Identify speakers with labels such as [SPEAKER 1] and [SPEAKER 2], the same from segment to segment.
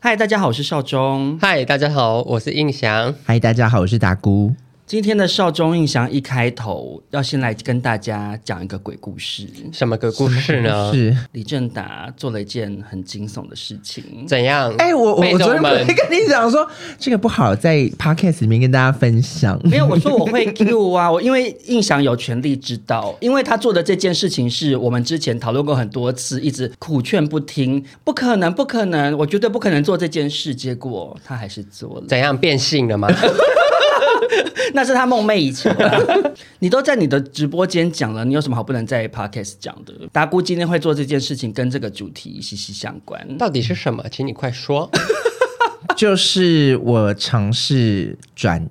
[SPEAKER 1] 嗨，大家好，我是少中。
[SPEAKER 2] 嗨，大家好，哦我是印翔。
[SPEAKER 3] 嗨，大家好，我是达姑。
[SPEAKER 1] 今天的少中印象一开头，要先来跟大家讲一个鬼故事。
[SPEAKER 2] 什么个故事呢？
[SPEAKER 3] 是，
[SPEAKER 1] 李正达做了一件很惊悚的事情，
[SPEAKER 2] 怎样？
[SPEAKER 3] 哎、我我
[SPEAKER 2] 被
[SPEAKER 3] 我昨
[SPEAKER 2] 动
[SPEAKER 3] 天 不
[SPEAKER 2] 们
[SPEAKER 3] 是跟你讲说这个不好，在 podcast 里面跟大家分享。
[SPEAKER 1] 没有，我说我会 Q 啊，我因为印象有权利知道，因为他做的这件事情是我们之前讨论过很多次，一直苦劝不听，不可能，不可能，我绝对不可能做这件事，结果他还是做了，
[SPEAKER 2] 怎样变性了吗？
[SPEAKER 1] 那是他梦寐以求。 你都在你的直播间讲了，你有什么好不能在 podcast 讲的？达姑今天会做这件事情，跟这个主题息息相关。
[SPEAKER 2] 到底是什么？请你快说。
[SPEAKER 3] 就是我尝试转，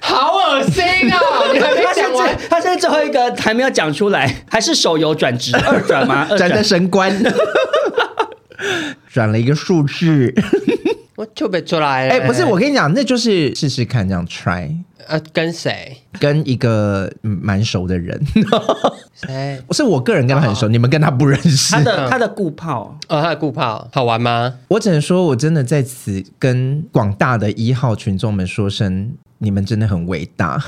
[SPEAKER 2] 好恶心啊！你还没
[SPEAKER 1] 他现
[SPEAKER 2] 讲完
[SPEAKER 1] 在，他现在最后一个还没有讲出来，还是手游转 职二转吗？二呃
[SPEAKER 3] 转
[SPEAKER 1] 转
[SPEAKER 3] 在 神官，转了一个数字。
[SPEAKER 2] 我就被出来了。
[SPEAKER 3] 哎、不是，我跟你讲，那就是试试看，这样 try。
[SPEAKER 2] 呃，跟谁？
[SPEAKER 3] 跟一个嗯蛮熟的人，
[SPEAKER 2] 谁？
[SPEAKER 3] 是我个人跟他很熟，你们跟他不认识
[SPEAKER 1] 啊他。的他的固炮。
[SPEAKER 2] 哦，他的顾炮好玩吗？
[SPEAKER 3] 我只能说，我真的在此跟广大的一号群众们说声，你们真的很伟大。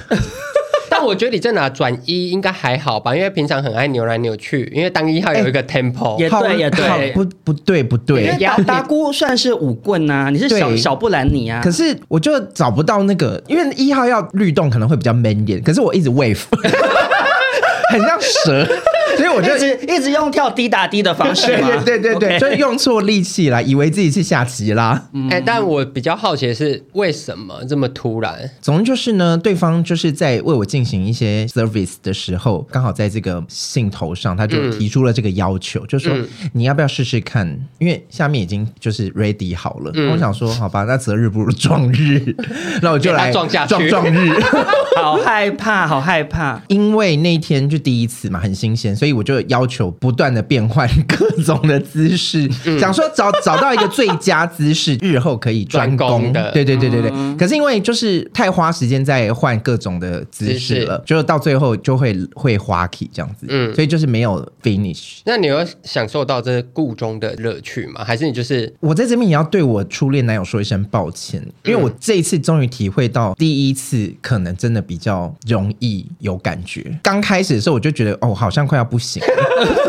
[SPEAKER 2] 但我觉得李正达转一应该还好吧，因为平常很爱扭来扭去，因为当一号有一个 tempo，、
[SPEAKER 1] 哎也对
[SPEAKER 3] 好
[SPEAKER 1] 也对
[SPEAKER 3] 好哦不不对不
[SPEAKER 1] 因为
[SPEAKER 3] 对。
[SPEAKER 1] 达达姑算是舞棍呐、你是小
[SPEAKER 3] 对
[SPEAKER 1] 小布兰妮啊。
[SPEAKER 3] 可是我就找不到那个，因为一号要律动可能会比较 man 一点，可是我一直 wave，很 像蛇，所以我就
[SPEAKER 1] 一直一直用跳低打低的方式
[SPEAKER 3] 对
[SPEAKER 1] 吗？
[SPEAKER 3] 对对对对
[SPEAKER 1] OK
[SPEAKER 3] 就是用错力气啦，以为自己是下棋啦。
[SPEAKER 2] 哎、但我比较好奇的是为什么这么突然？
[SPEAKER 3] 总之就是呢，对方就是在为我进行一些 service 的时候，刚好在这个兴头上，他就提出了这个要求，就说、
[SPEAKER 2] 嗯
[SPEAKER 3] 你要不要试试看？因为下面已经就是 ready 好了。
[SPEAKER 2] 嗯
[SPEAKER 3] 我想说，好吧，那择日不如撞 日，那我就
[SPEAKER 2] 给
[SPEAKER 3] 来
[SPEAKER 2] 他撞下去
[SPEAKER 3] 撞撞日。
[SPEAKER 1] 好害怕，好害怕。
[SPEAKER 3] 因为那一天就第一次嘛，很新鲜，所以我就要求不断的变换各种的姿势，
[SPEAKER 2] 嗯
[SPEAKER 3] 想说找找到一个最佳 姿势，日后可以专
[SPEAKER 2] 专攻的嗯
[SPEAKER 3] 对对对对对。可是因为就是太花时间在换各种的姿势了，就到最后就会会花 key 这样子，
[SPEAKER 2] 嗯
[SPEAKER 3] 所以就是没有 finish。
[SPEAKER 2] 那你有享受到这故中的乐趣吗？还是你就是
[SPEAKER 3] 我在这边也要对我初恋男友说一声抱歉，因为我这一次终于体会到，第一次可能真的比较容易有感觉。刚开始的时候我就觉得，哦，好像快要不行了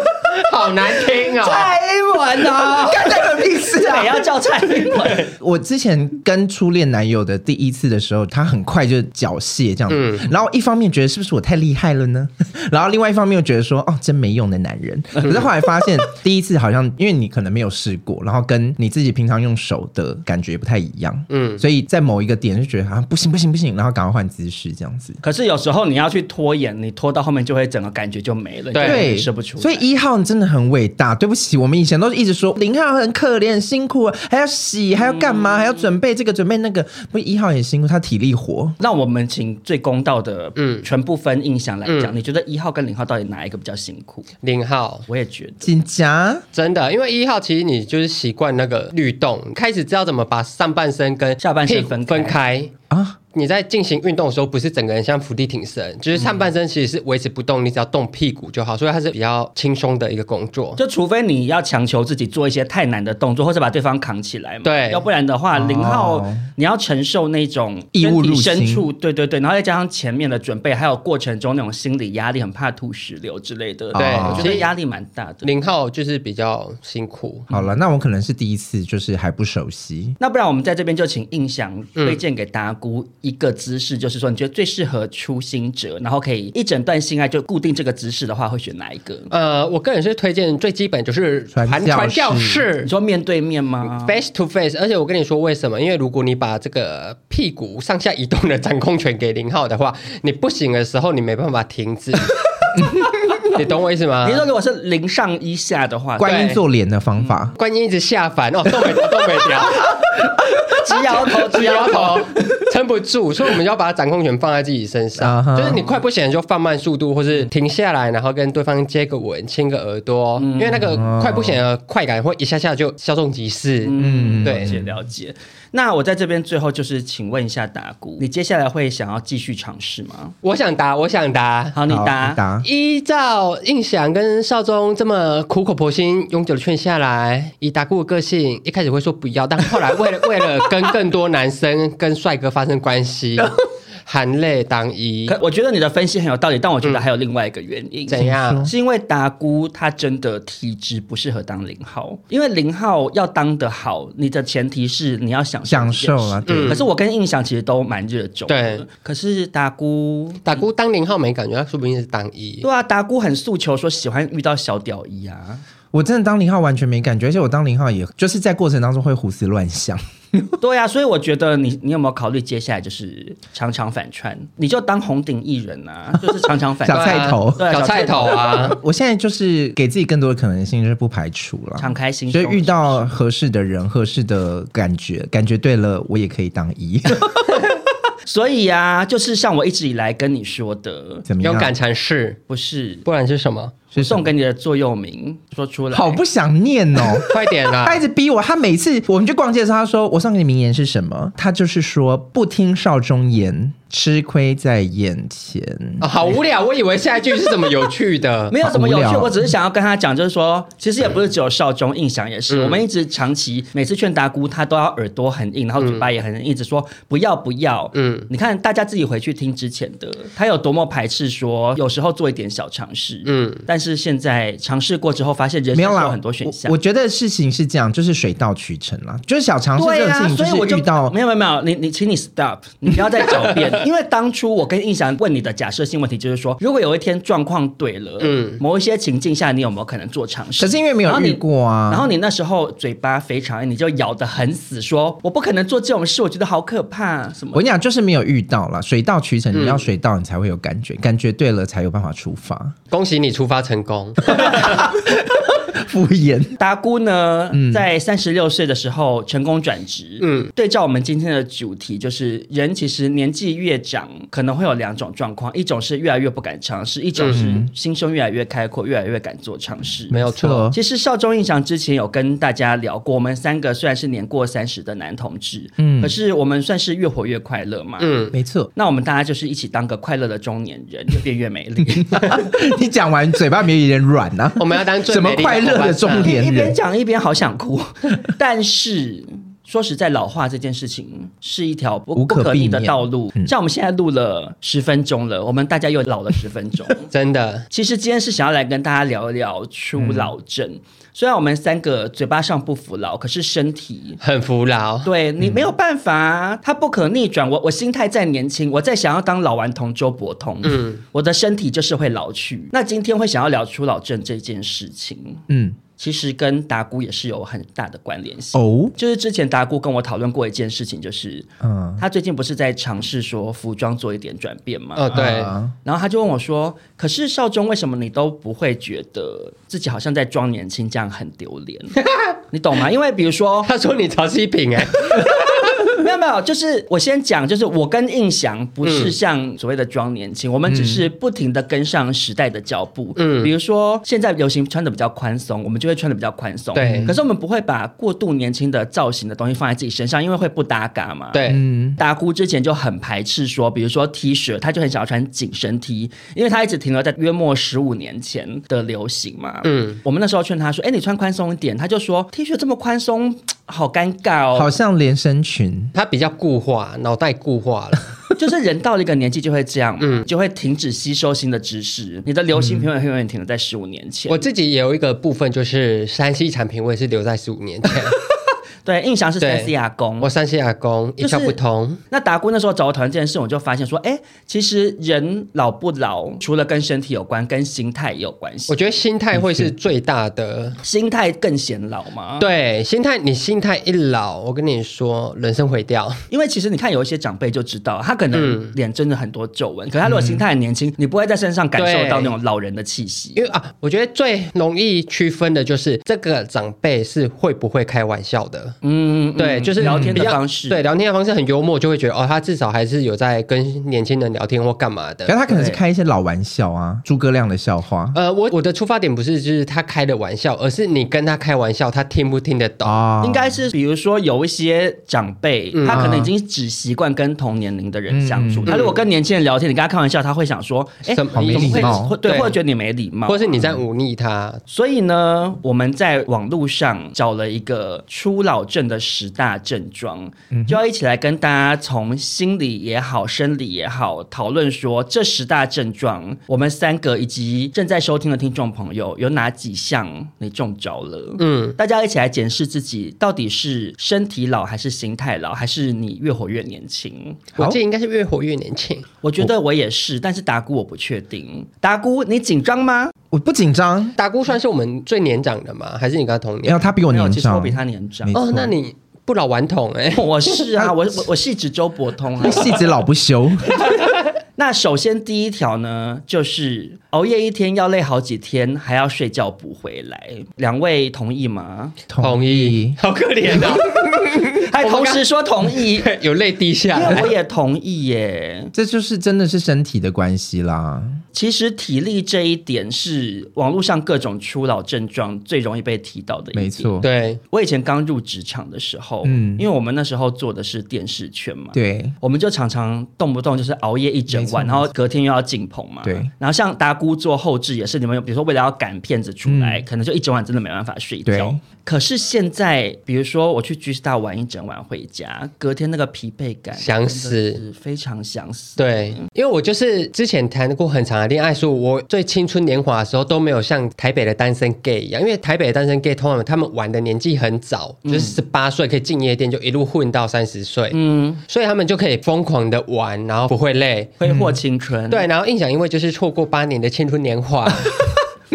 [SPEAKER 2] 好难听 哦？
[SPEAKER 1] 蔡英文哦，
[SPEAKER 3] 干这个屁事啊
[SPEAKER 1] 也！要叫蔡英文。
[SPEAKER 3] 我之前跟初恋男友的第一次的时候，他很快就缴械这样子，然后一方面觉得是不是我太厉害了呢？ 然后另外一方面又觉得说，哦，真没用的男人。可是后来发现，第一次好像因为你可能没有试过，然后跟你自己平常用手的感觉不太一样，嗯，所以在某一个点就觉得啊，不行不行不行，然后赶快换姿势这样子。
[SPEAKER 1] 可是有时候你要去拖延，你拖到后面就会整个感觉就没了，
[SPEAKER 2] 对
[SPEAKER 1] 你就
[SPEAKER 3] 对，
[SPEAKER 1] 射不出来。
[SPEAKER 3] 所以一号真的很伟大，对不起，我们以前都一直说零号很可怜、很辛苦，啊还要
[SPEAKER 1] 嗯
[SPEAKER 3] 洗，还要干嘛，还要准备这个准备那个。不，一号也辛苦，他体力活。
[SPEAKER 1] 让我们请最公道的，嗯，全部分印象来讲，你觉得一号跟零号到底哪一个比较辛苦？
[SPEAKER 2] 零号。
[SPEAKER 1] 我也觉得。
[SPEAKER 3] 紧夹，
[SPEAKER 2] 真的，因为一号其实你就是习惯那个律动，开始知道怎么把上半身跟
[SPEAKER 1] 下半身
[SPEAKER 2] 屁股
[SPEAKER 1] 分开
[SPEAKER 2] 分开
[SPEAKER 3] 啊，
[SPEAKER 4] 你在进行运动的时候，不是整个人像伏地挺身，就是上半身其实是维持不动，你只要动屁股就好，所以它是比较轻松的一个工作。
[SPEAKER 1] 就除非你要强求自己做一些太难的动作，或者把对方扛起来嘛。
[SPEAKER 4] 对
[SPEAKER 1] 要不然的话，
[SPEAKER 3] 哦
[SPEAKER 1] 零号你要承受那种
[SPEAKER 3] 异物入
[SPEAKER 1] 身体
[SPEAKER 3] 侵
[SPEAKER 1] 深处，对对对，然后再加上前面的准备，还有过程中那种心理压力，很怕吐石榴之类的。
[SPEAKER 3] 对
[SPEAKER 1] 我觉
[SPEAKER 4] 所
[SPEAKER 1] 得
[SPEAKER 4] 以
[SPEAKER 1] 压力蛮大的。
[SPEAKER 4] 零号就是比较辛苦，
[SPEAKER 3] 好
[SPEAKER 1] 嗯
[SPEAKER 3] 了，那我可能是第一次，就是还不熟悉。
[SPEAKER 1] 那不然我们在这边就请印象推荐给达姑一个姿势，就是说你觉得最适合初心者，然后可以一整段性爱就固定这个姿势的话，会选哪一个？
[SPEAKER 4] 呃，我个人是推荐最基本就是
[SPEAKER 3] 传
[SPEAKER 4] 传
[SPEAKER 3] 教
[SPEAKER 4] 传教
[SPEAKER 3] 士
[SPEAKER 4] 士
[SPEAKER 1] 你。说面对面吗？
[SPEAKER 4] Face to face，而且我跟你说为什么？因为如果你把这个屁股上下移动的掌控权给零号的话，你不行的时候你没办法停止，你懂我意思吗
[SPEAKER 1] 比如？说，如果是零上一下的 话，
[SPEAKER 3] 观音做脸的方法，
[SPEAKER 4] 观音一直下凡哦，动没掉，动没掉，
[SPEAKER 1] 直摇头，直
[SPEAKER 4] 直
[SPEAKER 1] 摇
[SPEAKER 4] 摇
[SPEAKER 1] 头。
[SPEAKER 4] 头，撑不住，所以我们就要把掌控权放在自己身
[SPEAKER 3] 啊
[SPEAKER 4] 上
[SPEAKER 3] 哈
[SPEAKER 4] 就是你快不行你就放慢速度，或是停下来，然后跟对方接个吻，亲个耳朵，因为那个快不行的快感会一下下就稍纵即逝。
[SPEAKER 1] 嗯，
[SPEAKER 4] 对
[SPEAKER 1] 了解了解。那我在这边最后就是请问一下达姑，你接下来会想要继续尝试吗？
[SPEAKER 4] 我想答，我想答。
[SPEAKER 1] 嗯好，你
[SPEAKER 3] 好
[SPEAKER 1] 答。
[SPEAKER 3] 你答
[SPEAKER 4] 依照印象跟少宗这么苦口婆心、永久的劝下来，以达姑的个性，一开始会说不要，但后来为了为了跟更多男生、跟帅哥发生关系， 含泪当一
[SPEAKER 1] 可，我觉得你的分析很有道理，但我觉得还有另外一个原因。
[SPEAKER 4] 嗯怎样？
[SPEAKER 1] 是因为达姑她真的体质不适合当零号，因为零号要当得好，你的前提是你要享受
[SPEAKER 3] 享受
[SPEAKER 1] 啊
[SPEAKER 3] 啊。对
[SPEAKER 1] 可是我跟印象其实都蛮热衷的。
[SPEAKER 4] 对，
[SPEAKER 1] 可是达姑，
[SPEAKER 4] 打姑当零号没感觉，他说不定是当一。
[SPEAKER 1] 对啊，达姑很诉求说喜欢遇到小屌一啊。
[SPEAKER 3] 我真的当零号完全没感觉，而且我当零号也就是在过程当中会胡思乱想。
[SPEAKER 1] 对啊，所以我觉得你你有没有考虑接下来就是常常反串，你就当红顶艺人啊，就是常常反
[SPEAKER 3] 小
[SPEAKER 1] 串，
[SPEAKER 3] 菜头
[SPEAKER 1] 对啊
[SPEAKER 4] 小菜头啊！
[SPEAKER 3] 我现在就是给自己更多的可能性，就是不排除了，
[SPEAKER 1] 敞开心
[SPEAKER 3] 所
[SPEAKER 1] 胸
[SPEAKER 3] 以遇到合适的人、合适的感觉，感觉对了，我也可以当一。
[SPEAKER 1] 所以啊，就是像我一直以来跟你说的，
[SPEAKER 3] 怎么样？
[SPEAKER 4] 勇敢尝试，
[SPEAKER 1] 不是
[SPEAKER 4] 不然是什么？
[SPEAKER 1] 我送给你的座右铭，说出来
[SPEAKER 3] 好不想念 哦。
[SPEAKER 4] 快点啦
[SPEAKER 1] 啊
[SPEAKER 3] 他！一直逼我，他每次我们去逛街的时候，他说：“我送给你名言是什么？”他就是说：“不听少中言，吃亏在眼前。
[SPEAKER 4] 哦好无聊，我以为下一句是什么有趣 的。
[SPEAKER 1] 没有什么有
[SPEAKER 3] 好无
[SPEAKER 1] 趣，
[SPEAKER 3] 聊
[SPEAKER 1] 我只是想要跟他讲，就是说，其实也不是只有少中印象也
[SPEAKER 3] 嗯
[SPEAKER 1] 是，我们一直长期每次劝达姑，她都要耳朵很硬，然后嘴
[SPEAKER 3] 嗯
[SPEAKER 1] 巴也很硬，一直说不要不要。嗯，你看大家自己回去听之前的，她有多么排斥说有时候做一点小尝试。嗯，但是现在尝试过之后，发现人
[SPEAKER 3] 没
[SPEAKER 1] 生
[SPEAKER 3] 有
[SPEAKER 1] 是
[SPEAKER 3] 啦，
[SPEAKER 1] 有很多选项
[SPEAKER 3] 我。我。觉得事情是这样，就是水到渠成啦，就是小尝试这
[SPEAKER 1] 对
[SPEAKER 3] 种
[SPEAKER 1] 啊
[SPEAKER 3] 事，情，
[SPEAKER 1] 所以我
[SPEAKER 3] 是
[SPEAKER 1] 就
[SPEAKER 3] 遇到
[SPEAKER 1] 没有没有没有，你你请你 stop，你不要再狡辩， 因为当初我跟印象问你的假设性问题就是说，如果有一天状况对了，嗯，某一些情境下你有没有可能做尝试？
[SPEAKER 3] 可是因为没
[SPEAKER 1] 然
[SPEAKER 3] 有
[SPEAKER 1] 后你
[SPEAKER 3] 遇过啊。
[SPEAKER 1] 然后你那时候嘴巴肥肠，你就咬得很死说，我不可能做这种事，我觉得好可怕，什
[SPEAKER 3] 我
[SPEAKER 1] 么
[SPEAKER 3] 跟你讲，就是没有遇到啦，水到渠成，
[SPEAKER 1] 嗯
[SPEAKER 3] 你要水到你才会有感觉，感觉对了才有办法出发。
[SPEAKER 4] 恭喜你出发成功。
[SPEAKER 3] 敷衍，
[SPEAKER 1] 达姑呢，在三十六岁的时候成功转职。嗯，对照我们今天的主题，就是人其实年纪越长，可能会有两种状况，一种是越来越不敢尝试，一种是心胸越来越开阔，越来越敢做尝试。
[SPEAKER 4] 没有错，
[SPEAKER 1] 其实少中印象之前有跟大家聊过，我们三个虽然是年过三十的男同志，嗯，可是我们算是越活越快乐嘛，嗯，
[SPEAKER 3] 没错。
[SPEAKER 1] 那我们大家就是一起当个快乐的中年人，越变越美丽。
[SPEAKER 3] 你讲完嘴巴没有一点软 啊？
[SPEAKER 4] 我们要当最
[SPEAKER 3] 怎么
[SPEAKER 4] 美丽
[SPEAKER 3] 快乐
[SPEAKER 4] 伙伴
[SPEAKER 3] 的重
[SPEAKER 4] 上
[SPEAKER 3] 点
[SPEAKER 1] 一边
[SPEAKER 3] 人
[SPEAKER 1] 讲一边好想哭， 但是。说实在，老化这件事情是一条不
[SPEAKER 3] 无可
[SPEAKER 1] 不可逆的
[SPEAKER 3] 避免嗯
[SPEAKER 1] 道路。像我们现在录了十分钟了，我们大家又老了十分 钟。
[SPEAKER 4] 真的，
[SPEAKER 1] 其实今天是想要来跟大家聊一聊初
[SPEAKER 3] 嗯
[SPEAKER 1] 老症。虽然我们三个嘴巴上不服老，可是身体
[SPEAKER 4] 很服劳。
[SPEAKER 1] 对你
[SPEAKER 3] 嗯
[SPEAKER 1] 没有办法、啊，它不可逆转。我我心态再年轻，我再想要当老顽童周伯通，嗯，我的身体就是会老去。那今天会想要聊初老症这件事情，
[SPEAKER 3] 嗯，
[SPEAKER 1] 其实跟达姑也是有很大的关联性。
[SPEAKER 3] 哦，
[SPEAKER 1] 就是之前达姑跟我讨论过一件事情，就是
[SPEAKER 3] 嗯，
[SPEAKER 1] 她最近不是在尝试说服装做一点转变吗？
[SPEAKER 4] 哦，对，
[SPEAKER 3] 啊
[SPEAKER 1] 然后她就问我说：“可是少中，为什么你都不会觉得自己好像在装年轻， 这样很丢脸？你懂吗？因为比如说，
[SPEAKER 4] 他说你潮汐品哎，
[SPEAKER 1] 没有没有，就是我先讲，就是我跟印翔不是像所谓的装年轻，我们只是不停的跟上时代的脚步。嗯，比如说现在流行穿的比较宽松，我们就会穿的比较宽松。
[SPEAKER 4] 对
[SPEAKER 1] 可是我们不会把过度年轻的造型的东西放在自己身上，因为会不搭嘎嘛。。
[SPEAKER 4] 对，
[SPEAKER 3] 嗯，
[SPEAKER 1] 达姑之前就很排斥说，比如说 T 恤，她就很想要穿紧身 T，因为她一直停留在约莫十五年前的流行嘛。嗯，我们那时候劝她说：“哎、你穿宽松一点。”她就说：“T 恤这么宽松，好尴尬哦。”
[SPEAKER 3] 好像连身裙，
[SPEAKER 4] 他比较固化，脑袋固化了。
[SPEAKER 1] 就是人到了一个年纪就会这样嘛，
[SPEAKER 4] 嗯
[SPEAKER 1] 就会停止吸收新的知识，你的流行永远永远停留在十五年前。
[SPEAKER 4] 我自己也有一个部分就是山西产品，我也是留在十五年前。
[SPEAKER 1] 对印象是
[SPEAKER 4] 对
[SPEAKER 1] 三 C 阿公
[SPEAKER 4] 我。山西阿公一窍不通，
[SPEAKER 1] 那达姑那时候找我讨论这件事，我就发现说，哎，其实人老不老，除了跟身体有关，跟心态也有关系
[SPEAKER 4] 我。觉得心态会是最大的。
[SPEAKER 1] 心态更显老嘛？，
[SPEAKER 4] 对，心态你心态一老，我跟你说，人生毁掉。
[SPEAKER 1] 因为其实你看有一些长辈就知道，他可
[SPEAKER 4] 嗯
[SPEAKER 1] 能脸真的很多皱纹，可是他如果心态很年轻，你不会在身上感受到那种老人的气息
[SPEAKER 4] 因。为啊，我觉得最容易区分的就是这个长辈是会不会开玩笑的。
[SPEAKER 1] 嗯，嗯嗯
[SPEAKER 4] 对，就是
[SPEAKER 1] 聊天
[SPEAKER 4] 比
[SPEAKER 1] 的
[SPEAKER 4] 较
[SPEAKER 1] 方式，
[SPEAKER 4] 对，聊天的方式很幽默，就会觉得哦，他至少还是有在跟年轻人聊天或干嘛的
[SPEAKER 3] 可。是他可能是
[SPEAKER 1] 对
[SPEAKER 3] 开一些老玩笑啊，诸葛亮的笑话
[SPEAKER 4] 呃，我我的出发点不是就是他开的玩笑，而是你跟他开玩笑，他听不听得懂？
[SPEAKER 3] 啊，
[SPEAKER 1] 哦应该是比如说有一些长辈，
[SPEAKER 4] 嗯
[SPEAKER 1] 他可能已经只习惯跟同年龄的人相处。
[SPEAKER 3] 嗯
[SPEAKER 1] 他如果跟年轻人聊天，你跟他开玩笑，他会想说：“哎、
[SPEAKER 4] 什
[SPEAKER 1] 怎
[SPEAKER 4] 么
[SPEAKER 1] 么
[SPEAKER 3] 好没
[SPEAKER 4] 怎么
[SPEAKER 3] 礼
[SPEAKER 1] 会
[SPEAKER 3] 貌
[SPEAKER 1] 会对，
[SPEAKER 4] 对
[SPEAKER 1] 或者觉得你没礼貌。”
[SPEAKER 4] 或是你在忤逆他？
[SPEAKER 1] 所以呢，我们在网络上找了一个初老症的十大症状，
[SPEAKER 3] 嗯
[SPEAKER 1] 就要一起来跟大家从心理也好、生理也好讨论说这十大症状，我们三个以及正在收听的听众朋友有哪几项你中招了？嗯，大家一起来检视自己到底是身体老还是心态老，还是你越活越年轻？
[SPEAKER 4] 我
[SPEAKER 3] 好
[SPEAKER 4] 记得应该是越活越年轻。
[SPEAKER 1] 我觉得我也是，但是达姑我不确定。达姑，你紧张吗？
[SPEAKER 3] 我不紧张，
[SPEAKER 4] 达姑算是我们最年长的嘛，还是你跟他同
[SPEAKER 3] 然
[SPEAKER 4] 年
[SPEAKER 3] 后？他比我
[SPEAKER 1] 没有，
[SPEAKER 3] 年
[SPEAKER 1] 其实我
[SPEAKER 3] 长
[SPEAKER 1] 比，他年长
[SPEAKER 3] 没。
[SPEAKER 4] 哦
[SPEAKER 3] 错，
[SPEAKER 4] 那你不老顽童哎、
[SPEAKER 1] 我是啊，我我我是指周伯通啊。
[SPEAKER 3] 戏子老不休，
[SPEAKER 1] 那首先第一条呢，就是熬夜一天要累好几天，还要睡觉补回来。两位同意吗？
[SPEAKER 4] 同意，好可怜哦，
[SPEAKER 1] 还同时说同意，因
[SPEAKER 4] 有泪滴下
[SPEAKER 1] 为
[SPEAKER 4] 来
[SPEAKER 1] 我。也同意耶。
[SPEAKER 3] 这就是真的是身体的关系啦。
[SPEAKER 1] 其实体力这一点是网络上各种初老症状最容易被提到的一点。
[SPEAKER 3] 没，错，
[SPEAKER 4] 对，
[SPEAKER 1] 我以前刚入职场的时候，
[SPEAKER 3] 嗯
[SPEAKER 1] 嗯，因为我们那时候做的是电视圈嘛，
[SPEAKER 3] 对，
[SPEAKER 1] 我们就常常动不动就是熬夜一整晚，然
[SPEAKER 3] 没错
[SPEAKER 1] 后隔天又要进棚嘛。
[SPEAKER 3] 对
[SPEAKER 1] 然后像达姑做后置也是，你们有比如说为了要赶片子出来，可能就一整晚真的没办法睡觉
[SPEAKER 3] 嗯对。
[SPEAKER 1] 可是现在，比如说我去 G Star 玩一整晚回家，隔天那个疲惫感
[SPEAKER 4] 想
[SPEAKER 1] 真
[SPEAKER 4] 死
[SPEAKER 1] 的是非常想死。
[SPEAKER 4] 对，因为我就是之前谈过很长的恋爱，所以我最青春年华的时候都没有像台北的单身 gay 一样，因为台北的单身 gay 通常他们玩的年纪很早，
[SPEAKER 1] 嗯
[SPEAKER 4] 就是十八岁可以进夜店，就一路混到三十岁，嗯，所以他们就可以疯狂的玩，然后不会累。
[SPEAKER 1] 挥霍青春。
[SPEAKER 4] 对，然后印象因为就是错过八年的青春 年华，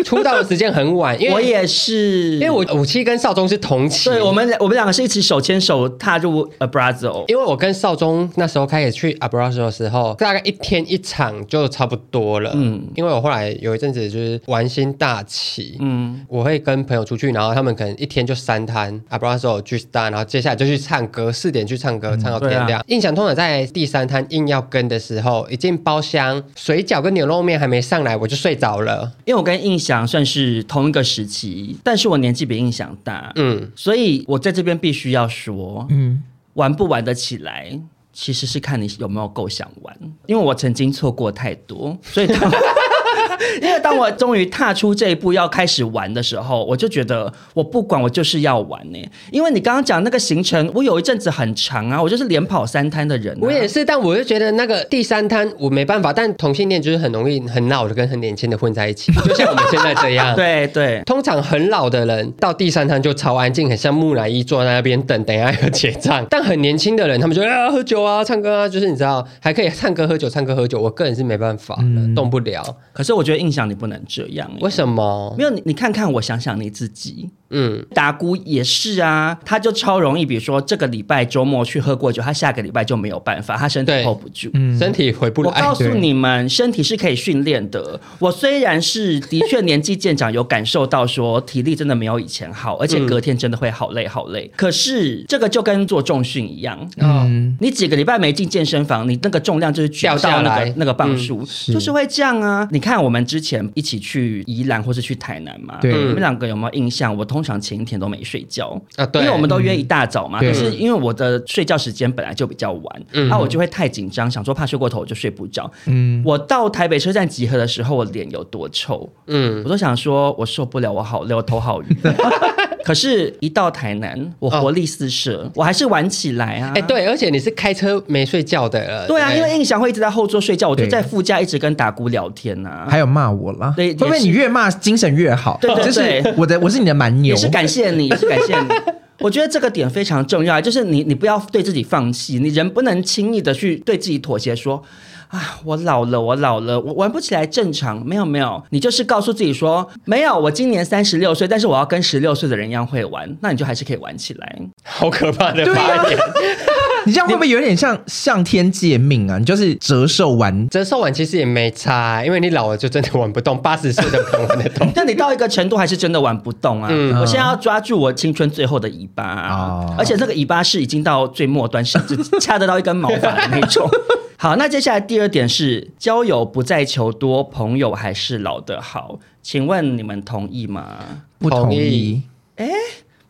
[SPEAKER 4] 出道的时间很晚，因为
[SPEAKER 1] 我也是，
[SPEAKER 4] 因为我武器跟少宗是同期，
[SPEAKER 1] 对我们我们两个是一起手牵手踏入呃 Abrazo。
[SPEAKER 4] 因为我跟少宗那时候开始去 Abrazo 的时候，大概一天一场就差不多了。嗯，因为我后来有一阵子就是玩心大起，嗯，我会跟朋友出去，然后他们可能一天就三摊 Abrazo、G Star，然后接下来就去唱歌，四点去唱歌，唱到天
[SPEAKER 1] 对
[SPEAKER 4] 亮。
[SPEAKER 1] 啊
[SPEAKER 4] 印象通常在第三摊硬要跟的时候，一进包厢，水饺跟牛肉面还没上来，我就睡着了。
[SPEAKER 1] 因为我跟印象算是同一个时期，但是我年纪比印象大，
[SPEAKER 4] 嗯，
[SPEAKER 1] 所以我在这边必须要说，
[SPEAKER 3] 嗯，
[SPEAKER 1] 玩不玩得起来，其实是看你有没有够想玩。因为我曾经错过太多，所以 当因为当我终于踏出这一步要开始玩的时候，我就觉得我不管，我就是要玩呢、因为你刚刚讲那个行程，我有一阵子很长啊，我就是连跑三摊的人、啊
[SPEAKER 4] 我也。是，但我就觉得那个第三摊我没办法，但同性恋就是很容易很老的跟很年轻的混在一起，就像我们现在这 样。
[SPEAKER 1] 对对，
[SPEAKER 4] 通常很老的人到第三摊就超安静，很像木乃伊坐在那边等，等一下要结账。 但很年轻的人，他们就啊喝酒啊、唱歌啊，就是你知道还可以唱歌喝酒、唱歌喝酒。我个人是没办法了，动不了。
[SPEAKER 1] 可是我觉得印象你不能这样、欸，
[SPEAKER 4] 为什么？
[SPEAKER 1] 没有你，你看看我，想想你自己，
[SPEAKER 4] 嗯，
[SPEAKER 1] 达姑也是啊，他就超容易，比如说这个礼拜周末去喝过酒，他下个礼拜就没有办法，他身体
[SPEAKER 4] 对嗯
[SPEAKER 1] hold 不住。
[SPEAKER 4] 身体回不
[SPEAKER 1] 我
[SPEAKER 4] 来。
[SPEAKER 1] 告诉你们，身体是可以训练的。我虽然是的确年纪渐长，有感受到说体力真的没有以前好，而且隔天真的会好累好累。可是这个就跟做重训一样，
[SPEAKER 3] 嗯，
[SPEAKER 1] 你几个礼拜没进健身房，你那个重量就是举
[SPEAKER 4] 掉
[SPEAKER 1] 不
[SPEAKER 4] 下
[SPEAKER 1] 到那
[SPEAKER 4] 来嗯
[SPEAKER 1] 个那个磅数，
[SPEAKER 3] 是
[SPEAKER 1] 就是会这样啊。你看我们之前一起去宜兰或是去台南嘛，
[SPEAKER 3] 对
[SPEAKER 1] 你们两个有没有印象？我通常前一天都没睡觉，
[SPEAKER 4] 啊，对，嗯
[SPEAKER 1] 因为我们都约一大早嘛，
[SPEAKER 3] 对
[SPEAKER 1] 可是因为我的睡觉时间本来就比较晚，然后我就会太紧张，想说怕睡过头我就睡不着。嗯，我到台北车站集合的时候，我脸有多臭，
[SPEAKER 4] 嗯
[SPEAKER 1] 我都想说我受不了，我好累，我头 好晕。可是，一到台南，我活力四射，我还是玩起来啊！
[SPEAKER 4] 哦哎、对，而且你是开车没睡觉的哎了。
[SPEAKER 1] 对啊，因为印象会一直在后座睡觉，我就
[SPEAKER 3] 对
[SPEAKER 1] 在副驾一直跟达姑聊天呐、啊。
[SPEAKER 3] 还有骂我啦，
[SPEAKER 1] 对
[SPEAKER 3] 会不会
[SPEAKER 1] 也是
[SPEAKER 3] 你越骂精神越好？
[SPEAKER 1] 对对对
[SPEAKER 3] 就是我的，我是你的蛮牛
[SPEAKER 1] 也，是感谢你，也是感谢你。我觉得这个点非常重要，就是你你不要对自己放弃，你人不能轻易的去对自己妥协说。啊，我老了，我老了，我玩不起来正常。没有没有，你就是告诉自己说，没有，我今年三十六岁，但是我要跟十六岁的人一样会玩，那你就还是可以玩起来。。
[SPEAKER 4] 好可怕的
[SPEAKER 3] 对啊
[SPEAKER 4] 发言。
[SPEAKER 3] 你这样会不会有点像上天借命啊？你就是折寿 完，
[SPEAKER 4] 折寿完其实也没差，因为你老了就真的玩不动，八十岁的可能玩得动
[SPEAKER 1] 但你到一个程度还是真的玩不动啊！我现在要抓住我青春最后的尾巴、啊，
[SPEAKER 3] 哦
[SPEAKER 1] 而且这个尾巴是已经到最末端，甚 至掐得到一根毛发的那种。好，那接下来第二点是交友不再求多，朋友还是老的好。请问你们同意吗？
[SPEAKER 3] 不同
[SPEAKER 4] 同意
[SPEAKER 3] 意。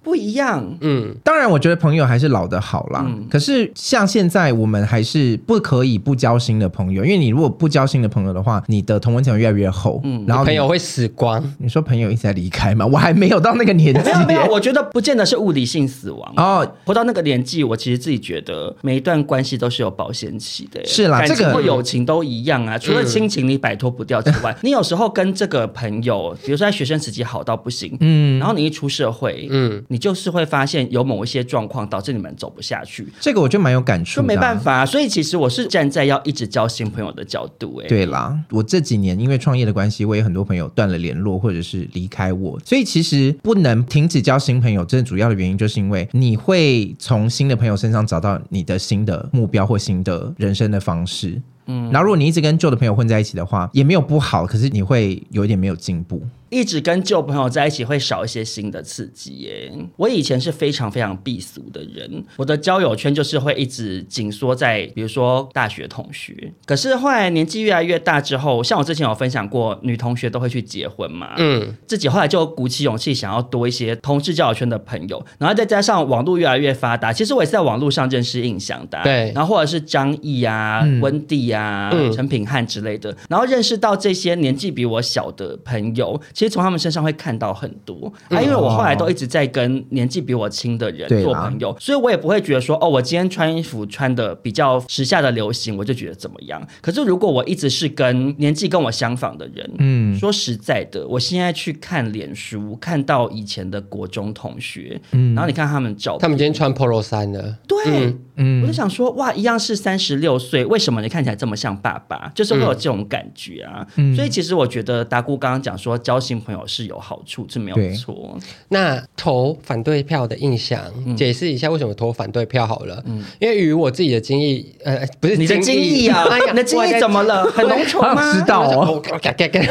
[SPEAKER 1] 不一样，
[SPEAKER 4] 嗯，
[SPEAKER 3] 当然，我觉得朋友还是老的好啦。可是像现在我们还是不可以不交新的朋友，因为你如果不交新的朋友的话，你的同温层越来越厚。嗯，然后你
[SPEAKER 4] 朋友，会死光。
[SPEAKER 3] 你说朋友一直在离开吗？我还没有到那个年
[SPEAKER 1] 没
[SPEAKER 3] 纪
[SPEAKER 1] 有没有，
[SPEAKER 3] 耶。
[SPEAKER 1] 我觉得不见得是物理性死亡。啊
[SPEAKER 3] 哦，
[SPEAKER 1] 活到那个年纪，我其实自己觉得每一段关系都是有保鲜期的耶，
[SPEAKER 3] 是啦
[SPEAKER 1] 感
[SPEAKER 3] 这
[SPEAKER 1] 情
[SPEAKER 3] 个
[SPEAKER 1] 或友情都一样啊。除了亲情你摆脱不掉之外，你有时候跟这个朋友，比如说在学生时期好到不行，嗯，然后你一出社会，嗯，你就是会发现有某一些状况导致你们走不下去，
[SPEAKER 3] 这个我就蛮有感触
[SPEAKER 1] 就
[SPEAKER 3] 的啊、
[SPEAKER 1] 没办法啊、所以其实我是站在要一直交新朋友的角度，哎，，
[SPEAKER 3] 对啦，我这几年因为创业的关系，我也很多朋友断了联络，或者是离开我，所以其实不能停止交新朋友。真的主要的原因就是因为你会从新的朋友身上找到你的新的目标或新的人生的方式。嗯，然后如果你一直跟旧的朋友混在一起的话，也没有不好，可是你会有一点没有进步。
[SPEAKER 1] 一直跟旧朋友在一起会少一些新的刺激耶。我以前是非常非常避俗的人，我的交友圈就是会一直紧缩在，比如说大学同学。可是后来年纪越来越大之后，像我之前有分享过，女同学都会去结婚嘛，
[SPEAKER 4] 嗯，
[SPEAKER 1] 自己后来就鼓起勇气想要多一些同志交友圈的朋友，然后再加上网络越来越发达，其实我也是在网络上认识印象的啊、
[SPEAKER 4] 对
[SPEAKER 1] 然后或者是张译啊、温蒂啊、
[SPEAKER 4] 嗯
[SPEAKER 1] 陈品汉之类的，然后认识到这些年纪比我小的朋友，其实从他们身上会看到很多
[SPEAKER 4] 嗯
[SPEAKER 1] 啊，因为我后来都一直在跟年纪比我轻的人
[SPEAKER 3] 对
[SPEAKER 4] 啊
[SPEAKER 3] 啦
[SPEAKER 1] 做朋友，所以我也不会觉得说哦，我今天穿衣服穿的比较时下的流行，我就觉得怎么样。可是如果我一直是跟年纪跟我相仿的人，嗯，说实在的，我现在去看脸书，看到以前的国中同学，嗯，然后你看他们照片，
[SPEAKER 4] 他们今天穿 polo 衫了。
[SPEAKER 1] 对，
[SPEAKER 3] 嗯
[SPEAKER 1] 我就想说，哇，一样是三十六岁，为什么你看起来这么像爸爸？就是会有这种感觉啊。
[SPEAKER 3] 嗯
[SPEAKER 1] 所以其实我觉得达姑刚刚讲说，交新朋友是有好处，是没有
[SPEAKER 3] 对
[SPEAKER 1] 错。
[SPEAKER 4] 那投反对票的印象，解释一下为什么投反对票好了。因为与我自己的经历，呃，不是
[SPEAKER 1] 你的
[SPEAKER 4] 经
[SPEAKER 1] 经历啊，
[SPEAKER 4] 哎呀
[SPEAKER 1] 你的经
[SPEAKER 4] 我
[SPEAKER 1] 历怎么了？很浓稠
[SPEAKER 3] 好
[SPEAKER 1] 吗？
[SPEAKER 3] 想知道哦，
[SPEAKER 4] 我我嘎嘎嘎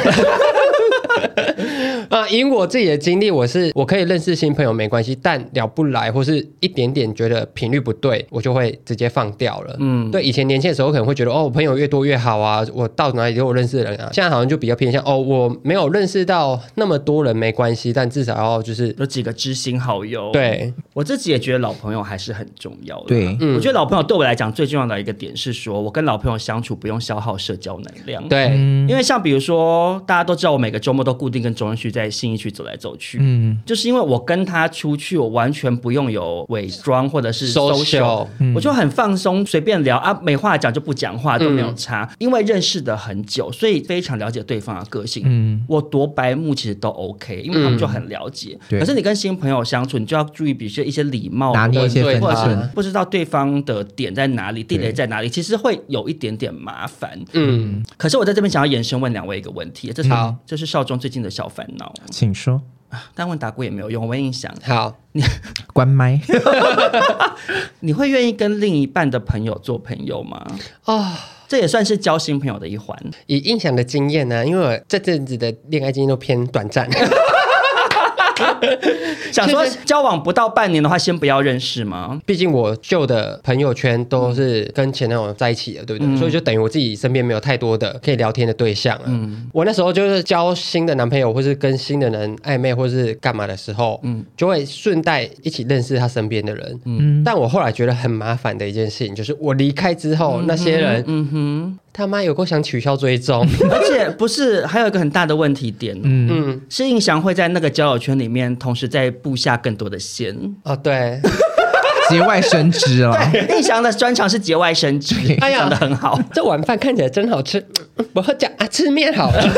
[SPEAKER 4] 啊，以我自己的经历，我是我可以认识新朋友没关系，但聊不来或是一点点觉得频率不对，我就会直接放掉了。嗯，对，以前年轻的时候可能会觉得哦，我朋友越多越好啊，我到哪里都有认识的人啊。现在好像就比较偏向哦，我没有认识到那么多人没关系，但至少要就是
[SPEAKER 1] 有几个知心好友，
[SPEAKER 4] 对
[SPEAKER 1] 我自己也觉得老朋友还是很重要的。
[SPEAKER 3] 对
[SPEAKER 1] 我觉得老朋友对我来讲最重要的一个点是说，我跟老朋友相处不用消耗社交能量。
[SPEAKER 4] 对、
[SPEAKER 1] 因为像比如说，大家都知道我每个周末都固定跟中正区在信义区走来走去，嗯，就是因为我跟他出去，我完全不用有伪装或者是
[SPEAKER 4] Social，
[SPEAKER 1] social，、我就很放松，随便聊啊，没话讲就不讲话都没有差，因为认识的很久，所以非常了解对方的个性，嗯，我多白目其实都 OK，因为他们就很了解，
[SPEAKER 3] 对
[SPEAKER 1] 可是你跟新朋友相处，你就要注意，比如说一些礼貌
[SPEAKER 3] 拿捏一些
[SPEAKER 4] 哦对
[SPEAKER 3] 分
[SPEAKER 1] 或者
[SPEAKER 4] 啊
[SPEAKER 1] 是
[SPEAKER 3] 寸。
[SPEAKER 1] 不知道对方的点在哪里，地雷
[SPEAKER 3] 对
[SPEAKER 1] 在哪里，其实会有一点点麻烦。
[SPEAKER 4] 嗯，
[SPEAKER 1] 可是我在这边想要延伸问两位一个问题，这是
[SPEAKER 4] 好
[SPEAKER 1] 这是少中最近的小烦恼。
[SPEAKER 3] 请说，
[SPEAKER 1] 但问打鼓也没有用。我问印象，
[SPEAKER 4] 好，
[SPEAKER 3] 关麦。
[SPEAKER 1] 你会愿意跟另一半的朋友做朋友吗？
[SPEAKER 4] 哦，
[SPEAKER 1] 这也算是交新朋友的一环。
[SPEAKER 4] 以印象的经验呢、因为我这阵子的恋爱经验都偏短暂，
[SPEAKER 1] 想说交往不到半年的话，先不要认识 吗？
[SPEAKER 4] 毕竟我旧的朋友圈都是跟前男友在一起的，对不对？所以就等于我自己身边没有太多的可以聊天的对象啊。我那时候就是交新的男朋友，或是跟新的人暧昧，或是干嘛的时候，嗯，就会顺带一起认识他身边的人。嗯，但我后来觉得很麻烦的一件事情，就是我离开之后，那些人，嗯哼，他妈有够想取消追踪。
[SPEAKER 1] 而且不是还有一个很大的问题点，嗯嗯，是印翔会在那个交友圈里面，同时在布下更多的 线。
[SPEAKER 4] 哦，对，
[SPEAKER 3] 节外生枝了。
[SPEAKER 1] 印翔的专长是节外生枝，
[SPEAKER 4] 哎呀
[SPEAKER 1] 讲的很 好，
[SPEAKER 4] 这碗饭看起来真好吃，我喝讲啊，吃面好了。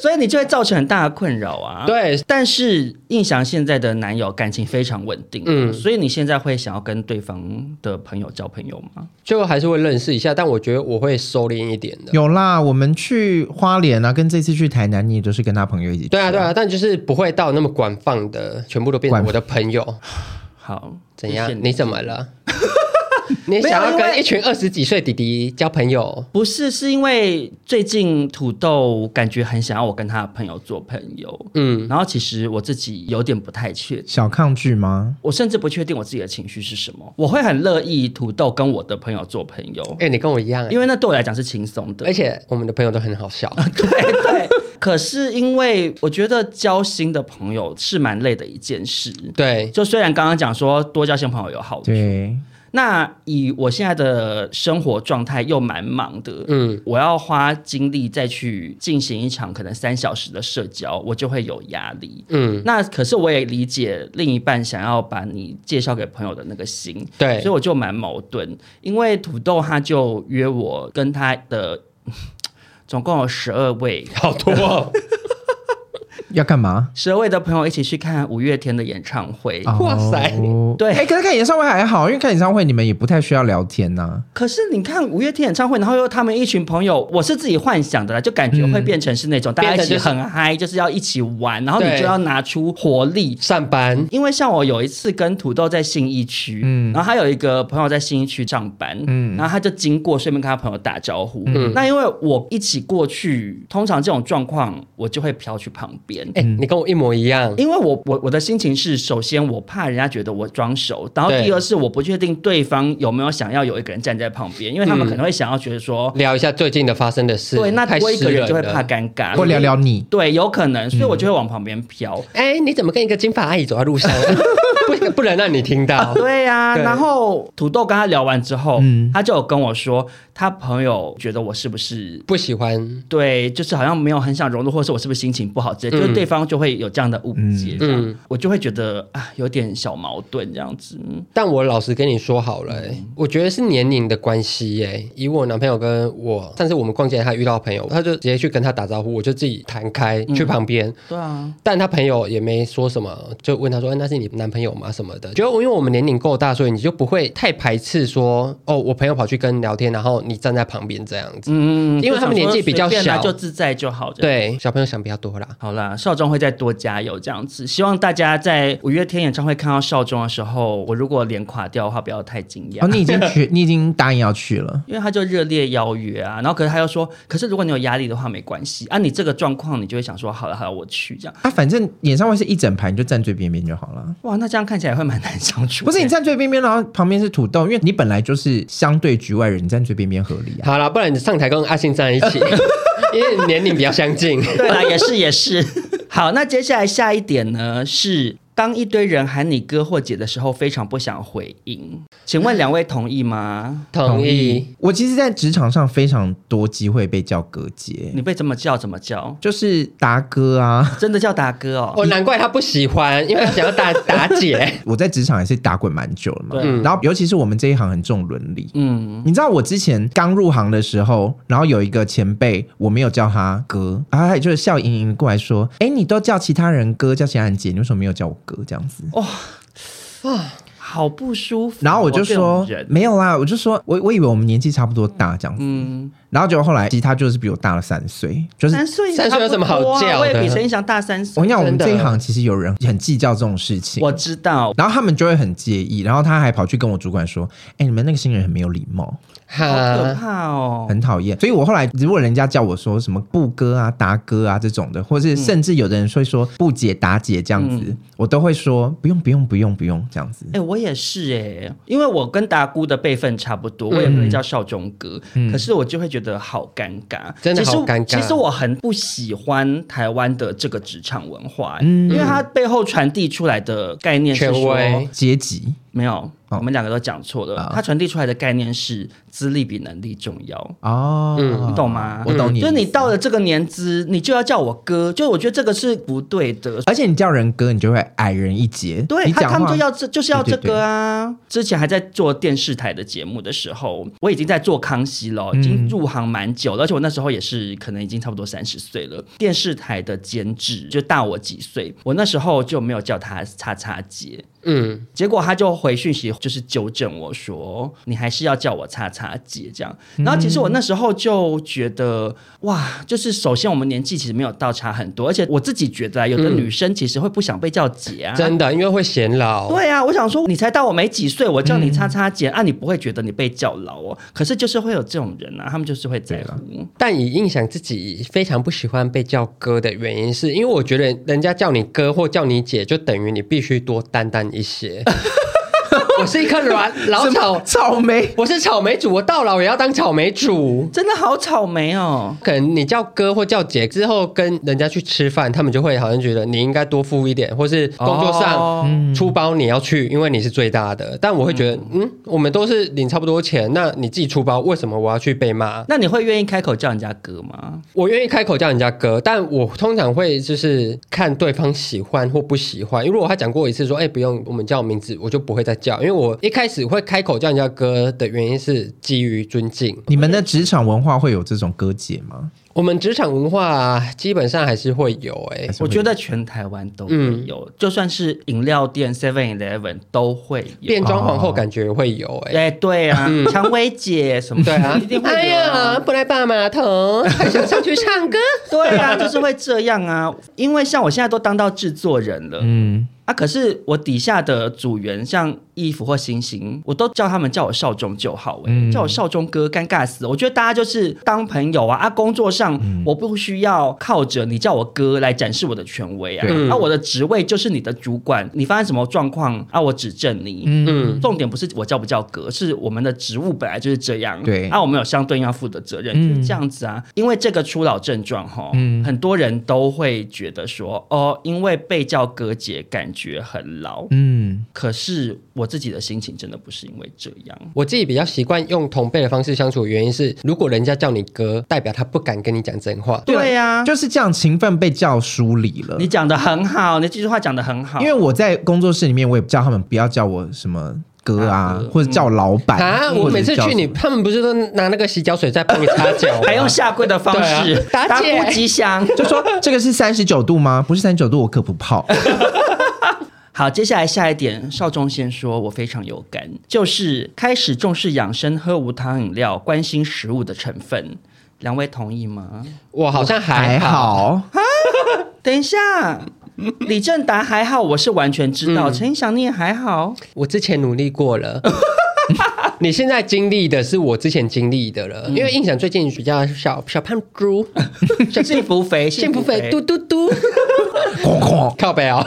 [SPEAKER 1] 所以你就会造成很大的困扰啊。
[SPEAKER 4] 对，
[SPEAKER 1] 但是印翔现在的男友感情非常稳定，嗯，所以你现在会想要跟对方的朋友交朋友吗？
[SPEAKER 4] 最后还是会认识一下，但我觉得我会收敛一点的。
[SPEAKER 3] 有啦，我们去花莲啊，跟这次去台南，你也都是跟他朋友一起去。
[SPEAKER 4] 对啊，对啊，但就是不会到那么广泛的，全部都变成
[SPEAKER 3] 广
[SPEAKER 4] 我的 朋友，
[SPEAKER 1] 好，
[SPEAKER 4] 怎
[SPEAKER 1] 谢谢
[SPEAKER 4] 样？你怎么了？ 你想要
[SPEAKER 1] 没有因
[SPEAKER 4] 跟
[SPEAKER 1] 为
[SPEAKER 4] 一群二十几岁弟弟交朋友？
[SPEAKER 1] 不是，是因为最近土豆感觉很想要我跟他的朋友做朋友，
[SPEAKER 4] 嗯，
[SPEAKER 1] 然后其实我自己有点不太确定。
[SPEAKER 3] 小抗拒吗？
[SPEAKER 1] 我甚至不确定我自己的情绪是什么，我会很乐意土豆跟我的朋友做朋友，
[SPEAKER 4] 哎、你跟我一样、欸，哎
[SPEAKER 1] 因为那啊对我来讲是轻松的
[SPEAKER 4] 而。且我们的朋友都很好笑。
[SPEAKER 1] 对对， 可是因为我觉得交新的朋友是蛮累的一件事。
[SPEAKER 4] 对，
[SPEAKER 1] 就虽然刚刚讲说多交新朋友有好处，
[SPEAKER 3] 对，
[SPEAKER 1] 那以我现在的生活状态又蛮忙的，
[SPEAKER 4] 嗯，
[SPEAKER 1] 我要花精力再去进行一场可能三小时的社交，我就会有压力。
[SPEAKER 4] 嗯，
[SPEAKER 1] 那可是我也理解另一半想要把你介绍给朋友的那个心，
[SPEAKER 4] 对
[SPEAKER 1] 所以，我就蛮矛盾，因为土豆他就约我跟他的 总共有十二位
[SPEAKER 4] 好多、哦。
[SPEAKER 3] 要干嘛？
[SPEAKER 1] 十二位的朋友一起去看五月天的演唱会。
[SPEAKER 4] 哇塞
[SPEAKER 3] 哦
[SPEAKER 1] 哎对
[SPEAKER 3] 哎，可是看演唱会还好，因为看演唱会你们也不太需要聊天呐。
[SPEAKER 1] 可是你看五月天演唱会，然后又他们一群朋友，我是自己幻想的啦，就感觉会变成是那种、大家一起
[SPEAKER 4] 嗯变成就是
[SPEAKER 1] 很嗨，就是要一起玩，然后你
[SPEAKER 4] 对
[SPEAKER 1] 就要拿出活力。
[SPEAKER 4] 上班，
[SPEAKER 1] 因为像我有一次跟土豆在信义区，
[SPEAKER 4] 嗯
[SPEAKER 1] 然后他有一个朋友在信义区上班，然后他就经过，顺便跟他朋友打招呼。
[SPEAKER 4] 嗯
[SPEAKER 1] 那因为我一起过去，通常这种状况我就会飘去旁边。
[SPEAKER 4] 哎、你跟我一模一样。
[SPEAKER 1] 因为我我我的心情是，首先我怕人家觉得我装熟，然后
[SPEAKER 4] 对
[SPEAKER 1] 第二是我不确定对方有没有想要有一个人站在旁边，因为他们
[SPEAKER 4] 嗯
[SPEAKER 1] 可能会想要觉得说，
[SPEAKER 4] 聊一下最近的发生的事，
[SPEAKER 1] 对，那
[SPEAKER 4] 太
[SPEAKER 1] 多一
[SPEAKER 4] 私
[SPEAKER 1] 个人就会
[SPEAKER 4] 了嗯
[SPEAKER 1] 怕尴尬，嗯
[SPEAKER 3] 或聊聊你，
[SPEAKER 1] 对，有可能，所以我就会往旁边飘。
[SPEAKER 4] 哎、你怎么跟一个金发阿姨走在路上、 不不能让你听到。
[SPEAKER 1] 对呀、
[SPEAKER 4] 哦对
[SPEAKER 1] 然后土豆跟他聊完之后，
[SPEAKER 3] 嗯
[SPEAKER 1] 他就有跟我说，他朋友觉得我是不是
[SPEAKER 4] 不喜欢，
[SPEAKER 1] 对，就是好像没有很想融入，或者是我是不是心情不好之类，就是对方就会有这样的误解，这样、
[SPEAKER 4] 嗯
[SPEAKER 1] 我就会觉得啊，有点小矛盾这样子。嗯
[SPEAKER 4] 但我老实跟你说好了、欸我觉得是年龄的关系耶、以我男朋友跟我，上次我们逛街，他遇到朋友，他就直接去跟他打招呼，我就自己弹开去旁边、
[SPEAKER 1] 对啊，
[SPEAKER 4] 但他朋友也没说什么，就问他说：“哎，那是你男朋友吗？什么的？”就因为我们年龄够大，所以你就不会太排斥说：“哦，我朋友跑去跟人聊天，然后你站在旁边这样子。
[SPEAKER 1] 嗯，
[SPEAKER 4] 因为他们年纪比较
[SPEAKER 1] 就想说随便啦
[SPEAKER 4] 小
[SPEAKER 1] 就自在就好。这样，
[SPEAKER 4] 对，小朋友想比较多啦。
[SPEAKER 1] 好啦，少中会再多加油这样子。希望大家在五月天演唱会看到少中的时候，我如果脸垮掉的话，不要太惊讶。
[SPEAKER 3] 哦，你已经去，你已经答应要去了。
[SPEAKER 1] 因为他就热烈邀约啊，然后可是他又说，可是如果你有压力的话没关系啊，你这个状况你就会想说，好了好了，我去这样，
[SPEAKER 3] 啊，反正演唱会是一整排，你就站最边边就好了。
[SPEAKER 1] 哇，那这样看起来会蛮难相处。
[SPEAKER 3] 不是你站最边边，然后旁边是土豆，因为你本来就是相对局外人，你站最边边合理啊。
[SPEAKER 4] 好啦，不然你上台跟阿信站一 起，因为年龄比较相近。
[SPEAKER 1] 对啦，也是也是。好，那接下来下一点呢是，当一堆人喊你哥或姐的时候，非常不想回应，请问两位同意吗？
[SPEAKER 4] 同意。
[SPEAKER 3] 我其实，在职场上非常多机会被叫哥姐，
[SPEAKER 1] 你被怎么叫怎么叫，
[SPEAKER 3] 就是达哥啊。
[SPEAKER 1] 真的叫达哥哦。
[SPEAKER 4] 哦，难怪他不喜欢，因为他想要打打姐。
[SPEAKER 3] 我在职场也是打滚蛮久了嘛
[SPEAKER 1] 对，
[SPEAKER 3] 然后尤其是我们这一行很重伦理。
[SPEAKER 1] 嗯，
[SPEAKER 3] 你知道我之前刚入行的时候，然后有一个前辈，我没有叫他哥，然后他也就是笑盈盈地过来说：“哎，你都叫其他人哥，叫其他人姐，你为什么没有叫我哥？”这样子。
[SPEAKER 1] 好不舒服哦。
[SPEAKER 3] 然后我就
[SPEAKER 1] 这种
[SPEAKER 3] 说
[SPEAKER 1] 人
[SPEAKER 3] 没有啦，我就说我我以为我们年纪差不多大这样子，
[SPEAKER 1] 嗯，
[SPEAKER 3] 然后结果后来，其实他就是比我大了三岁，就是
[SPEAKER 1] 三岁
[SPEAKER 4] 三岁有什么好
[SPEAKER 1] 差不多啊
[SPEAKER 4] 叫的
[SPEAKER 1] 我也比陈映祥大三
[SPEAKER 3] 我
[SPEAKER 1] 岁
[SPEAKER 3] 跟。你讲，我们
[SPEAKER 4] 真
[SPEAKER 3] 这
[SPEAKER 4] 的
[SPEAKER 3] 一行其实有人很计较这种事情，
[SPEAKER 1] 我知道，
[SPEAKER 3] 然后他们就会很介意，然后他还跑去跟我主管说：“哎、你们那个新人很没有礼貌，
[SPEAKER 1] 好可
[SPEAKER 4] 哈，
[SPEAKER 1] 怕哦！
[SPEAKER 3] 很讨厌。”所以，我后来如果人家叫我说什么“布哥”啊、“达哥”啊这种的，或是甚至有的人会说“布姐”“达姐”这样子，我都会说“不用，不用，不用，不用”这样子
[SPEAKER 1] 哎、。我也是哎、因为我跟达姑的辈分差不
[SPEAKER 4] 嗯
[SPEAKER 1] 多，我也不会叫少中哥，
[SPEAKER 3] 嗯
[SPEAKER 1] 可是我就会觉得好尴尬，
[SPEAKER 4] 真的好尴尬
[SPEAKER 1] 其实。其实我很不喜欢台湾的这个职场文化、嗯，因为它背后传递出来的概念是
[SPEAKER 4] 权
[SPEAKER 1] 说，
[SPEAKER 4] 威
[SPEAKER 3] 阶级
[SPEAKER 1] 没有，
[SPEAKER 3] 哦
[SPEAKER 1] 我们两个都讲错了。
[SPEAKER 3] 啊
[SPEAKER 1] 它传递出来的概念是资历比能力重要。
[SPEAKER 3] 哦，
[SPEAKER 1] 你懂吗？嗯
[SPEAKER 3] 我懂你，
[SPEAKER 1] 就是你。到了这个年资，你就要叫我哥，就我觉得这个是不对的。
[SPEAKER 3] 而且你叫人哥，你就会矮人一截。
[SPEAKER 1] 对
[SPEAKER 3] 你
[SPEAKER 1] 他，
[SPEAKER 3] 讲
[SPEAKER 1] 他们
[SPEAKER 3] 话
[SPEAKER 1] 就要这就是要
[SPEAKER 3] 对
[SPEAKER 1] 这
[SPEAKER 3] 对
[SPEAKER 1] 个啊。之前还在做电视台的节目的时候，我已经在做康熙了，
[SPEAKER 3] 嗯
[SPEAKER 1] 已经入行蛮久了，而且我那时候也是可能已经差不多三十岁了。电视台的监制就大我几岁，我那时候就没有叫他叉叉姐。
[SPEAKER 4] 嗯，
[SPEAKER 1] 结果他就回讯息，就是纠正我说：“你还是要叫我叉叉姐这样。”
[SPEAKER 4] 嗯
[SPEAKER 1] 然后其实我那时候就觉得，哇，就是首先我们年纪其实没有到差很多，而且我自己觉得啊有的
[SPEAKER 4] 嗯
[SPEAKER 1] 女生其实会不想被叫姐啊，
[SPEAKER 4] 真的，因为会显老。
[SPEAKER 1] 对啊，我想说，你才大我没几岁，我叫你叉叉
[SPEAKER 4] 嗯
[SPEAKER 1] 姐、啊，你不会觉得你被叫老哦。可是就是会有这种人啊，他们就是会在乎。
[SPEAKER 4] 但以印象自己非常不喜欢被叫哥的原因，是因为我觉得人家叫你哥或叫你姐，就等于你必须多担当一 些。我是一颗软老草，
[SPEAKER 3] 草莓，
[SPEAKER 4] 我是草莓主，我到老也要当草莓主。
[SPEAKER 1] 真的好草莓哦！
[SPEAKER 4] 可能你叫哥或叫姐之后，跟人家去吃饭，他们就会好像觉得你应该多付一点，或是工作
[SPEAKER 1] 哦
[SPEAKER 4] 上嗯出包你要去，因为你是最大的。但我会觉得，嗯，我们都是领差不多钱，那你自己出包，为什么我要去被骂？
[SPEAKER 1] 那你会愿意开口叫人家哥吗？
[SPEAKER 4] 我愿意开口叫人家哥，但我通常会就是看对方喜欢或不喜欢。因为如果他讲过一次说，哎、不用，我们叫我名字，我就不会再叫。因为我一开始会开口叫人家哥的原因是基于尊敬。
[SPEAKER 3] 你们的职场文化会有这种哥姐吗？
[SPEAKER 4] 我们职场文化、啊基本上还是会有、哎
[SPEAKER 3] 还，是
[SPEAKER 1] 我
[SPEAKER 3] 会
[SPEAKER 1] 觉得全台湾都会
[SPEAKER 4] 嗯
[SPEAKER 1] 有，就算是饮料店 Seven Eleven 都会有。
[SPEAKER 4] 变装皇后感觉会有、哎、
[SPEAKER 1] 哎，对啊，蔷薇姐什么的
[SPEAKER 4] 对啊
[SPEAKER 1] 一定，会
[SPEAKER 4] 哎
[SPEAKER 1] 有啊、
[SPEAKER 4] 呀，不来爸马桶，还想上去唱 歌。
[SPEAKER 1] 对啊，就是会这样啊。因为像我现在都当到制作人了，
[SPEAKER 3] 嗯，
[SPEAKER 1] 啊，可是我底下的组员，像衣服或星星，我都叫他们叫我少中就好、欸，
[SPEAKER 4] 嗯
[SPEAKER 1] 叫我少中哥，尴尬死了。我觉得大家就是当朋友啊，啊，工作上
[SPEAKER 4] 嗯
[SPEAKER 1] 我不需要靠着你叫我哥来展示我的权威啊，
[SPEAKER 3] 对
[SPEAKER 1] 啊，我的职位就是你的主管，你发生什么状况啊，我指正你。
[SPEAKER 4] 嗯，
[SPEAKER 1] 重点不是我叫不叫哥，是我们的职务本来就是这样。
[SPEAKER 3] 对嗯
[SPEAKER 1] 啊，我们有相对应要负的责任，就是这样子啊。因为这个初老症状哈，很多人都会觉得说，哦，因为被叫哥姐感觉很老。
[SPEAKER 3] 嗯，
[SPEAKER 1] 可是我自己的心情真的不是因为这样。
[SPEAKER 4] 我自己比较习惯用同辈的方式相处，原因是如果人家叫你哥，代表他不敢跟你讲真话。
[SPEAKER 1] 对呀、
[SPEAKER 3] 啊就是这样，勤奋被叫梳理了
[SPEAKER 1] 你。讲的很好，你这句话讲的很好。
[SPEAKER 3] 因为我在工作室里面，我也叫他们不要叫我什么哥
[SPEAKER 1] 大
[SPEAKER 3] 啊
[SPEAKER 1] 哥，
[SPEAKER 3] 或者叫老板
[SPEAKER 4] 啊！我
[SPEAKER 3] 或者
[SPEAKER 4] 每次
[SPEAKER 3] 叫
[SPEAKER 4] 去
[SPEAKER 3] 什
[SPEAKER 4] 你，
[SPEAKER 3] 么
[SPEAKER 4] 他们不是都拿那个洗脚水在帮你擦脚 吗，
[SPEAKER 1] 还用下跪的方式，
[SPEAKER 4] 对啊
[SPEAKER 1] 打
[SPEAKER 4] 打
[SPEAKER 1] 鼓
[SPEAKER 4] 姐
[SPEAKER 1] 吉祥。
[SPEAKER 3] 就说这个是三十九度吗？不是三十九度，我可不泡。
[SPEAKER 1] 好，接下来下一点，邵忠先说，我非常有感，就是开始重视养生，喝无糖饮料，关心食物的成分。两位同意吗？
[SPEAKER 4] 我好像 还
[SPEAKER 3] 还
[SPEAKER 4] 好。
[SPEAKER 3] 好，
[SPEAKER 1] 等一 下，李正达还好，我是完全知道。陈、嗯、翔你也还好，
[SPEAKER 4] 我之前努力过了。 你现在经历的是我之前经历的了，因为印象最近比较小小胖猪，小
[SPEAKER 1] 幸福肥，
[SPEAKER 4] 幸福肥嘟嘟嘟。
[SPEAKER 3] 哐哐
[SPEAKER 4] 靠背哦，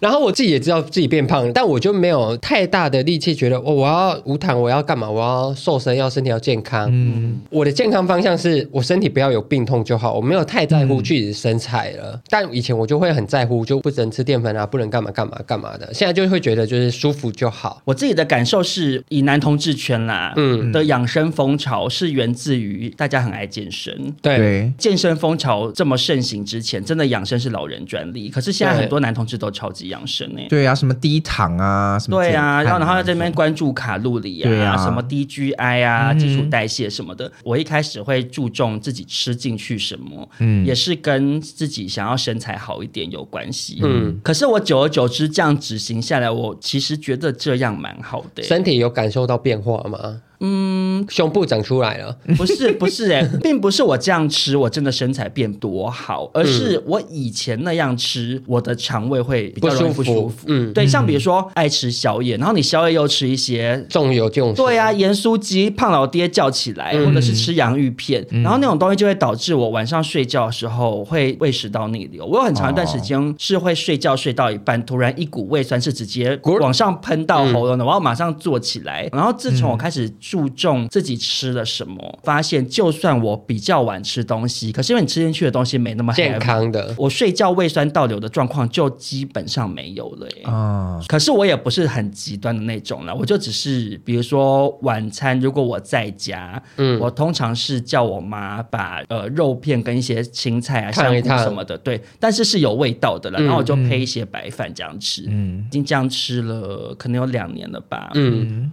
[SPEAKER 4] 然后我自己也知道自己变胖了，但我就没有太大的力气觉得，哦，我要无糖，我要干嘛？我要瘦身，要身体要健康。嗯，我的健康方向是我身体不要有病痛就好，我没有太在乎自己的身材了。但以前我就会很在乎，就不能吃淀粉啊，不能干嘛干嘛干嘛的。现在就会觉得就是舒服就好。
[SPEAKER 1] 我自己的感受是，以男同志圈啦，嗯的养生风潮是源自于大家很爱健身，
[SPEAKER 4] 对，
[SPEAKER 3] 对，
[SPEAKER 1] 健身风潮这么盛行之前，真的养生是老人专利。可是现在
[SPEAKER 4] 对
[SPEAKER 1] 很多男同志都超级养生哎、
[SPEAKER 3] 对啊，什么低糖啊，什么
[SPEAKER 1] 对啊，然
[SPEAKER 3] 减碳
[SPEAKER 1] 后然后在这边关注卡路里
[SPEAKER 3] 对
[SPEAKER 1] 啊，
[SPEAKER 3] 啊
[SPEAKER 1] 什么 DGI 啊，基础代谢什么的。我一开始会注重自己吃进去什么，嗯，也是跟自己想要身材好一点有关系，嗯。可是我久而久之这样执行下来，我其实觉得这样蛮好的欸、
[SPEAKER 4] 身体有感受到变化吗？
[SPEAKER 1] 嗯，
[SPEAKER 4] 胸部长出来了，
[SPEAKER 1] 不 是不是哎、并不是我这样吃我真的身材变多好，而是我以前那样吃，我的肠胃会比较容易
[SPEAKER 4] 不
[SPEAKER 1] 不
[SPEAKER 4] 舒服
[SPEAKER 1] 舒服。
[SPEAKER 4] 嗯
[SPEAKER 1] 对，像比如说爱吃宵夜，然后你宵夜又吃一些。
[SPEAKER 4] 重油重水
[SPEAKER 1] 对啊，盐酥鸡、胖老爹叫起来，
[SPEAKER 4] 嗯
[SPEAKER 1] 或者是吃洋芋片，然后那种东西就会导致我晚上睡觉的时候会胃食道逆流。我有很长一段时间是会睡觉睡到一半，突然一股胃酸是直接
[SPEAKER 4] 咕
[SPEAKER 1] 往上喷到喉
[SPEAKER 4] 嗯
[SPEAKER 1] 咙的，我要马上坐起来。然后自从我开始注重自己吃了什
[SPEAKER 4] 嗯
[SPEAKER 1] 么，发现就算我比较晚吃东西，可是因为你吃进去的东西没那么
[SPEAKER 4] 健
[SPEAKER 1] heavy，
[SPEAKER 4] 康的，
[SPEAKER 1] 我睡觉胃酸倒流的状况就基本上没有了、耶。
[SPEAKER 4] 嗯
[SPEAKER 3] 啊，
[SPEAKER 1] 可是我也不是很极端的那种了，我就只是比如说晚餐，如果我在家，
[SPEAKER 4] 嗯
[SPEAKER 1] 我通常是叫我妈把呃肉片跟一些青菜啊、香
[SPEAKER 4] 烫一
[SPEAKER 1] 菇
[SPEAKER 4] 烫
[SPEAKER 1] 什么的，对，但是是有味道的了，
[SPEAKER 4] 嗯
[SPEAKER 1] 然后我就配一些白饭这样吃，
[SPEAKER 3] 嗯
[SPEAKER 1] 已经这样吃了可能有两年了吧，
[SPEAKER 4] 嗯，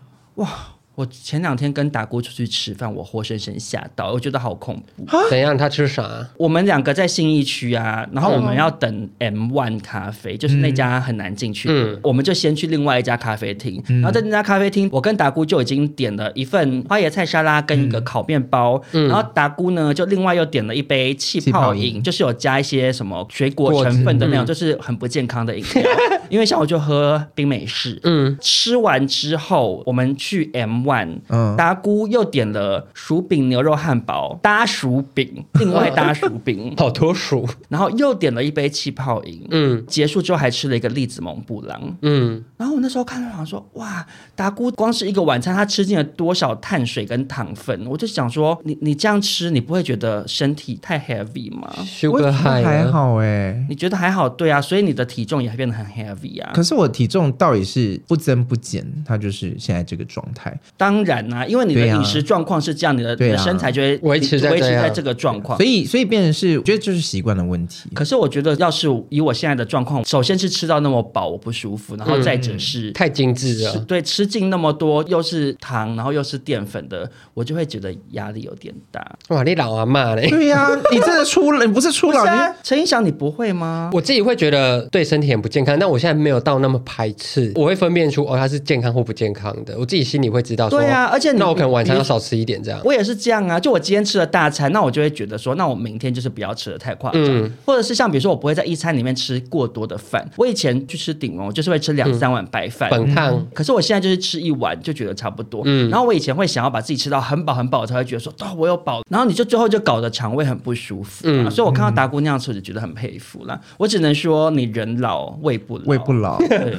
[SPEAKER 1] 我前两天跟达姑出去吃饭，我活生生吓到，我觉得好恐怖。
[SPEAKER 4] 怎样？他吃啥？
[SPEAKER 1] 我们两个在信义区啊，然后我们要等 M One 咖啡，就是那家很难进去的，
[SPEAKER 4] 嗯
[SPEAKER 1] 我们就先去另外一家咖啡厅。然后在那家咖啡厅，我跟达姑就已经点了一份花椰菜沙拉跟一个烤面包，然后达姑呢就另外又点了一杯气
[SPEAKER 3] 气
[SPEAKER 1] 泡
[SPEAKER 3] 泡
[SPEAKER 1] 饮，
[SPEAKER 3] 饮
[SPEAKER 1] 就是有加一些什么水果
[SPEAKER 3] 果
[SPEAKER 1] 成分的那种，
[SPEAKER 4] 嗯
[SPEAKER 1] 就是很不健康的饮料。因为像我就喝冰美式，
[SPEAKER 4] 嗯，，
[SPEAKER 1] 吃完之后，我们去 M One，
[SPEAKER 3] 嗯
[SPEAKER 1] 达姑又点了薯饼牛肉汉堡搭薯饼，另外搭薯饼
[SPEAKER 4] 好多鼠，
[SPEAKER 1] 然后又点了一杯气泡饮。
[SPEAKER 4] 嗯
[SPEAKER 1] 结束之后还吃了一个栗子蒙布朗，
[SPEAKER 4] 嗯，
[SPEAKER 1] 然后我那时候看到好像说，哇，达姑光是一个晚餐，她吃进了多少碳水跟糖分？我就想说，你你这样吃，你不会觉得身体太 heavy 吗？
[SPEAKER 3] 我觉
[SPEAKER 4] sugar
[SPEAKER 3] 得
[SPEAKER 4] high 啊
[SPEAKER 3] 还，好哎。
[SPEAKER 1] 你觉得还好，对啊，所以你的体重也变得很 heavy 啊。
[SPEAKER 3] 可是我体重倒也是不增不减，它就是现在这个状态。
[SPEAKER 1] 当然啦、因为你的
[SPEAKER 3] 对啊
[SPEAKER 1] 饮食状况是这样，你的、
[SPEAKER 3] 对
[SPEAKER 1] 你
[SPEAKER 3] 啊
[SPEAKER 1] 的身材就会
[SPEAKER 4] 维持在
[SPEAKER 1] 维持
[SPEAKER 4] 这样
[SPEAKER 1] 在这个状况
[SPEAKER 3] 所。以，所以变成是，我觉得就是习惯的问题。
[SPEAKER 1] 可是我觉得，要是以我现在的状况，首先是吃到那么饱，我不舒服，然后再者是、
[SPEAKER 4] 嗯太精致
[SPEAKER 1] 吃
[SPEAKER 4] 了，
[SPEAKER 1] 对吃进那么多，又是糖，然后又是淀粉的，我就会觉得压力有点大。
[SPEAKER 4] 哇，你老阿妈嘞。
[SPEAKER 3] 对呀、你真的初老，你不是初
[SPEAKER 1] 不是
[SPEAKER 3] 老，
[SPEAKER 1] 啊
[SPEAKER 3] 你，
[SPEAKER 1] 陈一翔，你不会吗？
[SPEAKER 4] 我自己会觉得对身体很不健康，但我现在没有到那么排斥，我会分辨出哦，它是健康或不健康的，我自己心里会知道说。
[SPEAKER 1] 对啊而且你
[SPEAKER 4] 那我可能晚餐
[SPEAKER 1] 你
[SPEAKER 4] 要少吃一点这样。
[SPEAKER 1] 我也是这样啊，就我今天吃了大餐，那我就会觉得说，那我明天就是不要吃的太夸张，
[SPEAKER 4] 嗯
[SPEAKER 1] 或者是像比如说，我不会在一餐里面吃过多的饭。我以前去吃鼎王，我就是会吃
[SPEAKER 4] 嗯
[SPEAKER 1] 两三碗白饭，
[SPEAKER 4] 本烫，
[SPEAKER 1] 可是我现在就是吃一碗就觉得差不多，
[SPEAKER 4] 嗯
[SPEAKER 1] 然后我以前会想要把自己吃到很饱很饱，我才会觉得说，哦，我有饱，然后你就最后就搞得肠胃很不舒服、啊，
[SPEAKER 4] 嗯
[SPEAKER 1] 所以我看到达姑那样吃，我就觉得很佩服啦。我只能说你人老胃不老，
[SPEAKER 3] 胃 不老，
[SPEAKER 1] 对，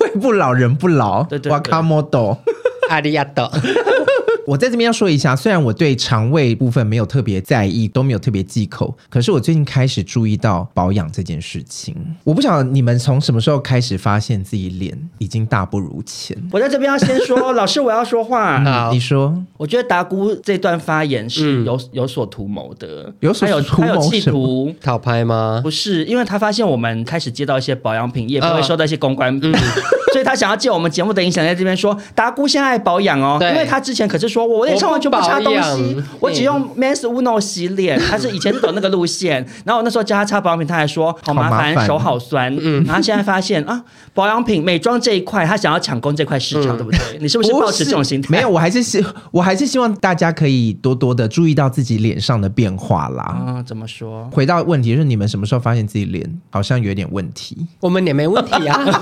[SPEAKER 3] 胃不老，人不老。
[SPEAKER 1] 对对对
[SPEAKER 3] 哇卡莫豆。
[SPEAKER 4] 阿里亚的，
[SPEAKER 3] 我在这边要说一下，虽然我对肠胃部分没有特别在意，都没有特别忌口，可是我最近开始注意到保养这件事情。我不晓得你们从什么时候开始发现自己脸已经大不如前。
[SPEAKER 1] 我在这边要先说，老师我要说话。
[SPEAKER 4] 好
[SPEAKER 3] 你说
[SPEAKER 1] 我觉得达姑这段发言是
[SPEAKER 4] 嗯
[SPEAKER 1] 有、有所图谋的，
[SPEAKER 3] 有所
[SPEAKER 1] 他有
[SPEAKER 3] 图谋
[SPEAKER 1] 他有企
[SPEAKER 3] 什么
[SPEAKER 1] 图。
[SPEAKER 4] 讨拍吗？
[SPEAKER 1] 不是，因为他发现我们开始接到一些保养品业，不
[SPEAKER 4] 嗯
[SPEAKER 1] 会收到一些公关品， 所以他想要借我们节目的影响，在这边说达姑现在爱保养哦，
[SPEAKER 4] 对
[SPEAKER 1] 因为他之前可是说我脸上完全不擦东
[SPEAKER 4] 我不保
[SPEAKER 1] 西
[SPEAKER 4] 养，
[SPEAKER 1] 我只用 Mens Uno 洗脸，他是以前是走那个路线，然后我那时候教他擦保养品，他还说好麻
[SPEAKER 3] 好麻
[SPEAKER 1] 烦，
[SPEAKER 3] 烦
[SPEAKER 1] 手好酸，然后他现在发现啊，保养品美妆这一块，他想要抢攻这块市场，对不对？你是不是抱持这种心态？
[SPEAKER 3] 没有，，我还是希我还是希望大家可以多多的注意到自己脸上的变化啦。
[SPEAKER 1] 啊，怎么说？
[SPEAKER 3] 回到问题，就是你们什么时候发现自己脸好像有点问题？
[SPEAKER 4] 我们也没问题啊。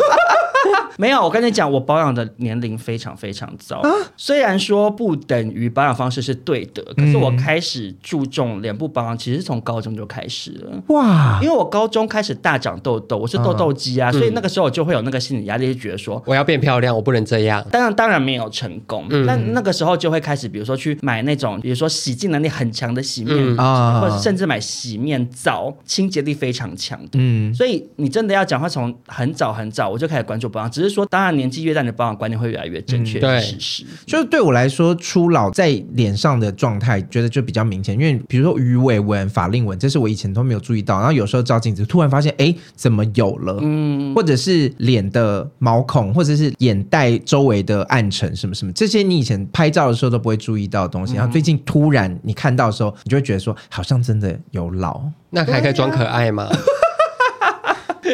[SPEAKER 1] 没有，我跟你讲，我保养的年龄非常非常糟。虽然说不等于保养方式是对的，可是我开始注重脸部保养，其实从高中就开始了。
[SPEAKER 3] 哇，
[SPEAKER 1] 因为我高中开始大长痘痘，我是痘痘肌啊，所以那个时候我就会有那个心理压力，就觉得说，
[SPEAKER 4] 我要变漂亮，我不能这样。
[SPEAKER 1] 当然当然没有成功，但那个时候就会开始，比如说去买那种，比如说洗净能力很强的洗面
[SPEAKER 4] 嗯
[SPEAKER 1] 乳，
[SPEAKER 3] 啊
[SPEAKER 1] 或者甚至买洗面皂，清洁力非常强的。
[SPEAKER 3] 嗯，
[SPEAKER 1] 所以你真的要讲话，从很早很早我就开始关注保养，只是说，当然年纪越大，你的保养观念会越来越正确，
[SPEAKER 4] 嗯对
[SPEAKER 1] 是事实。
[SPEAKER 3] 就是对我来说，初老在脸上的状态，觉得就比较明显。因为比如说鱼尾纹、法令纹，这是我以前都没有注意到，然后有时候照镜子，突然发现，哎，怎么有了？嗯，或者是脸的毛孔，或者是眼袋周围的暗沉，什么什么，这些你以前拍照的时候都不会注意到的东西，然后最近突然你看到的时候，你就会觉得说，好像真的有老。
[SPEAKER 1] 啊
[SPEAKER 4] 那还可以装可爱吗？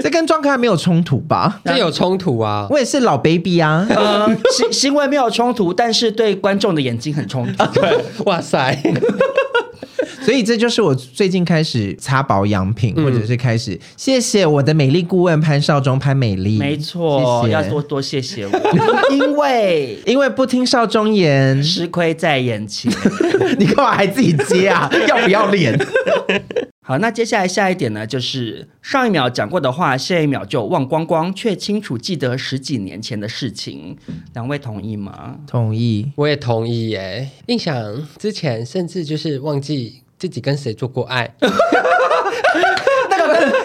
[SPEAKER 3] 这跟装可爱没有冲突吧？
[SPEAKER 4] 这有冲突啊！
[SPEAKER 3] 我也是老 baby 啊，
[SPEAKER 1] 呃， 行行为没有冲突，但是对观众的眼睛很冲突。
[SPEAKER 4] 哇塞，
[SPEAKER 3] 所以这就是我最近开始擦保养品，或者是开始谢谢我的美丽顾问潘少忠潘美丽，
[SPEAKER 1] 没错，
[SPEAKER 3] 谢谢
[SPEAKER 1] 要多多谢谢我，因为
[SPEAKER 3] 因为不听少忠言，
[SPEAKER 1] 吃亏在眼前。
[SPEAKER 3] 你干嘛还自己接啊？要不要脸？
[SPEAKER 1] 好，那接下来下一点呢，就是上一秒讲过的话，下一秒就忘光光，却清楚记得十几年前的事情。两位同意吗？
[SPEAKER 3] 同意。
[SPEAKER 4] 我也同意耶。印象之前甚至就是忘记自己跟谁做过爱，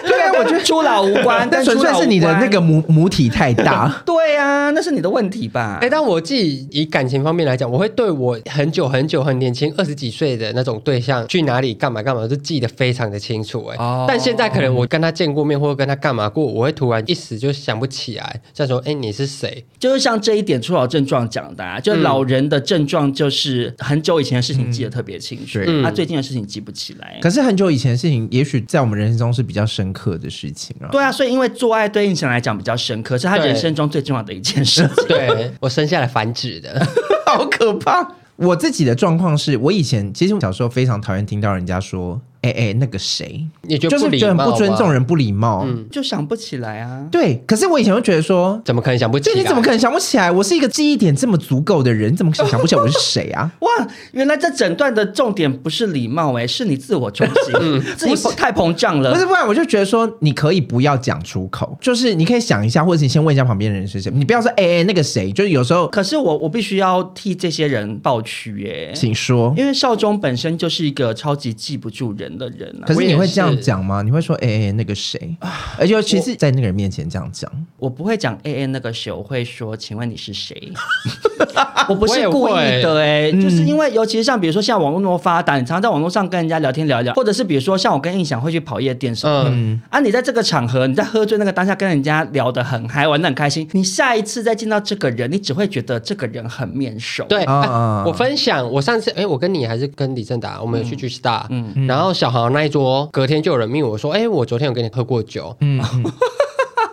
[SPEAKER 1] 对啊，我觉得初老无关， 跟
[SPEAKER 3] 但纯
[SPEAKER 1] 初
[SPEAKER 3] 粹
[SPEAKER 1] 老
[SPEAKER 3] 是你
[SPEAKER 1] 无
[SPEAKER 3] 的
[SPEAKER 1] 关，
[SPEAKER 3] 那个。母母体太 大
[SPEAKER 1] 对啊，那是你的问题吧？
[SPEAKER 4] 哎，但我自己以感情方面来讲，我会对我很久很久很年轻二十几岁的那种对象去哪里干嘛干嘛都记得非常的清楚哎。
[SPEAKER 1] 哦
[SPEAKER 4] 但现在可能我跟他见过面或者跟他干嘛过，我会突然一时就想不起来，再说哎你是谁？
[SPEAKER 1] 就是像这一点初老症状讲的、啊，就老人的症状就是很久以前的事情记得特别清楚，
[SPEAKER 3] 对
[SPEAKER 1] 他、
[SPEAKER 4] 嗯
[SPEAKER 1] 最近的事情记不起来。
[SPEAKER 3] 可是很久以前的事情，也许在我们人生中是比较深刻的事情啊。
[SPEAKER 1] 对啊，所以因为做爱对印象来讲比较深刻，是他
[SPEAKER 4] 对
[SPEAKER 1] 人生中最重要的一件事情。
[SPEAKER 4] 对我生下来繁殖的，
[SPEAKER 3] 好可怕！我自己的状况是我以前其实我小时候非常讨厌听到人家说“哎、哎、那个谁”，
[SPEAKER 4] 你觉
[SPEAKER 3] 就
[SPEAKER 4] 得不
[SPEAKER 3] 是
[SPEAKER 4] 礼
[SPEAKER 3] 觉得
[SPEAKER 4] 貌啊
[SPEAKER 3] 很不尊重
[SPEAKER 4] 吗？
[SPEAKER 3] 人、不礼貌。
[SPEAKER 1] 就想不起来啊。
[SPEAKER 3] 对，可是我以前会觉得说，
[SPEAKER 4] 怎么可能想不起
[SPEAKER 3] 这
[SPEAKER 4] 来？
[SPEAKER 3] 你怎么可能想不起来？我是一个记忆点这么足够的人，你怎么可能想不起来我是谁 啊？
[SPEAKER 1] 哇，原来这整段的重点不是礼貌、哎，是你自我中心， 自己膨太膨胀了。
[SPEAKER 3] 嗯
[SPEAKER 4] 呃
[SPEAKER 3] 不是，不然我就觉得说，你可以不要讲出口，就是你可以想一下，或者你先问一下旁边的人是谁，你不要说哎、哎那个谁，就是有时候
[SPEAKER 1] 可是我我必须要替这些人抱屈耶、
[SPEAKER 3] 请说。
[SPEAKER 1] 因为少中本身就是一个超级记不住人的人啊
[SPEAKER 3] 可。是你
[SPEAKER 4] 我
[SPEAKER 3] 会
[SPEAKER 4] 也是啊
[SPEAKER 3] 这样讲吗？你会说哎、哎那个谁，而且尤其是在那个人面前这样讲，
[SPEAKER 1] 我不会讲 A A 那个谁，我会说，请问你是谁？ 我不
[SPEAKER 4] 我
[SPEAKER 1] 是
[SPEAKER 4] 也
[SPEAKER 1] 故意
[SPEAKER 4] 会
[SPEAKER 1] 的哎、
[SPEAKER 3] 嗯
[SPEAKER 1] 就是因为尤其是像比如说像网络那么发达，你常常在网络上跟人家聊天聊一聊，或者是比如说像我跟印象会去跑夜店什么的。
[SPEAKER 4] 嗯。
[SPEAKER 1] 啊，你在这个场合，你在喝醉那个当下跟人家聊得很嗨，玩得很开心。你下一次再见到这个人，你只会觉得这个人很面熟。，
[SPEAKER 4] 对，
[SPEAKER 3] 啊
[SPEAKER 4] 哎
[SPEAKER 3] 啊啊
[SPEAKER 4] 我分享，我上次哎，我跟你还是跟李正达，我们有去聚 star，嗯，然后小豪那一桌，隔天就有人命我说，哎，我昨天有跟你喝过酒，嗯，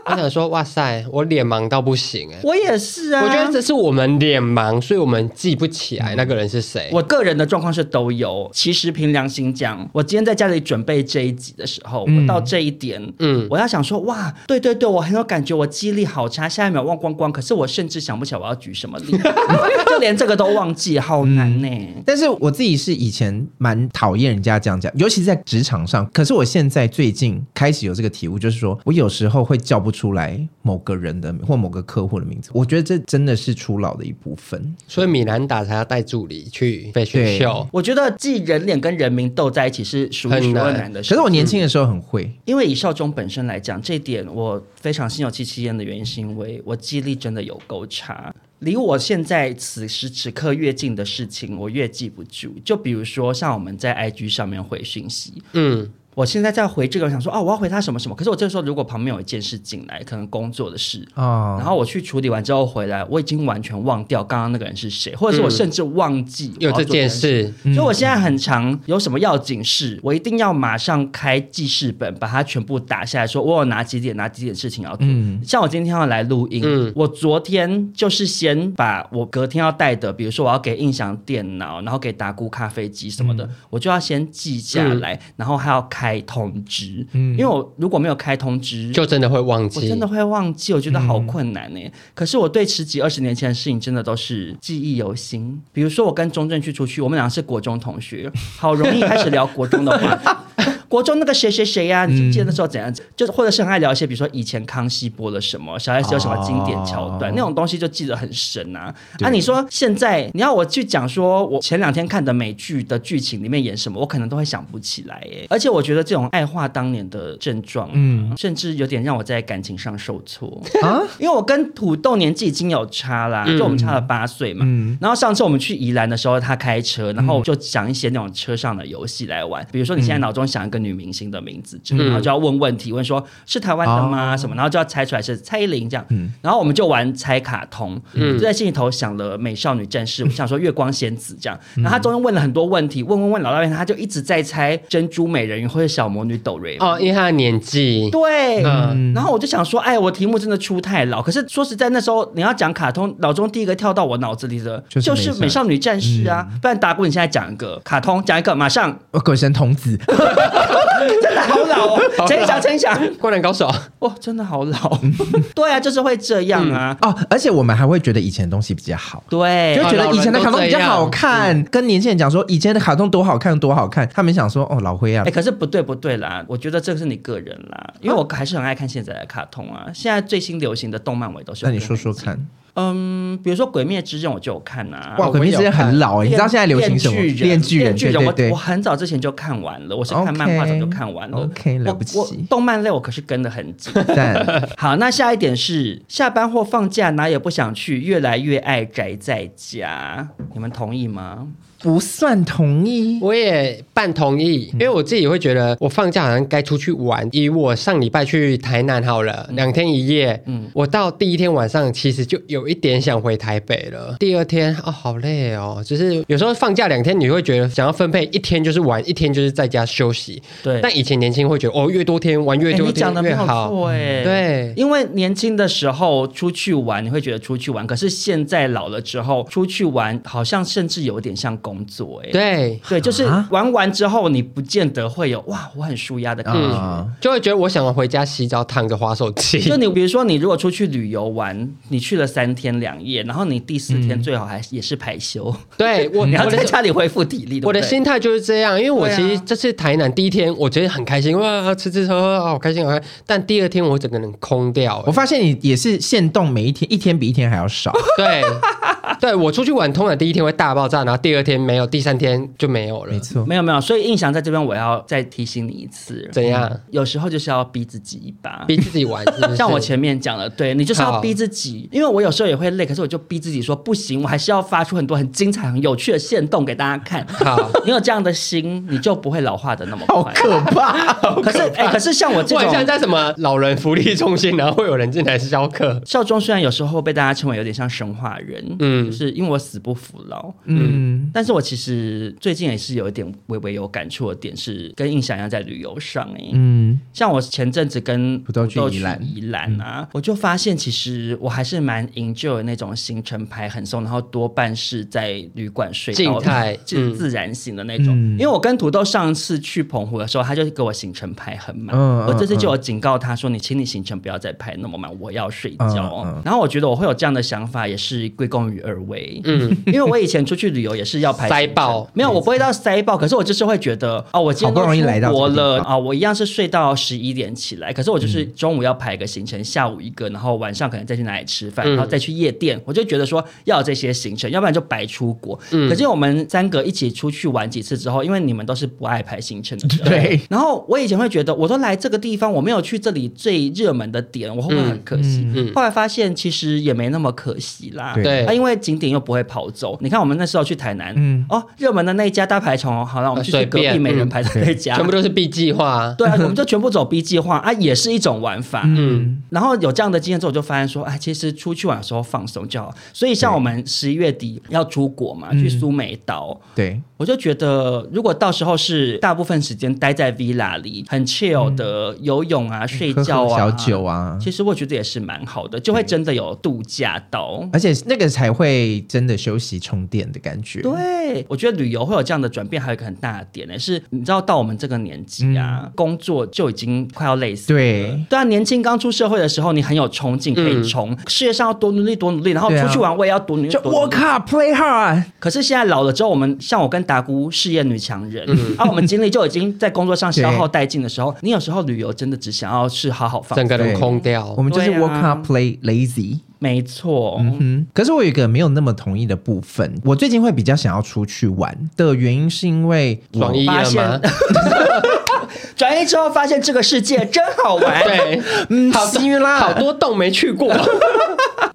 [SPEAKER 4] 我想说，哇塞，我脸盲到不行哎，
[SPEAKER 1] 我也是啊。
[SPEAKER 4] 我觉得这是我们脸盲，所以我们记不起来那个人是谁。
[SPEAKER 1] 我个人的状况是都有。其实凭良心讲，我今天在家里准备这一集的时候，我到这一点，嗯
[SPEAKER 4] 嗯，
[SPEAKER 1] 我要想说，哇，对对对，我很有感觉，我记忆力好差，下一秒忘光光。可是我甚至想不起来我要举什么 例，就连这个都忘记，好难
[SPEAKER 4] 嗯
[SPEAKER 1] 呢、
[SPEAKER 3] 但是我自己是以前蛮讨厌人家这样讲，尤其是在职场上。可是我现在最近开始有这个体悟，就是说我有时候会叫不出来某个人的或某个客户的名字，我觉得这真的是初老的一部分。
[SPEAKER 4] 所以米兰达才要带助理去被选秀，
[SPEAKER 1] 我觉得记人脸跟人名斗在一起是数一数二
[SPEAKER 4] 很难
[SPEAKER 1] 难的事。
[SPEAKER 3] 可是我年轻的时候很会，
[SPEAKER 1] 因为以少中本身来讲，这一点我非常心有戚戚焉的原因，是因为我记忆力真的有够差。离我现在此时此刻越近的事情，我越记不住。就比如说，像我们在 IG 上面回讯息，
[SPEAKER 4] 嗯，
[SPEAKER 1] 我现在在回这个，想说哦，我要回他什么什么。可是我这时候如果旁边有一件事进来，可能工作的事，
[SPEAKER 3] 哦
[SPEAKER 1] 然后我去处理完之后回来，我已经完全忘掉刚刚那个人是谁，或者是我甚至忘记我
[SPEAKER 4] 嗯有
[SPEAKER 1] 要做
[SPEAKER 4] 这件
[SPEAKER 1] 事所
[SPEAKER 4] 事，
[SPEAKER 1] 以我现在很常有什么要紧事，我一定要马上开记事本，把它全部打下来，说我有哪几点哪几点事情要做。像我今天要来录音，
[SPEAKER 4] 嗯
[SPEAKER 1] 我昨天就是先把我隔天要带的，比如说我要给印象电脑，然后给达姑咖啡机什么
[SPEAKER 4] 嗯
[SPEAKER 1] 的，我就要先记下来，然后还要开通知，因为我如果没有开通知，
[SPEAKER 4] 嗯就真的会忘
[SPEAKER 1] 我
[SPEAKER 4] 记。嗯
[SPEAKER 1] 真的会忘记，我觉得好困难呢、欸可是我对十几二十年前的事情真的都是记忆犹新。比如说我跟钟正去出去，我们俩是国中同学，好容易开始聊国中的话。国中那个谁谁谁呀、你
[SPEAKER 3] 嗯
[SPEAKER 1] 记不记得那时候怎样？就或者是很爱聊一些，比如说以前康熙播了什么，小 S 有什么经典桥段，
[SPEAKER 3] 哦
[SPEAKER 1] 那种东西就记得很深啊。
[SPEAKER 3] 对
[SPEAKER 1] 啊，你说现在你要我去讲说我前两天看的美剧的剧情里面演什么，我可能都会想不起来耶。而且我觉得这种爱化当年的症状，嗯，甚至有点让我在感情上受挫啊， 因为我跟土豆年纪已经有差啦，
[SPEAKER 4] 嗯
[SPEAKER 1] 就我们差了八岁嘛。然后上次我们去宜兰的时候，他开车，然后就想一些那种车上的游戏来玩，比如说你现在脑中想一个，你女明星的名字之类，然后就要问问题，问说是台湾的吗？什么，然后就要猜出来是蔡依林这样。然后我们就玩猜卡通，
[SPEAKER 4] 嗯
[SPEAKER 1] 就在心里头想了美少女战士，我 想说月光仙子这样。然后他中间问了很多问题，问问问老大爷，他就一直在猜珍珠美人鱼或者小魔女斗瑞。
[SPEAKER 4] 哦，因为他的年纪，
[SPEAKER 1] 对，
[SPEAKER 4] 嗯
[SPEAKER 1] 然后我就想说，哎，我题目真的出太老。可是说实在，那时候你要讲卡通，脑中第一个跳到我脑子里的
[SPEAKER 3] 就是
[SPEAKER 1] 就是
[SPEAKER 3] 美
[SPEAKER 1] 美少女战士啊。
[SPEAKER 3] 嗯
[SPEAKER 1] 不然达姑，你现在讲一个卡通，讲一个，马上
[SPEAKER 3] 哦鬼神童子，
[SPEAKER 1] 真的好老 哦，陈翔，陈翔，
[SPEAKER 4] 灌篮高手，
[SPEAKER 1] 哇，哦真的好老。对啊，就是会这样啊。
[SPEAKER 3] 哦，而且我们还会觉得以前的东西比较好。
[SPEAKER 1] 对
[SPEAKER 3] 嗯就，觉得以前的卡通比较好
[SPEAKER 4] 老
[SPEAKER 3] 看，跟年轻人讲说以前的卡通多好看多好看，他们想说哦老灰啊
[SPEAKER 1] 哎、，可是不对不对啦，我觉得这个是你个人啦，因为我还是很爱看现在的卡通啊。现在最新流行的动漫我也都是。
[SPEAKER 3] 那你说说，看，
[SPEAKER 1] 嗯，比如说《鬼灭之刃》，我就有看啊。
[SPEAKER 3] 哇，
[SPEAKER 4] 我
[SPEAKER 3] 鬼灭之刃
[SPEAKER 4] 有看
[SPEAKER 3] 很老哎，你知道现在流行什么？
[SPEAKER 1] 恋
[SPEAKER 3] 恋巨人，对
[SPEAKER 1] 我
[SPEAKER 3] 对对
[SPEAKER 1] 我，很早之前就看完了，我是看漫画早就看完了。
[SPEAKER 3] OK，OK，
[SPEAKER 1] 我
[SPEAKER 3] 了不起
[SPEAKER 1] 我动漫类我可是跟的很 紧。
[SPEAKER 3] 赞，
[SPEAKER 1] 好，那下一点是下班或放假哪也不想去，越来越爱宅在家，你们同意吗？
[SPEAKER 3] 不算同 意。
[SPEAKER 4] 我也半同意，
[SPEAKER 1] 嗯
[SPEAKER 4] 因为我自己会觉得我放假好像该出去玩。以我上礼拜去台南好了，两天一夜，嗯，我到第一天晚上其实就有一点想回台北了。第二天哦，好累哦，就是有时候放假两天，你会觉得想要分配一天就是玩，一天就是在家休息。
[SPEAKER 1] 对
[SPEAKER 4] 但以前年轻会觉得哦，越多天玩越
[SPEAKER 1] 哎
[SPEAKER 4] 多
[SPEAKER 1] 你讲
[SPEAKER 4] 天
[SPEAKER 1] 的没
[SPEAKER 4] 越
[SPEAKER 1] 有
[SPEAKER 4] 好。嗯
[SPEAKER 1] 错哎、
[SPEAKER 4] 对
[SPEAKER 1] 因为年轻的时候出去玩，你会觉得出去玩，可是现在老了之后出去玩，好像甚至有点像工作哎、
[SPEAKER 4] 对，
[SPEAKER 1] 对，就是
[SPEAKER 3] 啊
[SPEAKER 1] 玩完之后，你不见得会有哇，我很舒压的感觉。
[SPEAKER 3] 啊，
[SPEAKER 4] 就会觉得我想要回家洗澡，躺着划手机
[SPEAKER 1] 就。你比如说，你如果出去旅游玩，你去了三天两夜，然后你第四
[SPEAKER 4] 嗯
[SPEAKER 1] 天最好还也是排休，
[SPEAKER 4] 对我，
[SPEAKER 1] 你要
[SPEAKER 4] 我
[SPEAKER 1] 在
[SPEAKER 4] 的
[SPEAKER 1] 家里恢复体力。对不
[SPEAKER 4] 我的
[SPEAKER 1] 对
[SPEAKER 4] 心态就是这样，因为我
[SPEAKER 1] 对啊
[SPEAKER 4] 其实这次台南第一天，我觉得很开心，哇，吃吃喝喝，好开心，好开心。但第二天我整个人空掉，
[SPEAKER 3] 我发现你也是限动，每一天一天比一天还 要少。
[SPEAKER 4] 对， 对我出去玩，通常第一天会大爆炸，然后第二天没有，第三天就没有了
[SPEAKER 3] 没。错，
[SPEAKER 1] 没有没有，所以印翔在这边我要再提醒你一次，
[SPEAKER 4] 怎样？
[SPEAKER 1] 有时候就是要逼自己一把。
[SPEAKER 4] 逼自己玩，是不是
[SPEAKER 1] 像我 前面讲的，对你就是要
[SPEAKER 4] 好
[SPEAKER 1] 逼自己，因为我有时候也会累，可是我就逼自己说不行，我还是要发出很多很精彩、很有趣的线动给大家看。
[SPEAKER 4] 好，
[SPEAKER 1] 你有这样的心，你就不会老化的那么
[SPEAKER 3] 好
[SPEAKER 1] 快。
[SPEAKER 3] 可怕。
[SPEAKER 1] 可是哎、可是像我这
[SPEAKER 4] 我
[SPEAKER 1] 种
[SPEAKER 4] 很，像在什么老人福利中心，然后会有人进来教课。
[SPEAKER 1] 少壮虽然有时候被大家称为有点像神话人，
[SPEAKER 4] 嗯
[SPEAKER 1] 嗯，就是因为我死不服老，
[SPEAKER 3] 嗯，
[SPEAKER 1] 但是我其实最近也是有一点微微有感触的点是跟印象一样在旅游上哎、
[SPEAKER 3] 嗯，
[SPEAKER 1] 像我前阵子跟
[SPEAKER 3] 土豆去
[SPEAKER 1] 土
[SPEAKER 3] 宜兰嗯
[SPEAKER 1] 宜兰啊，我就发现其实我还是蛮 enjoy 那种行程排很松，然后多半是在旅馆睡
[SPEAKER 4] 静
[SPEAKER 1] 到
[SPEAKER 4] 态
[SPEAKER 1] 自
[SPEAKER 4] 嗯
[SPEAKER 1] 自然醒的那种。
[SPEAKER 3] 嗯
[SPEAKER 1] 因为我跟土豆上次去澎湖的时候，他就给我行程排很满，
[SPEAKER 3] 嗯嗯
[SPEAKER 1] 我这次就有警告他说：“你请你行程不要再排那么满，我要睡觉。
[SPEAKER 3] 嗯嗯
[SPEAKER 1] 然后我觉得我会有这样的想法，也是归功于二位。
[SPEAKER 4] 嗯，
[SPEAKER 1] 因为我以前出去旅游也是要排
[SPEAKER 4] 塞
[SPEAKER 1] 行程
[SPEAKER 4] 爆嗯
[SPEAKER 1] 没有，我不会到塞爆，可是我就是会觉得哦，我今天
[SPEAKER 3] 好不容易
[SPEAKER 1] 都出
[SPEAKER 3] 来到这个
[SPEAKER 1] 国了
[SPEAKER 3] 地
[SPEAKER 1] 啊、我一样是睡到十一点起来，可是我就是
[SPEAKER 4] 嗯
[SPEAKER 1] 中午要排一个行程，下午一个，然后晚上可能再去哪里吃饭，
[SPEAKER 4] 嗯
[SPEAKER 1] 然后再去夜店，我就觉得说要有这些行程，要不然就白出国。
[SPEAKER 4] 嗯
[SPEAKER 1] 可是我们三个一起出去玩几次之后，因为你们都是不爱排行程的 人，
[SPEAKER 3] 对。
[SPEAKER 1] 然后我以前会觉得，我都来这个地方，我没有去这里最热门的点，我会不会很可惜？
[SPEAKER 4] 嗯嗯
[SPEAKER 1] 后来发现其实也没那么可惜啦。
[SPEAKER 3] 对
[SPEAKER 4] 对
[SPEAKER 1] 啊，因为景点又不会跑走。你看我们那时候去台南，
[SPEAKER 3] 嗯
[SPEAKER 1] 哦，热门的那一家大排场，好了，我们
[SPEAKER 4] 啊
[SPEAKER 1] 就去隔
[SPEAKER 4] 随
[SPEAKER 1] 壁
[SPEAKER 4] 便
[SPEAKER 1] 每人排的那家。
[SPEAKER 4] 全部都是 B 计划啊。
[SPEAKER 1] 对啊，我们就全部走 B 计划啊，也是一种玩法。
[SPEAKER 4] 嗯，
[SPEAKER 1] 然后有这样的经验之后，我就发现说，哎，其实出去玩的时候放松就好。所以像我们十一月底要出国
[SPEAKER 3] 嗯
[SPEAKER 1] 嘛，去苏梅岛，
[SPEAKER 3] 对，
[SPEAKER 1] 我就觉得，如果到时候是大部分时间待在 villa 里，很 chill 的游泳啊、睡
[SPEAKER 3] 喝
[SPEAKER 1] 觉
[SPEAKER 3] 嗯喝
[SPEAKER 1] 啊、
[SPEAKER 3] 小酒啊，
[SPEAKER 1] 其实我觉得也是蛮好的，就会真的有度假到。
[SPEAKER 3] 而且那个才会真的休息充电的感觉。
[SPEAKER 1] 对，我觉得旅游会有这样的转变，还有一个很大的点呢，是你知道到我们这个年纪
[SPEAKER 3] 嗯
[SPEAKER 1] 啊，工作就已经快要累死了。
[SPEAKER 3] 对
[SPEAKER 1] 对啊，年轻刚出社会的时候，你很有冲劲，可以冲，事业上要多努力，多努力，然后
[SPEAKER 3] 对啊
[SPEAKER 1] 出去玩我也要多努力，
[SPEAKER 3] 就
[SPEAKER 1] 多努力
[SPEAKER 3] work hard, play hard，
[SPEAKER 1] 可是现在老了之后，我们像我跟达姑事业女强人，啊，我们精力就已经在工作上消耗殆尽的时候，你有时候旅游真的只想要是好好放
[SPEAKER 4] 整
[SPEAKER 1] 松，
[SPEAKER 4] 个人空掉
[SPEAKER 3] 我。们就是
[SPEAKER 1] 对啊
[SPEAKER 3] work hard, play lazy。
[SPEAKER 1] 没错，
[SPEAKER 3] 嗯，可是我有一个没有那么同意的部分，我最近会比较想要出去玩的原因是因为我
[SPEAKER 4] 爽一
[SPEAKER 1] 发
[SPEAKER 4] 了吗
[SPEAKER 1] 现？转移之后发现 这个世界真好玩。
[SPEAKER 4] 对，
[SPEAKER 3] 嗯
[SPEAKER 4] 哎好
[SPEAKER 3] 幸运 啦
[SPEAKER 4] 好多洞没去过。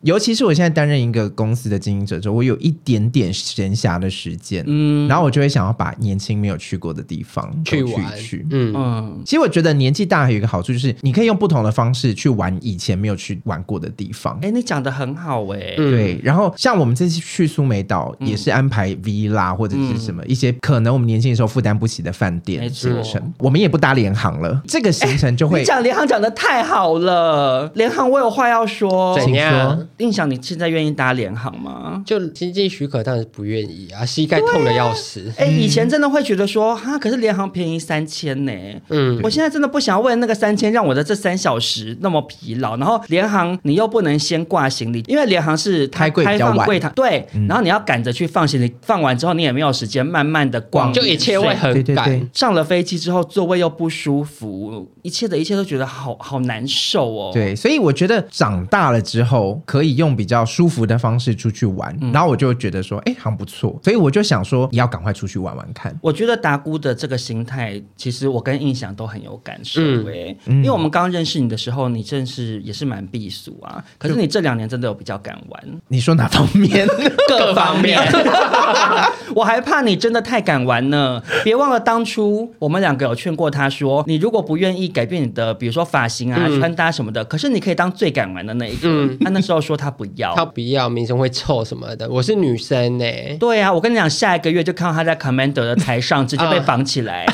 [SPEAKER 3] 尤其是我现在担任一个公司的经营者之后，我有一点点闲暇的时间，嗯，然后我就会想要把年轻没有去过的地方都
[SPEAKER 4] 去
[SPEAKER 3] 去
[SPEAKER 4] 玩
[SPEAKER 3] 一去。
[SPEAKER 4] 嗯，
[SPEAKER 1] 嗯，
[SPEAKER 3] 其实我觉得年纪大还有一个好处，就是你可以用不同的方式去玩以前没有去玩过的地方。
[SPEAKER 1] 哎，你讲的很好哎、
[SPEAKER 4] 嗯
[SPEAKER 3] 对，然后像我们这次去苏梅岛，也是安排 villa 或者是什么、一些可能我们年轻的时候负担不起的饭
[SPEAKER 1] 没
[SPEAKER 3] 店
[SPEAKER 1] 错
[SPEAKER 3] 行程，我们也不搭联航了，这个行 程就会、
[SPEAKER 1] 你讲联航讲的太好了，联航我有话要说。
[SPEAKER 4] 怎样？
[SPEAKER 1] 印象，你现在愿意搭联航吗？
[SPEAKER 4] 就经济许可当然是不愿意啊，膝盖痛的要死。
[SPEAKER 1] 哎、以前真的会觉得说，哈，可是联航便宜三千呢。
[SPEAKER 4] 嗯，
[SPEAKER 1] 我现在真的不想要为了那个三千，让我的这三小时那么疲劳。然后联航你又不能先挂行李，因为联航是它
[SPEAKER 3] 开柜比
[SPEAKER 1] 开
[SPEAKER 3] 较
[SPEAKER 1] 放
[SPEAKER 3] 晚
[SPEAKER 1] 柜台，对，然后你要赶着去放行李，放完之后你也没有时间慢慢的逛，
[SPEAKER 4] 就一切会
[SPEAKER 1] 睡
[SPEAKER 4] 很
[SPEAKER 3] 对对
[SPEAKER 4] 赶。
[SPEAKER 3] 对
[SPEAKER 1] 上了飞机之后座位又不舒服，一切的一切都觉得好好难受哦。，
[SPEAKER 3] 对，所以我觉得长大了之后可以用比较舒服的方式出去玩，
[SPEAKER 4] 嗯
[SPEAKER 3] 然后我就觉得说，哎，好像不错，所以我就想说，也要赶快出去玩玩看。
[SPEAKER 1] 我觉得达姑的这个心态，其实我跟印象都很有感受
[SPEAKER 4] 嗯
[SPEAKER 1] 诶、因为我们刚认识你的时候，你真是也是蛮避俗啊，可是你这两年真的有比较敢玩。
[SPEAKER 3] 你说哪方 面？
[SPEAKER 1] 各方面。 我还怕你真的太敢玩呢。别忘了当初我们两个有劝过他说，你如果不愿意改变你的，比如说发型啊、穿搭什么的，可是你可以当最敢玩的那一个。他那时候说嗯他不要。
[SPEAKER 4] 他不要名声会臭什么的，我是女生呢、
[SPEAKER 1] 对啊，我跟你讲，下一个月就看到他在 Commander 的台上直接被绑起来，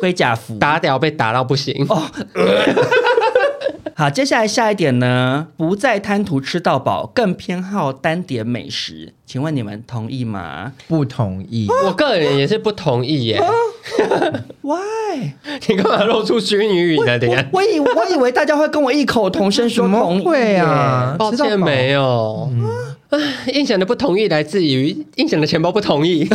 [SPEAKER 1] 龟甲服。
[SPEAKER 4] 打屌被打到不行。
[SPEAKER 3] 哦
[SPEAKER 1] 好，接下来下一点呢，不再贪图吃到饱，更偏好单点美食。请问你们同意吗
[SPEAKER 3] 不同意。
[SPEAKER 4] 我个人也是不同意
[SPEAKER 3] 哦
[SPEAKER 4] 耶、
[SPEAKER 1] ？Why？
[SPEAKER 4] 你干嘛露出虚拟语呢？等一下，
[SPEAKER 1] 我以我以为大家会跟我异口同声说
[SPEAKER 3] 怎么
[SPEAKER 1] 同意
[SPEAKER 3] 会
[SPEAKER 1] 耶
[SPEAKER 3] 啊？
[SPEAKER 4] 抱
[SPEAKER 3] 知道嗯
[SPEAKER 4] 歉
[SPEAKER 3] 吧
[SPEAKER 4] 没有。唉印象的不同意来自于印象的钱包不同 意。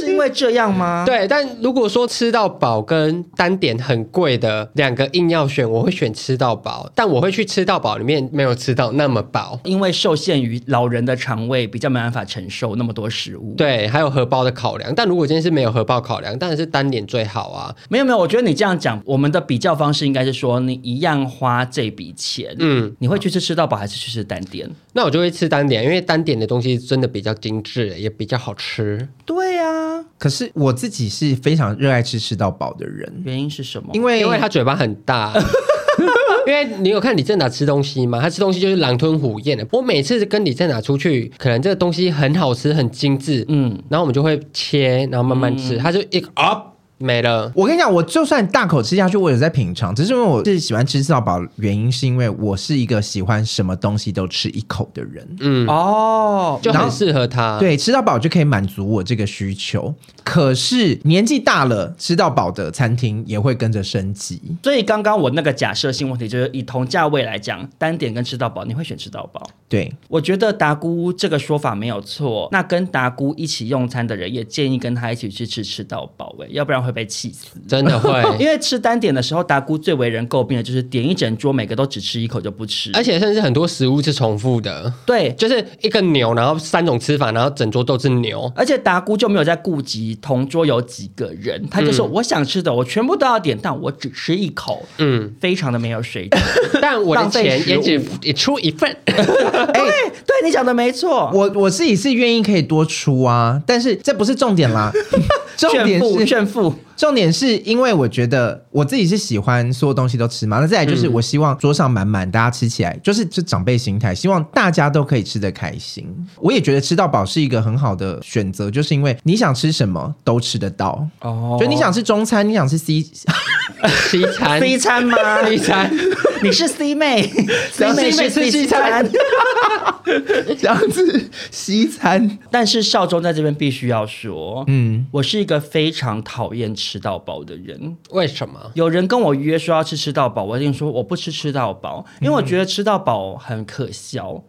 [SPEAKER 1] 是因为这样吗？，
[SPEAKER 4] 对，但如果说吃到饱跟单点很贵的两个硬要选，我会选吃到饱，但我会去吃到饱里面没有吃到那么饱。
[SPEAKER 1] 因为受限于老人的肠胃比较没办法承受那么多食物。，
[SPEAKER 4] 对，还有荷包的考量。但如果今天是没有荷包考量，当然是单点最好啊。
[SPEAKER 1] 没有没有，我觉得你这样讲，我们的比较方式应该是说，你一样花这笔钱，
[SPEAKER 4] 嗯，
[SPEAKER 1] 你会去吃吃到饱还是去吃单点？
[SPEAKER 4] 那我就会吃单点，因为单点的东西真的比较精致，也比较好吃。
[SPEAKER 1] 对啊，
[SPEAKER 3] 可是我自己是非常热爱吃吃到饱的人，
[SPEAKER 1] 原因是什么？
[SPEAKER 3] 因为
[SPEAKER 4] 因为他嘴巴很大。 因为你有看李正达吃东西吗？他吃东西就是狼吞虎咽的。我每次跟李正达出去，可能这个东西很好吃、很精致，
[SPEAKER 1] 嗯，
[SPEAKER 4] 然后我们就会切，然后慢慢
[SPEAKER 3] 嗯
[SPEAKER 4] 吃，他就一个 up 没了。
[SPEAKER 3] 我跟你讲，我就算大口吃下去，我有在品尝，只是因为我是喜欢吃吃到饱，原因是因为我是一个喜欢什么东西都吃一口的人。
[SPEAKER 4] 嗯，
[SPEAKER 1] 哦，
[SPEAKER 4] 就很适合他。，
[SPEAKER 3] 对，吃到饱就可以满足我这个需求。可是年纪大了，吃到饱的餐厅也会跟着升级。
[SPEAKER 1] 所以刚刚我那个假设性问题就是，以同价位来讲，单点跟吃到饱，你会选吃到饱？
[SPEAKER 3] 对，
[SPEAKER 1] 我觉得达姑这个说法没有错。那跟达姑一起用餐的人，也建议跟他一起去吃吃到饱、欸，要不然会被气死。
[SPEAKER 4] 真的 会。
[SPEAKER 1] 因为吃单点的时候，达姑最为人诟病的就是点一整桌，每个都只吃一口就不吃。
[SPEAKER 4] 而且甚至很多食物是重复的，
[SPEAKER 1] 对，
[SPEAKER 4] 就是一个牛，然后三种吃法，然后整桌都是 牛。
[SPEAKER 1] 而且达姑就没有在顾及同桌有几个人，他就说我想吃的我全部都要点，但我只吃一口，
[SPEAKER 4] 嗯，
[SPEAKER 1] 非常的没有水准。
[SPEAKER 4] 但我的
[SPEAKER 1] 浪费
[SPEAKER 4] 钱
[SPEAKER 1] 食
[SPEAKER 4] 也只
[SPEAKER 1] 物
[SPEAKER 4] 也出一份。
[SPEAKER 1] 对， 对你讲的没错。
[SPEAKER 3] 我我自己是愿意可以多出啊，但是这不是重点 啦。重
[SPEAKER 1] 炫
[SPEAKER 3] 点
[SPEAKER 1] 富，
[SPEAKER 3] 是
[SPEAKER 1] 炫富，
[SPEAKER 3] 重点是因为我觉得我自己是喜欢所有东西都吃嘛，那再来
[SPEAKER 1] 嗯
[SPEAKER 3] 就是我希望桌上满满，大家吃起来就是这长辈心态，希望大家都可以吃得开心。我也觉得吃到饱是一个很好的选择，就是因为你想吃什么都吃得到。
[SPEAKER 1] 哦
[SPEAKER 3] 就你想吃中餐，你想吃 C
[SPEAKER 4] 西 餐，
[SPEAKER 1] C 餐吗？
[SPEAKER 4] 西餐，
[SPEAKER 1] 你是 C 妹，C
[SPEAKER 4] 妹
[SPEAKER 1] 是
[SPEAKER 4] 吃西
[SPEAKER 1] C
[SPEAKER 4] 餐
[SPEAKER 1] 餐。
[SPEAKER 3] 这样子西餐，
[SPEAKER 1] 但是少中在这边必须要说，
[SPEAKER 3] 嗯，
[SPEAKER 1] 我是一个非常讨厌吃到饱的人。
[SPEAKER 4] 为什么？
[SPEAKER 1] 有人跟我约说要吃吃到饱，我一定说我不吃吃到饱，因为我觉得吃到饱很可笑。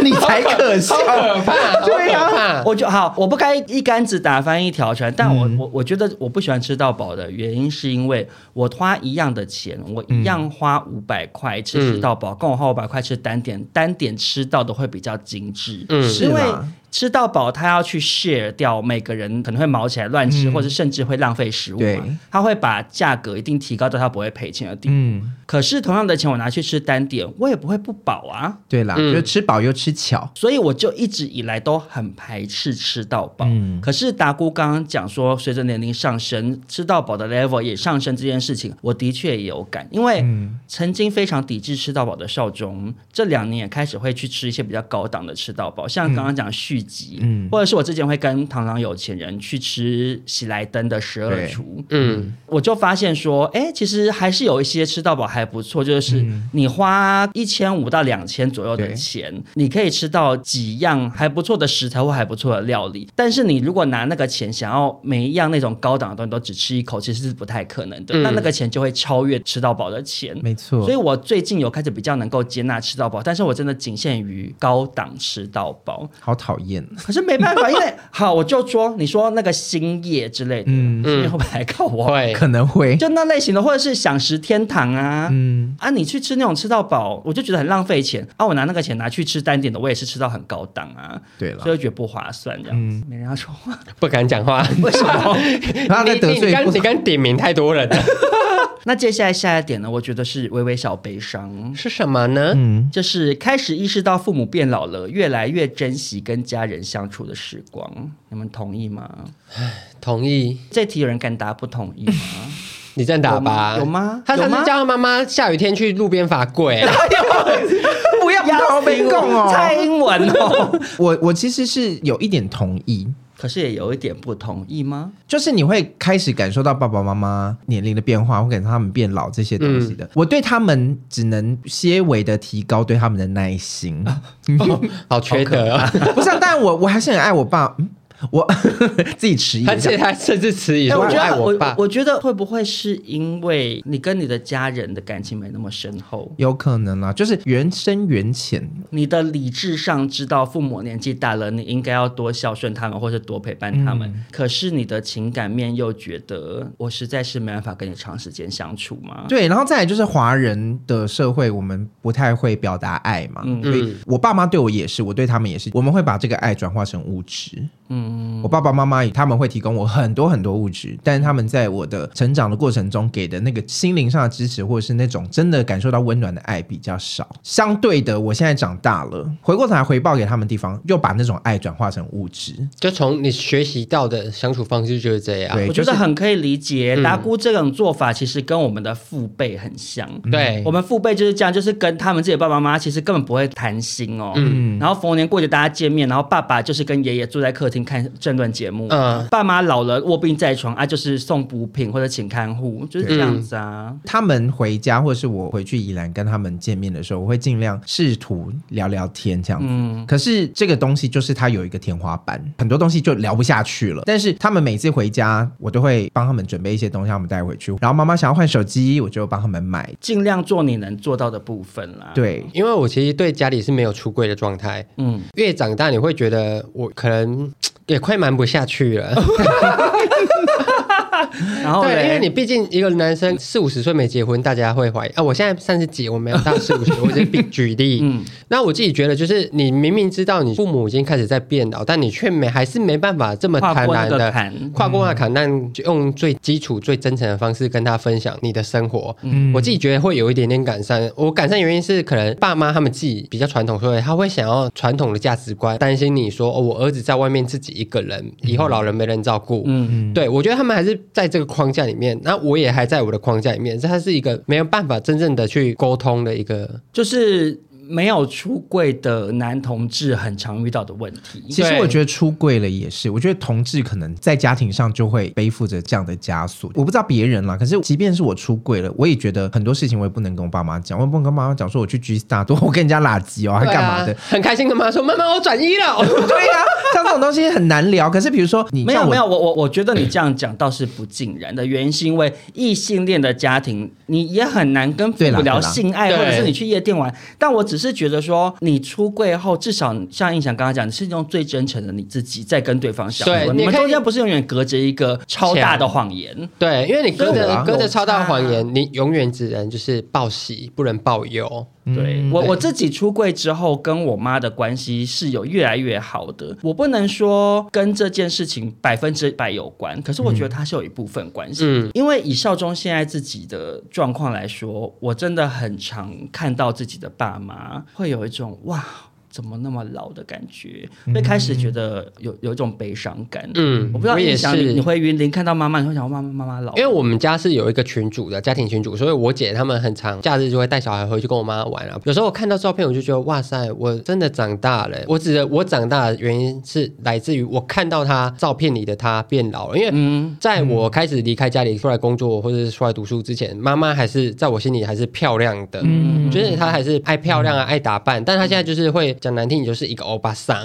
[SPEAKER 3] 你才可笑。
[SPEAKER 4] 可怕，对
[SPEAKER 3] 啊
[SPEAKER 4] 呀，
[SPEAKER 1] 我就好，我不该一竿子打翻一条船，但我、
[SPEAKER 3] 嗯
[SPEAKER 1] 我我觉得我不喜欢吃到饱的原因是因为我花一样的钱，我一
[SPEAKER 3] 嗯
[SPEAKER 1] 样花五百块吃吃到饱，跟我花五百块吃单点，单点吃到的会比较精致，
[SPEAKER 4] 嗯
[SPEAKER 1] 因
[SPEAKER 3] 是
[SPEAKER 1] 为
[SPEAKER 3] 啦
[SPEAKER 1] 吃到饱，他要去 share 掉每个人可能会毛起来乱吃，或者甚至会浪费食物
[SPEAKER 3] 嗯对
[SPEAKER 1] 嘛，他会把价格一定提高到他不会赔钱的地步。
[SPEAKER 3] 嗯，
[SPEAKER 1] 可是同样的钱我拿去吃单点，我也不会不饱啊。
[SPEAKER 3] 对啦，
[SPEAKER 4] 嗯
[SPEAKER 3] 就是吃饱又吃巧，
[SPEAKER 1] 所以我就一直以来都很排斥吃到饱。
[SPEAKER 3] 嗯
[SPEAKER 1] 可是达姑刚刚讲说，随着年龄上升，吃到饱的 level 也上升这件事情，我的确也有感，因为
[SPEAKER 3] 嗯
[SPEAKER 1] 曾经非常抵制吃到饱的少中，这两年也开始会去吃一些比较高档的吃到饱，像刚刚讲续集，
[SPEAKER 3] 嗯
[SPEAKER 1] 或者是我之前会跟螳螂有钱人去吃喜来登的十二
[SPEAKER 3] 对
[SPEAKER 1] 厨，
[SPEAKER 4] 嗯，
[SPEAKER 1] 我就发现说，哎，其实还是有一些吃到饱还不错，就是你花一千五到两千左右的
[SPEAKER 3] 对
[SPEAKER 1] 钱，你可以吃到几样还不错的食材或还不错的料理。但是你如果拿那个钱想要每一样那种高档的东西都只吃一口，其实是不太可能的。
[SPEAKER 4] 嗯
[SPEAKER 1] 那那个钱就会超越吃到饱的钱。
[SPEAKER 3] 没错。
[SPEAKER 1] 所以我最近有开始比较能够接纳吃到饱，但是我真的仅限于高档吃到饱。
[SPEAKER 3] 好讨厌，
[SPEAKER 1] 可是没办法，因为好我就说，你说那个星夜之类的，
[SPEAKER 3] 嗯
[SPEAKER 1] 星夜会不会来告我？
[SPEAKER 4] 会
[SPEAKER 3] 可能会，
[SPEAKER 1] 就那类型的，或者是享食天堂啊。
[SPEAKER 3] 嗯，
[SPEAKER 1] 啊，你去吃那种吃到饱，我就觉得很浪费钱啊！我拿那个钱拿去吃单点的，我也是吃到很高档啊，
[SPEAKER 3] 对了嗯
[SPEAKER 1] 所，以觉得不划算这样子。没人要说话，
[SPEAKER 4] 不敢 讲话。
[SPEAKER 1] 为什么？
[SPEAKER 3] 然后再
[SPEAKER 4] 你
[SPEAKER 3] 得罪
[SPEAKER 4] 你
[SPEAKER 3] 不
[SPEAKER 4] 刚你刚点名太多人了，
[SPEAKER 1] 那接下来下一点呢？我觉得是微微小悲伤，
[SPEAKER 4] 是什么呢？
[SPEAKER 3] 嗯，
[SPEAKER 1] 就是开始意识到父母变老了，越来越珍惜跟家人相处的时光。你们同意吗？
[SPEAKER 4] 同意，
[SPEAKER 1] 这题有人敢答不同意吗？
[SPEAKER 4] 你正打吧？
[SPEAKER 1] 有吗有吗
[SPEAKER 4] 他上
[SPEAKER 1] 有
[SPEAKER 4] 次
[SPEAKER 1] 吗
[SPEAKER 4] 叫他妈妈下雨天去路边罚 跪，
[SPEAKER 3] 不要逃避共
[SPEAKER 1] 蔡
[SPEAKER 3] 哦。
[SPEAKER 1] 英文哦，
[SPEAKER 3] 我我其实是有一点同意，
[SPEAKER 1] 可是也有一点不同意吗？
[SPEAKER 3] 就是你会开始感受到爸爸妈妈年龄的变化，会感受到他们变老这些东西的。
[SPEAKER 4] 嗯
[SPEAKER 3] 我对他们只能些微的提高对他们的 耐心，
[SPEAKER 4] 好缺德哦。
[SPEAKER 3] 不是、啊，但我我还是很爱我爸，嗯、我 自己迟疑
[SPEAKER 4] 而
[SPEAKER 3] 一下
[SPEAKER 4] 且。 他甚至迟疑
[SPEAKER 1] 哎
[SPEAKER 4] 说：“
[SPEAKER 1] 我觉
[SPEAKER 4] 爱
[SPEAKER 1] 得
[SPEAKER 4] 我爸。
[SPEAKER 1] 我觉得会不会是因为你跟你的家人的感情没那么深厚，
[SPEAKER 3] 有可能啦，就是缘深缘浅，
[SPEAKER 4] 嗯
[SPEAKER 1] 你的理智上知道父母年纪大了，你应该要多孝顺他们，或者多陪伴他
[SPEAKER 4] 嗯
[SPEAKER 1] 们，可是你的情感面又觉得我实在是没办法跟你长时间相处嘛？
[SPEAKER 3] 对，然后再来就是华人的社会，我们不太会表达爱嘛，
[SPEAKER 1] 嗯
[SPEAKER 3] 所以我爸妈对我也是，我对他们也是，我们会把这个爱转化成物质。嗯，我爸爸妈妈他们会提供我很多很多物质，但是他们在我的成长的过程中给的那个心灵上的支持，或者是那种真的感受到温暖的爱比较少。相对的，我现在长大了，回过头来回报给他们的地方，又把那种爱转化成物质。”
[SPEAKER 4] 就从你学习到的相处方式就是嗯这样。
[SPEAKER 3] 对
[SPEAKER 1] 啊我觉得很可以理解，达姑这种做法其实跟我们的父辈很像。
[SPEAKER 4] 对
[SPEAKER 1] 我，们父辈就是这样，就是跟他们自己的爸爸妈妈其实根本不会谈心哦。
[SPEAKER 4] 嗯
[SPEAKER 1] 然后逢年过节大家见面，然后爸爸就是跟爷爷坐在客厅看政论节目，
[SPEAKER 4] 嗯
[SPEAKER 1] 爸妈老了卧病在床啊，就是送补品或者请看护，就是这样子啊。
[SPEAKER 4] 嗯
[SPEAKER 3] 他们回家，或是我回去宜兰跟他们见面的时候，我会尽量试图聊聊天这样子。
[SPEAKER 4] 嗯
[SPEAKER 3] 可是这个东西就是它有一个天花板，很多东西就聊不下去了。但是他们每次回家，我都会帮他们准备一些东西，让他们带回去。然后妈妈想要换手机，我就帮他们买。
[SPEAKER 1] 尽量做你能做到的部分
[SPEAKER 4] 啊
[SPEAKER 1] 啦。，
[SPEAKER 3] 对，
[SPEAKER 4] 因为我其实对家里是没有出柜的状态。
[SPEAKER 1] 嗯，
[SPEAKER 4] 越长大，你会觉得我可能也快瞒不下 去了。
[SPEAKER 1] 然后
[SPEAKER 4] 对，
[SPEAKER 1] 嘞
[SPEAKER 4] 因为你毕竟一个男生四五十岁没结婚，大家会怀疑啊。我现在三十几，我 没有到四五十，我只是比举例。嗯，那我自己觉得，就是你明明知道你父母已经开始在变老，但你却没还是没办法这么
[SPEAKER 1] 跨
[SPEAKER 4] 坦
[SPEAKER 1] 过那
[SPEAKER 4] 然
[SPEAKER 1] 个
[SPEAKER 4] 的
[SPEAKER 1] 坎，
[SPEAKER 4] 跨过那坎，但就用最基础、最真诚的方式跟他分享你的生活。嗯，我自己觉得会有一点点感伤。我感伤原因是可能爸妈他们自己比较传统，所以他会想要传统的价值观，担心你说哦，我儿子在外面自己一个人，以后老人没人照顾。嗯，对，我觉得他们还是在这个框架里面，那我也还在我的框架里面，这它是一个没有办法真正的去沟通的一个。
[SPEAKER 1] 就是没有出柜的男同志很常遇到的问题。
[SPEAKER 3] 其实
[SPEAKER 4] 对
[SPEAKER 3] 我觉得出柜了也是，我觉得同志可能在家庭上就会背负着这样的枷锁。我不知道别人啦，可是即便是我出柜了，我也觉得很多事情我也不能跟我爸妈讲，我也不能跟妈妈讲说我去 G Star 多，我跟人家垃圾哦，还
[SPEAKER 4] 对
[SPEAKER 3] 干嘛的？
[SPEAKER 4] 啊？很开心的妈说：“妈妈，我转一了。
[SPEAKER 3] 对呀、 像这种东西很难聊。可是比如说你
[SPEAKER 1] 没
[SPEAKER 3] 像
[SPEAKER 1] 有
[SPEAKER 3] 我
[SPEAKER 1] 啊没有，我我我觉得你这样讲倒是不尽然的，原因是因为异性恋的家庭，你也很难跟父
[SPEAKER 3] 对啦
[SPEAKER 1] 母聊
[SPEAKER 3] 对啦
[SPEAKER 1] 性爱，
[SPEAKER 4] 对
[SPEAKER 1] 或者是你去夜店玩。但我只是觉得说，你出柜后，至少像印象刚刚讲，你是用最真诚的你自己在跟对方相
[SPEAKER 4] 对
[SPEAKER 1] 处，你
[SPEAKER 4] 你
[SPEAKER 1] 们
[SPEAKER 4] 可以
[SPEAKER 1] 中间不是永远隔着一个超大的谎言”。
[SPEAKER 4] 对，因为你隔
[SPEAKER 3] 对
[SPEAKER 4] 着
[SPEAKER 3] 啊
[SPEAKER 4] 隔着超大
[SPEAKER 1] 有差
[SPEAKER 4] 谎言，你永远只能就是报喜，不能报忧。
[SPEAKER 1] 对我我自己出柜之后，跟我妈的关系是有越来越好的。我不能说跟这件事情百分之百有关，可是我觉得它是有一部分关系。
[SPEAKER 4] 嗯
[SPEAKER 1] 因为以少中现在自己的状况来说，我真的很常看到自己的爸妈会有一种哇。怎么那么老的感觉？会开始觉得有有一种悲伤感。
[SPEAKER 4] 嗯
[SPEAKER 1] 我不知道
[SPEAKER 4] 我
[SPEAKER 1] 你
[SPEAKER 4] 也
[SPEAKER 1] 想
[SPEAKER 4] 是
[SPEAKER 1] 你你回云林看到妈妈，你会想妈妈妈妈老了，
[SPEAKER 4] 因为我们家是有一个群主的家庭群主，所以我姐他们很常假日就会带小孩回去跟我妈玩啊。有时候我看到照片，我就觉得哇塞，我真的长大了。欸我指的我长大的原因是来自于我看到她照片里的她变老了，因
[SPEAKER 3] 嗯
[SPEAKER 4] 为在我开始离开家里出来工作或者是出来读书之前，妈妈还是在我心里还是漂亮的，
[SPEAKER 3] 嗯
[SPEAKER 4] 就是她还是爱漂亮啊，爱打扮，但她现在就是会讲难听，你就是一个欧巴 桑。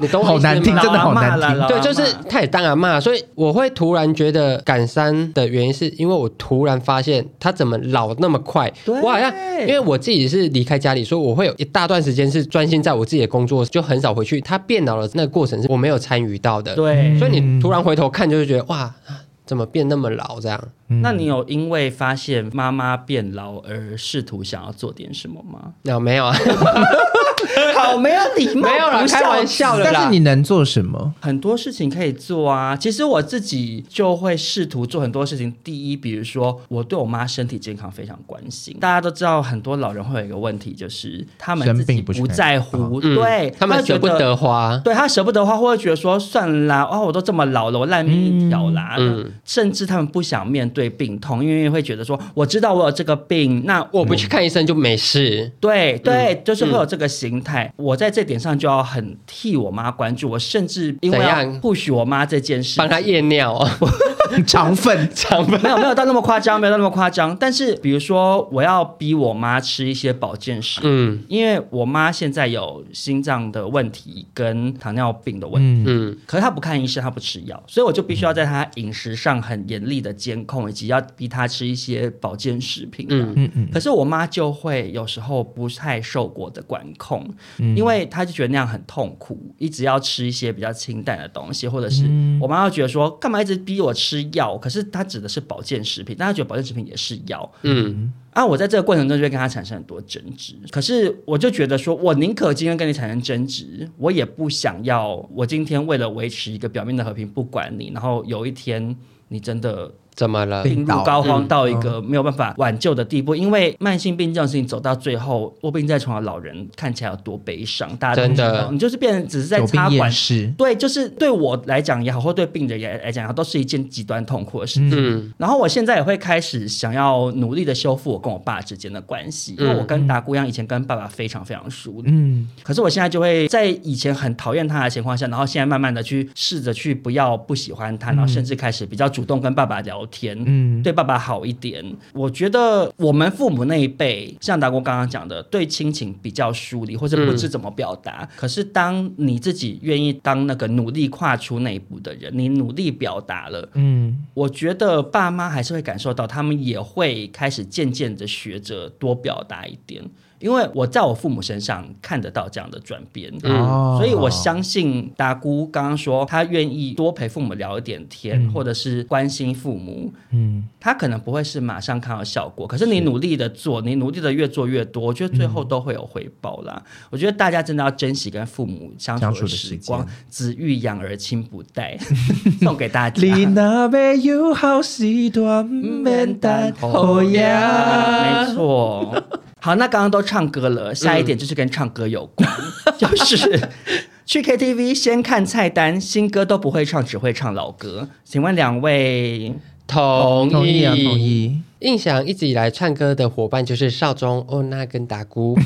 [SPEAKER 4] 你懂我
[SPEAKER 3] 好
[SPEAKER 4] 意思吗
[SPEAKER 3] 难听，啊真的好难
[SPEAKER 1] 老阿嬷啦
[SPEAKER 3] 听。
[SPEAKER 1] 老
[SPEAKER 4] 啊对，
[SPEAKER 1] 阿
[SPEAKER 4] 就是
[SPEAKER 1] 嬷
[SPEAKER 4] 他也当阿妈，所以我会突然觉得感伤的原因，是因为我突然发现他怎么老那么快。
[SPEAKER 1] 对
[SPEAKER 4] 我好像因为我自己是离开家里，所以我会有一大段时间是专心在我自己的工作，就很少回去。他变老了那个过程是我没有参与到的，，
[SPEAKER 1] 对，
[SPEAKER 4] 所以你突然回头看，就会觉得哇，啊怎么变那么老
[SPEAKER 1] 嗯
[SPEAKER 4] 这样？
[SPEAKER 1] 那你有因为发现妈妈变老而试图想要做点什么吗？
[SPEAKER 4] 那、没有啊，
[SPEAKER 1] 好没有礼貌，
[SPEAKER 4] 没有啦
[SPEAKER 1] 不孝子
[SPEAKER 4] 开玩笑的啦
[SPEAKER 3] 但是你能做什么？
[SPEAKER 1] 很多事情可以做啊。其实我自己就会试图做很多事情。第一，比如说我对我妈身体健康非常关心。大家都知道，很多老人会有一个问题，就是他们自
[SPEAKER 3] 生
[SPEAKER 1] 己
[SPEAKER 3] 病不去看
[SPEAKER 1] 在乎，对
[SPEAKER 4] 嗯他们
[SPEAKER 1] 会觉
[SPEAKER 4] 舍不得花。
[SPEAKER 1] 对他舍不得嗯花，或者觉得说算啦，哦，我都这么老了，我烂命一条啦。
[SPEAKER 4] 嗯
[SPEAKER 1] 嗯甚至他们不想面对病痛，因为会觉得说，我知道我有这个病，那我
[SPEAKER 4] 我
[SPEAKER 1] 不
[SPEAKER 4] 不
[SPEAKER 1] 去。
[SPEAKER 4] 去看医生就没事，
[SPEAKER 1] 对对，
[SPEAKER 4] 嗯
[SPEAKER 1] 就是会有这个心态。我在这点上就要很替我妈关注，我甚至因为
[SPEAKER 4] 怎
[SPEAKER 1] 要
[SPEAKER 4] 样
[SPEAKER 1] 不许我妈这件事情，
[SPEAKER 4] 帮他验尿、哦，
[SPEAKER 3] 肠 粉，
[SPEAKER 4] 长辈
[SPEAKER 1] 没有没有到那么夸张，没有到那么夸张。但是比如说，我要逼我妈吃一些保健食品
[SPEAKER 4] 嗯
[SPEAKER 1] 因为我妈现在有心脏的问题跟糖尿病的问题，
[SPEAKER 4] 嗯，
[SPEAKER 1] 可是她不看医生，她不吃药，所以我就必须要在她饮食上很严厉的监控，以及要逼她吃一些保健食品。嗯嗯嗯。可是我妈就会有时候不太受我的管控，因为她就觉得那样很痛苦，一直要吃一些比较清淡的东西，或者是我妈会觉得说干嘛一直逼我吃药？可是她指的是保健食品，但她觉得保健食品也是药，
[SPEAKER 4] 嗯，
[SPEAKER 1] 啊，我在这个过程中就会跟他产生很多争执。可是我就觉得说，我宁可今天跟你产生争执，我也不想要我今天为了维持一个表面的和平不管你，然后有一天你真的
[SPEAKER 4] 怎么了？
[SPEAKER 1] 病入
[SPEAKER 3] 倒
[SPEAKER 1] 膏肓到一个没有办法挽救的地步。因为慢性病这种事情走到最后，卧病在床的老人看起来有多悲伤，大家都
[SPEAKER 4] 真的
[SPEAKER 1] 知道你就是变成只是在
[SPEAKER 3] 久
[SPEAKER 1] 插
[SPEAKER 3] 病
[SPEAKER 1] 管
[SPEAKER 3] 厌。世。
[SPEAKER 1] 对，就是对我来讲也好，或对病人也来讲也好，都是一件极端痛苦的事情。
[SPEAKER 4] 嗯。
[SPEAKER 1] 然后我现在也会开始想要努力的修复我跟我爸之间的关系，因为我跟达姑一样，以前跟爸爸非常非常疏离。
[SPEAKER 3] 嗯，
[SPEAKER 1] 可是我现在就会在以前很讨厌他的情况下，然后现在慢慢的去试着去不要不喜欢他，然后甚至开始比较主动跟爸爸聊天，嗯，对爸爸好一点。我觉得我们父母那一辈，像达姑刚刚讲的，对亲情比较疏离，或者不知怎么表达。可是当你自己愿意当那个努力跨出那一步的人，你努力表达了，
[SPEAKER 3] 嗯，
[SPEAKER 1] 我觉得爸妈还是会感受到，他们也会开始渐渐的学着多表达一点，因为我在我父母身上看得到这样的转变，
[SPEAKER 3] 哦
[SPEAKER 1] 所以我相信达姑刚刚说她愿意多陪父母聊一点天，
[SPEAKER 3] 嗯
[SPEAKER 1] 或者是关心父母，嗯，她可能不会是马上看到效果，可是你努力的做，你努力的越做越多，我觉得最后都会有回报啦。我觉得大家真的要珍惜跟父母相
[SPEAKER 3] 嗯相
[SPEAKER 1] 处
[SPEAKER 3] 处的
[SPEAKER 1] 的
[SPEAKER 3] 时
[SPEAKER 1] 时
[SPEAKER 3] 间
[SPEAKER 1] 光，子欲养而亲不 待，送给大家。
[SPEAKER 3] 你那边有好时段，免等候呀。
[SPEAKER 1] 嗯没错。好，那刚刚都唱歌了，下一点就是跟唱歌有关， 就是去 KTV 先看菜单，新歌都不会唱，只会唱老歌。请问两位，
[SPEAKER 4] 同意，
[SPEAKER 3] 同意啊，同。意。
[SPEAKER 4] 印象一直以来唱歌的伙伴就是少中、欧娜跟 达姑，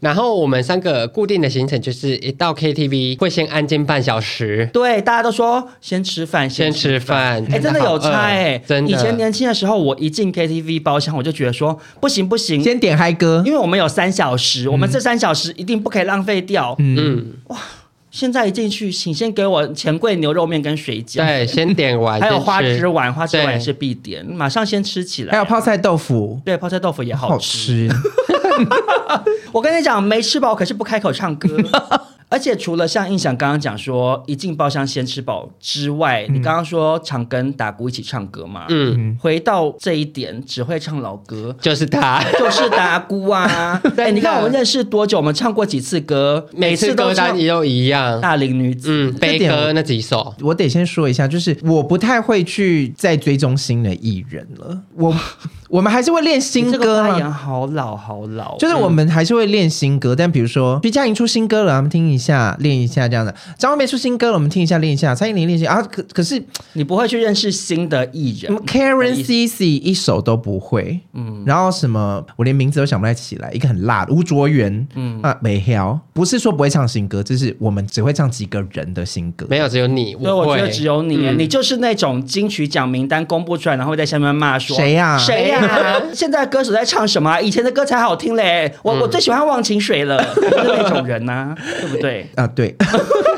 [SPEAKER 4] 然后我们三个固定的行程就是一到 KTV 会先安静半小时，
[SPEAKER 1] 对，大家都说先吃饭，
[SPEAKER 4] 先
[SPEAKER 1] 吃。
[SPEAKER 4] 吃饭。
[SPEAKER 1] 哎、真的有差哎、
[SPEAKER 4] 嗯真的。
[SPEAKER 1] 以前年轻的时候，我一进 KTV 包厢，我就觉得说不行不行，
[SPEAKER 3] 先点嗨歌
[SPEAKER 1] 因，为我们有三小时，我们这三小时一定不可以浪费掉。
[SPEAKER 4] 嗯，
[SPEAKER 1] 现在一进去，请先给我钱柜牛肉面跟水饺。
[SPEAKER 4] 对，先点完，
[SPEAKER 1] 还有
[SPEAKER 4] 先吃
[SPEAKER 1] 花枝丸，花枝丸
[SPEAKER 4] 对
[SPEAKER 1] 是必点，马上先吃起来。
[SPEAKER 3] 还有泡，菜豆腐，
[SPEAKER 1] 对，泡菜豆腐也好吃。
[SPEAKER 3] 好吃。
[SPEAKER 1] 我跟你讲，没吃饱可是不开口唱歌。 而且除了像印象刚刚讲说一进包厢先吃饱之外，你刚刚说常跟打鼓一起唱歌嘛，嗯，回到这一点只会唱老歌。
[SPEAKER 4] 就是他。
[SPEAKER 1] 就是打鼓啊！哎、你看我们认识多久？我们唱过几次歌？
[SPEAKER 4] 每次
[SPEAKER 1] 都
[SPEAKER 4] 歌
[SPEAKER 1] 唱
[SPEAKER 4] 单也都一样，
[SPEAKER 1] 大龄女子。
[SPEAKER 4] 嗯，
[SPEAKER 3] 这
[SPEAKER 4] 悲
[SPEAKER 3] 点
[SPEAKER 4] 歌
[SPEAKER 3] 我
[SPEAKER 4] 那几首，
[SPEAKER 3] 我得先说一下，就是我不太会去再追踪新的艺人了。我 我们还是会练新
[SPEAKER 1] 你这
[SPEAKER 3] 歌
[SPEAKER 1] 个发
[SPEAKER 3] 嘛，
[SPEAKER 1] 言好老好老，
[SPEAKER 3] 就是我们还是会练新歌。但比如说徐佳莹出新歌了，我们听一下，练一下这样的；张惠妹出新歌了，我们听一下，练一下；蔡依林练一下啊。可可是
[SPEAKER 1] 你不会去认识新的艺
[SPEAKER 3] 什
[SPEAKER 1] 人
[SPEAKER 3] 么。Karen
[SPEAKER 1] 意思
[SPEAKER 3] CC 一首都不会，嗯，然后什么我连名字都想不太起来，一个很辣的吴卓源，嗯啊，没挑，不是说不会唱新歌，就是我们只会唱几个人的新歌。
[SPEAKER 4] 没有只有你，
[SPEAKER 1] 对，我
[SPEAKER 4] 会，嗯
[SPEAKER 1] 觉得只有你，你就是那种金曲奖名单公布出来，然后在下面骂说
[SPEAKER 3] 谁呀
[SPEAKER 1] 谁呀？现在歌手在唱什么啊？以前的歌才好听嘞，我
[SPEAKER 4] 嗯
[SPEAKER 1] 我最喜欢忘情水 了，就是那种人呐，对不对？
[SPEAKER 3] 啊，对。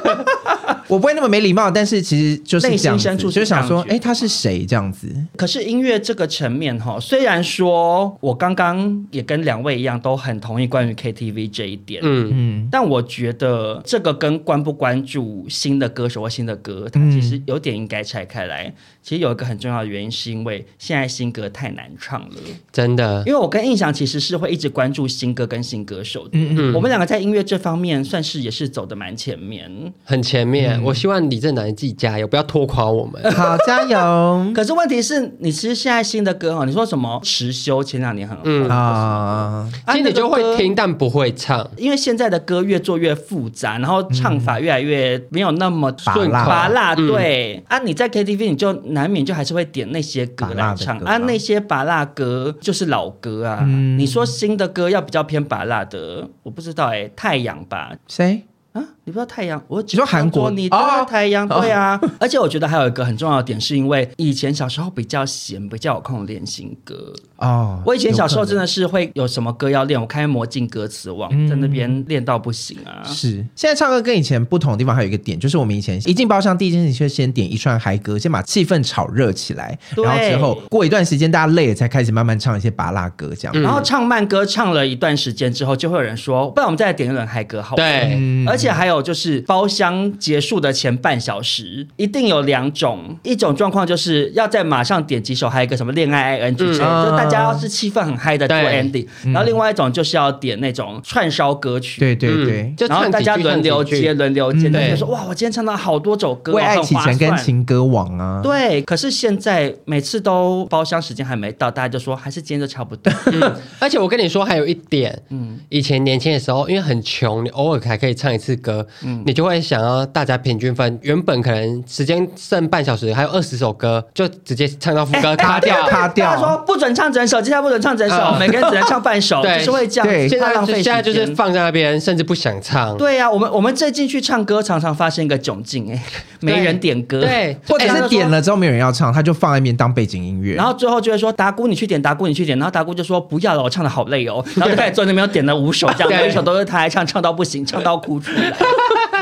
[SPEAKER 3] 我不会那么没礼貌，但是其实就是
[SPEAKER 1] 内心
[SPEAKER 3] 这样子，
[SPEAKER 1] 深处
[SPEAKER 3] 就是是想说，
[SPEAKER 1] 抗拒
[SPEAKER 3] 哎、他是谁这样子？
[SPEAKER 1] 可是音乐这个层面哈，虽然说我刚刚也跟两位一样都很同意关于 KTV 这一点，
[SPEAKER 4] 嗯，
[SPEAKER 1] 但我觉得这个跟关不关注新的歌手或新的歌，它
[SPEAKER 4] 嗯
[SPEAKER 1] 其实有点应该拆开来。其实有一个很重要的原因，是因为现在新歌太难唱了。
[SPEAKER 4] 真的，
[SPEAKER 1] 因为我跟印象其实是会一直关注新歌跟新歌手的。嗯嗯，我们两个在音乐这方面算是也是走的蛮前面。
[SPEAKER 4] 很前
[SPEAKER 1] 嗯
[SPEAKER 4] 面。我希望李正南自己加油，不要拖垮我们。
[SPEAKER 1] 呃
[SPEAKER 3] 好，加 油
[SPEAKER 1] 可是问题是你其实现在新的歌哦哈，你说什么持修前两年很红，
[SPEAKER 3] 嗯啊！
[SPEAKER 1] 啊
[SPEAKER 4] 其实你就会。听，但不会唱。
[SPEAKER 1] 因为现在的歌越做越复杂，然后唱法越来越没有那么
[SPEAKER 3] 拔辣
[SPEAKER 1] 拔辣，对、啊，你在 KTV 你就难免就还是会点那些歌
[SPEAKER 3] 拔辣
[SPEAKER 1] 来
[SPEAKER 3] 的
[SPEAKER 1] 唱
[SPEAKER 3] 歌
[SPEAKER 1] 啊，
[SPEAKER 3] 吧
[SPEAKER 1] 那些拔辣歌就是老歌啊。你说新的歌要比较偏拔辣的，我不知道哎、太阳吧，
[SPEAKER 3] 谁？
[SPEAKER 1] 啊，你不知道太阳？我只
[SPEAKER 3] 你说韩国
[SPEAKER 1] 说你的
[SPEAKER 3] 哦
[SPEAKER 1] 太阳，对啊。 而且我觉得还有一个很重要的点，是因为以前小时候比较闲，比较有空练新歌。
[SPEAKER 3] 哦，
[SPEAKER 1] 我以前小时候真
[SPEAKER 3] 的
[SPEAKER 1] 的是会有什么歌要练，我开魔镜歌词网，在那边练到不行啊。
[SPEAKER 3] 是。现在唱歌跟以前不同的地方还有一个点，就是我们以前一进包厢，第一件事情就是先点一串嗨歌，先把气氛炒热起来，
[SPEAKER 1] 对
[SPEAKER 3] 然后之后过一段时间大家累了，才开始慢慢唱一些拔辣歌这样。
[SPEAKER 4] 嗯
[SPEAKER 1] 然后唱慢歌唱了一段时间之后，就会有人说，不然我们再来点一轮嗨歌好。。
[SPEAKER 4] 对，
[SPEAKER 3] 嗯
[SPEAKER 1] 而且还有就是包厢结束的前半小时，一定有两种，一种状况就是要在马上点几首嗨歌，什么恋爱 ing，、就
[SPEAKER 4] 嗯
[SPEAKER 3] 啊
[SPEAKER 1] 大家要是气氛很嗨的做
[SPEAKER 4] 对
[SPEAKER 1] ending，、然后另外一种就是要点那种串烧歌曲。
[SPEAKER 3] 嗯对对对。
[SPEAKER 4] 嗯就
[SPEAKER 1] 然后
[SPEAKER 4] 唱
[SPEAKER 1] 大
[SPEAKER 4] 几
[SPEAKER 1] 家
[SPEAKER 4] 句
[SPEAKER 1] 轮
[SPEAKER 4] 轮
[SPEAKER 1] 流接，
[SPEAKER 4] 接。
[SPEAKER 1] 轮流接，
[SPEAKER 3] 嗯
[SPEAKER 1] 大家
[SPEAKER 4] 对
[SPEAKER 1] 说哇，我今天唱到好多首歌，
[SPEAKER 3] 为爱
[SPEAKER 1] 很
[SPEAKER 3] 启
[SPEAKER 1] 划
[SPEAKER 3] 程跟
[SPEAKER 1] 算
[SPEAKER 3] 情歌王啊，
[SPEAKER 1] 对，可是现在每次都包厢时间还没到，大家就说还是今天就差 不多。
[SPEAKER 4] 而且我跟你说，还有一点，嗯，以前年轻的时候，因为很穷，你偶尔还可以唱一次歌，你就会想要大家平均分。原本可能时间剩半小时，还有二十首歌，就直接唱到副歌卡掉。
[SPEAKER 3] 卡
[SPEAKER 1] 大家说
[SPEAKER 3] 掉。
[SPEAKER 1] 不准唱整首，今天不准唱整首，
[SPEAKER 4] 嗯
[SPEAKER 1] 每个人只能唱半首，就
[SPEAKER 4] 对
[SPEAKER 1] 是会这样，
[SPEAKER 3] 对
[SPEAKER 4] 现
[SPEAKER 1] 怕
[SPEAKER 4] 在
[SPEAKER 1] 浪
[SPEAKER 4] 就
[SPEAKER 1] 费时
[SPEAKER 4] 现在就是
[SPEAKER 1] 间
[SPEAKER 4] 放在那边，甚至不想唱。
[SPEAKER 1] 对啊呀、我们我们最近去唱歌，常常发现一个窘境，哎，没人点歌，
[SPEAKER 4] 对
[SPEAKER 3] 或者
[SPEAKER 1] 哎
[SPEAKER 3] 是点。了之后没有人要唱，他就放在那边当背景音乐。
[SPEAKER 1] 然后最后就会说达姑你去点，达姑你去点，然后达姑就说不要了，我唱的好累哦，然后就开始坐那边又点了五首，这样
[SPEAKER 4] 对
[SPEAKER 1] 每一首都是他来唱，唱到不行，唱到哭出来。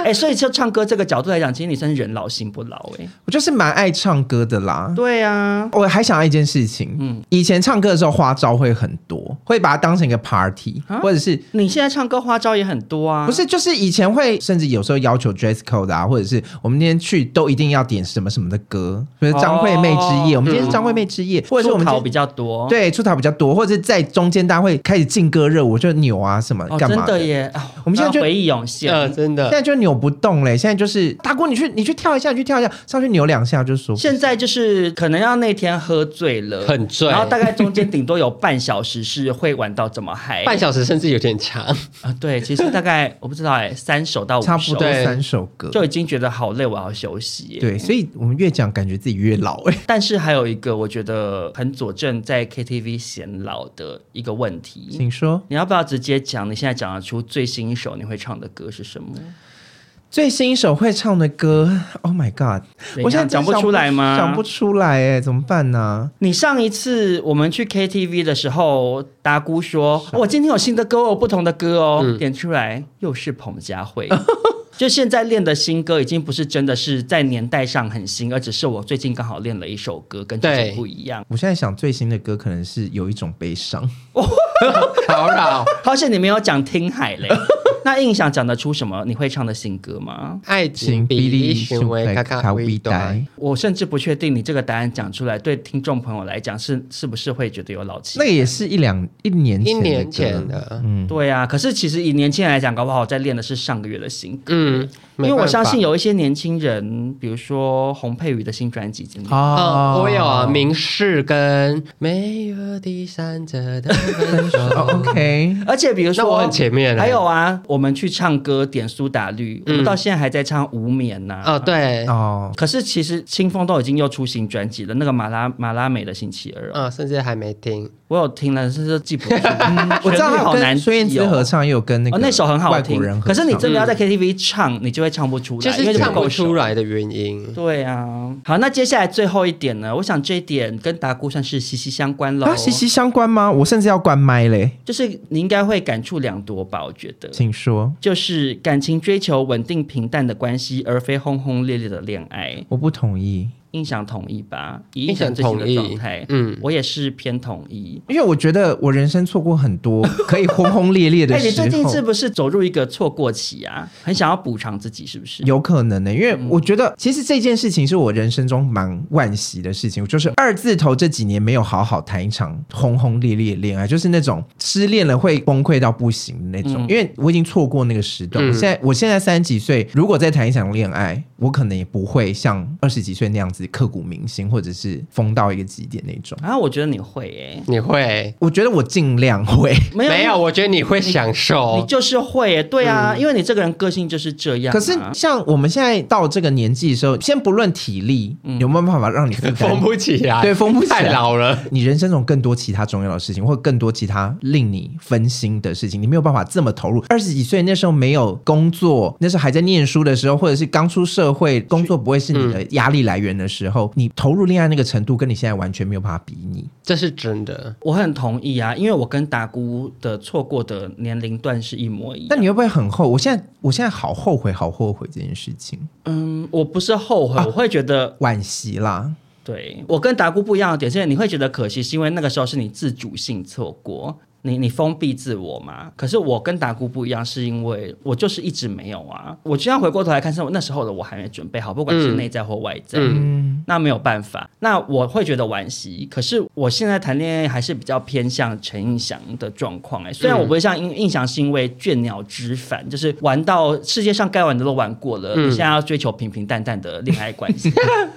[SPEAKER 1] 哎，所以就唱歌这个角度来讲，其实你算是人老心不老哎。
[SPEAKER 3] 我就是蛮爱唱歌的啦。
[SPEAKER 1] 对啊，
[SPEAKER 3] 我还想到一件事情，嗯，以前唱歌的时候花招会很多，会把它当成一个 party，或
[SPEAKER 1] 啊
[SPEAKER 3] 者是
[SPEAKER 1] 你现在唱歌花招也很多啊，
[SPEAKER 3] 不是就是以前会甚至有时候要求 dress code 啊，或者是我们今天去都一定要点什么什么的歌，比如张惠妹之
[SPEAKER 1] 哦
[SPEAKER 3] 夜，我们今天是张惠妹之夜，或者是我们今
[SPEAKER 1] 考
[SPEAKER 3] 天
[SPEAKER 1] 嗯比较多。
[SPEAKER 3] 对出逃比较多，或者是在中间大家会开始劲歌热舞，就扭啊什么
[SPEAKER 1] 哦，
[SPEAKER 3] 干嘛
[SPEAKER 1] 真的耶！啊
[SPEAKER 3] 我们现在就
[SPEAKER 1] 回忆涌现，
[SPEAKER 4] 呃，真
[SPEAKER 3] 现
[SPEAKER 4] 的，
[SPEAKER 3] 在就扭不动嘞，现在就是大姑，你去你去跳一下，你去跳一下，上去扭两下就说
[SPEAKER 1] 现在就是可能要那天喝醉了，
[SPEAKER 4] 很醉
[SPEAKER 1] 然后大概中间顶多有半小时是会玩到这么嗨，
[SPEAKER 4] 半小时甚至有点长。
[SPEAKER 1] 啊，对，其实大概我不知道哎、三首到五
[SPEAKER 3] 差不
[SPEAKER 1] 首
[SPEAKER 3] 多
[SPEAKER 4] 对
[SPEAKER 3] 三首歌。
[SPEAKER 1] 就已经觉得好累，我要休息耶、
[SPEAKER 3] 对，所以我们越讲感觉自己越老哎、
[SPEAKER 1] 但是还有一个我觉得很佐证在 KTV 显老的一个问题。
[SPEAKER 3] 请说
[SPEAKER 1] 你要不要直接讲？你现在讲得出最新一首你会唱的歌是什么？
[SPEAKER 3] 最新一首会唱的歌，Oh my God！
[SPEAKER 1] 怎
[SPEAKER 3] 我现在
[SPEAKER 1] 样
[SPEAKER 3] 真
[SPEAKER 1] 讲
[SPEAKER 3] 的
[SPEAKER 1] 不出来吗？
[SPEAKER 3] 想不出来哎、怎么办呢、
[SPEAKER 1] 你上一次我们去 KTV 的时候，达姑说：“我今天有新的歌哦，不同的歌哦。点出来又是彭佳慧。 就现在练的新歌，已经不是真的是在年代上很新，而只是我最近刚好练了一首歌，跟之前
[SPEAKER 4] 对
[SPEAKER 1] 不一样。
[SPEAKER 3] 我现在想最新的歌可能是有一种悲伤，
[SPEAKER 4] 好扰，
[SPEAKER 1] 好险你没有讲听海嘞， 那印象讲得出什么你会唱的新歌吗？
[SPEAKER 4] 爱情比例行为卡卡微带。
[SPEAKER 1] 我甚至不确定你这个答案讲出来，对听众朋友来讲是是不是会觉得有老气？
[SPEAKER 3] 那个也是一两一年
[SPEAKER 4] 一
[SPEAKER 3] 前的
[SPEAKER 4] 年
[SPEAKER 3] 歌
[SPEAKER 4] 前的，
[SPEAKER 3] 嗯，
[SPEAKER 1] 对啊，可是其实以年轻人来讲，搞不好我在练的是上个月的新歌，
[SPEAKER 4] 嗯，
[SPEAKER 1] 因
[SPEAKER 4] 没
[SPEAKER 1] 为我
[SPEAKER 4] 办法
[SPEAKER 1] 相信有一些年轻人，比如说洪佩瑜的新专辑今天。
[SPEAKER 4] 哦，我有啊，
[SPEAKER 3] 明
[SPEAKER 4] 明示跟没有第三者 的分手。
[SPEAKER 3] 哦 OK，
[SPEAKER 1] 而且比如说，
[SPEAKER 4] 那我很前面欸了
[SPEAKER 1] 还有啊，嗯我们去唱歌点苏打绿，我们到现在还在唱《无眠》呐。
[SPEAKER 4] 哦，对，
[SPEAKER 3] 哦，
[SPEAKER 1] 可是其实清风都已经又出新专辑了，那个马拉马拉美的星期二、哦，
[SPEAKER 4] 嗯，甚至还没听。
[SPEAKER 1] 我有听了，是是记 不住。嗯
[SPEAKER 3] 我知道
[SPEAKER 1] 旋律
[SPEAKER 3] 他
[SPEAKER 1] 好
[SPEAKER 3] 跟
[SPEAKER 1] 难记哦
[SPEAKER 3] 孙燕姿合唱，也有跟那个
[SPEAKER 1] 哦，那首很好
[SPEAKER 3] 外国
[SPEAKER 1] 听
[SPEAKER 3] 人，合
[SPEAKER 1] 可是你
[SPEAKER 3] 唱
[SPEAKER 1] 真的要在 KTV 唱，你就会唱不出来，
[SPEAKER 4] 就
[SPEAKER 1] 因为
[SPEAKER 4] 是唱
[SPEAKER 1] 够
[SPEAKER 4] 不
[SPEAKER 1] 熟
[SPEAKER 4] 出来的原因。
[SPEAKER 1] 对啊，好，那接下来最后一点呢？我想这一点跟达姑算是息息相关喽。
[SPEAKER 3] 啊息息相关吗？我甚至要关麦嘞，
[SPEAKER 1] 就是你应该会感触良多吧？我觉得，
[SPEAKER 3] 请说。
[SPEAKER 1] 就是感情追求稳定平淡的关系，而非轰轰烈烈的恋爱。
[SPEAKER 3] 我不同意，
[SPEAKER 1] 印象同意吧？以
[SPEAKER 4] 印象
[SPEAKER 1] 最新
[SPEAKER 4] 同意
[SPEAKER 1] 的状态，
[SPEAKER 4] 嗯
[SPEAKER 1] 我也是偏同意。
[SPEAKER 3] 因为我觉得我人生错过很多可以轰轰烈烈的
[SPEAKER 1] 哎，
[SPEAKER 3] 时候。
[SPEAKER 1] 你最近是不是走入一个错过期啊？很想要补偿自己，是不是？
[SPEAKER 3] 有可能呢、因为我觉得其实这件事情是我人生中蛮惋惜的事情，就是二字头这几年没有好好谈一场轰轰烈烈的恋爱，就是那种失恋了会崩溃到不行的那种。因为我已经错过那个时段，我现在我现在三十几岁，如果再谈一场恋爱，我可能也不会像二十几岁那样子刻骨铭心，或者是疯到一个极点那种。
[SPEAKER 1] 啊，我觉得你会
[SPEAKER 4] 你会？
[SPEAKER 3] 我觉得我尽量会，
[SPEAKER 1] 哎，没有
[SPEAKER 4] 没有，我觉得你会享
[SPEAKER 1] 你
[SPEAKER 4] 受。
[SPEAKER 1] 就是会耶，对啊，因为你这个人个性就是这样啊、
[SPEAKER 3] 可是像我们现在到这个年纪的时候，先不论体力有没有办法让你负 担
[SPEAKER 4] 疯不起来，
[SPEAKER 3] 对疯不起来
[SPEAKER 4] 太老了。
[SPEAKER 3] 你人生中更多其他重要的事情，或更多其他令你分心的事情，你没有办法这么投入。二十几岁那时候没有工作，那时候还在念书的时候，或者是刚出社会，工作不会是你的
[SPEAKER 1] 嗯
[SPEAKER 3] 压力来源的时候，你投入恋爱那个程度，跟你现在完全没有办法比拟。
[SPEAKER 4] 这是真的。
[SPEAKER 1] 我很同意啊，因为我跟达姑的错过的年龄段是一模一
[SPEAKER 3] 那
[SPEAKER 1] 样。
[SPEAKER 3] 你会不会很后？我现在我现在好后悔，好后悔这件事情，
[SPEAKER 1] 嗯，我不是后悔，我会觉得，
[SPEAKER 3] 惋惜啦。
[SPEAKER 1] 对我跟达姑不一样的点是，你会觉得可惜，是因为那个时候是你自主性错过，你你封闭自我嘛。可是我跟达姑不一样，是因为我就是一直没有啊。我就要回过头来看，是我那时候的我还没准备好，不管是
[SPEAKER 4] 嗯
[SPEAKER 1] 内在或外在。
[SPEAKER 3] 嗯，
[SPEAKER 1] 那没有办法，那我会觉得惋惜。可是我现在谈恋爱还是比较偏向陈映祥的状况
[SPEAKER 3] 嗯
[SPEAKER 1] 哎，虽然我不会像映映祥是因为倦鸟之返，就是玩到世界上该玩的都玩过
[SPEAKER 3] 嗯
[SPEAKER 1] 了，你现在要追求平平淡淡的恋爱关 系。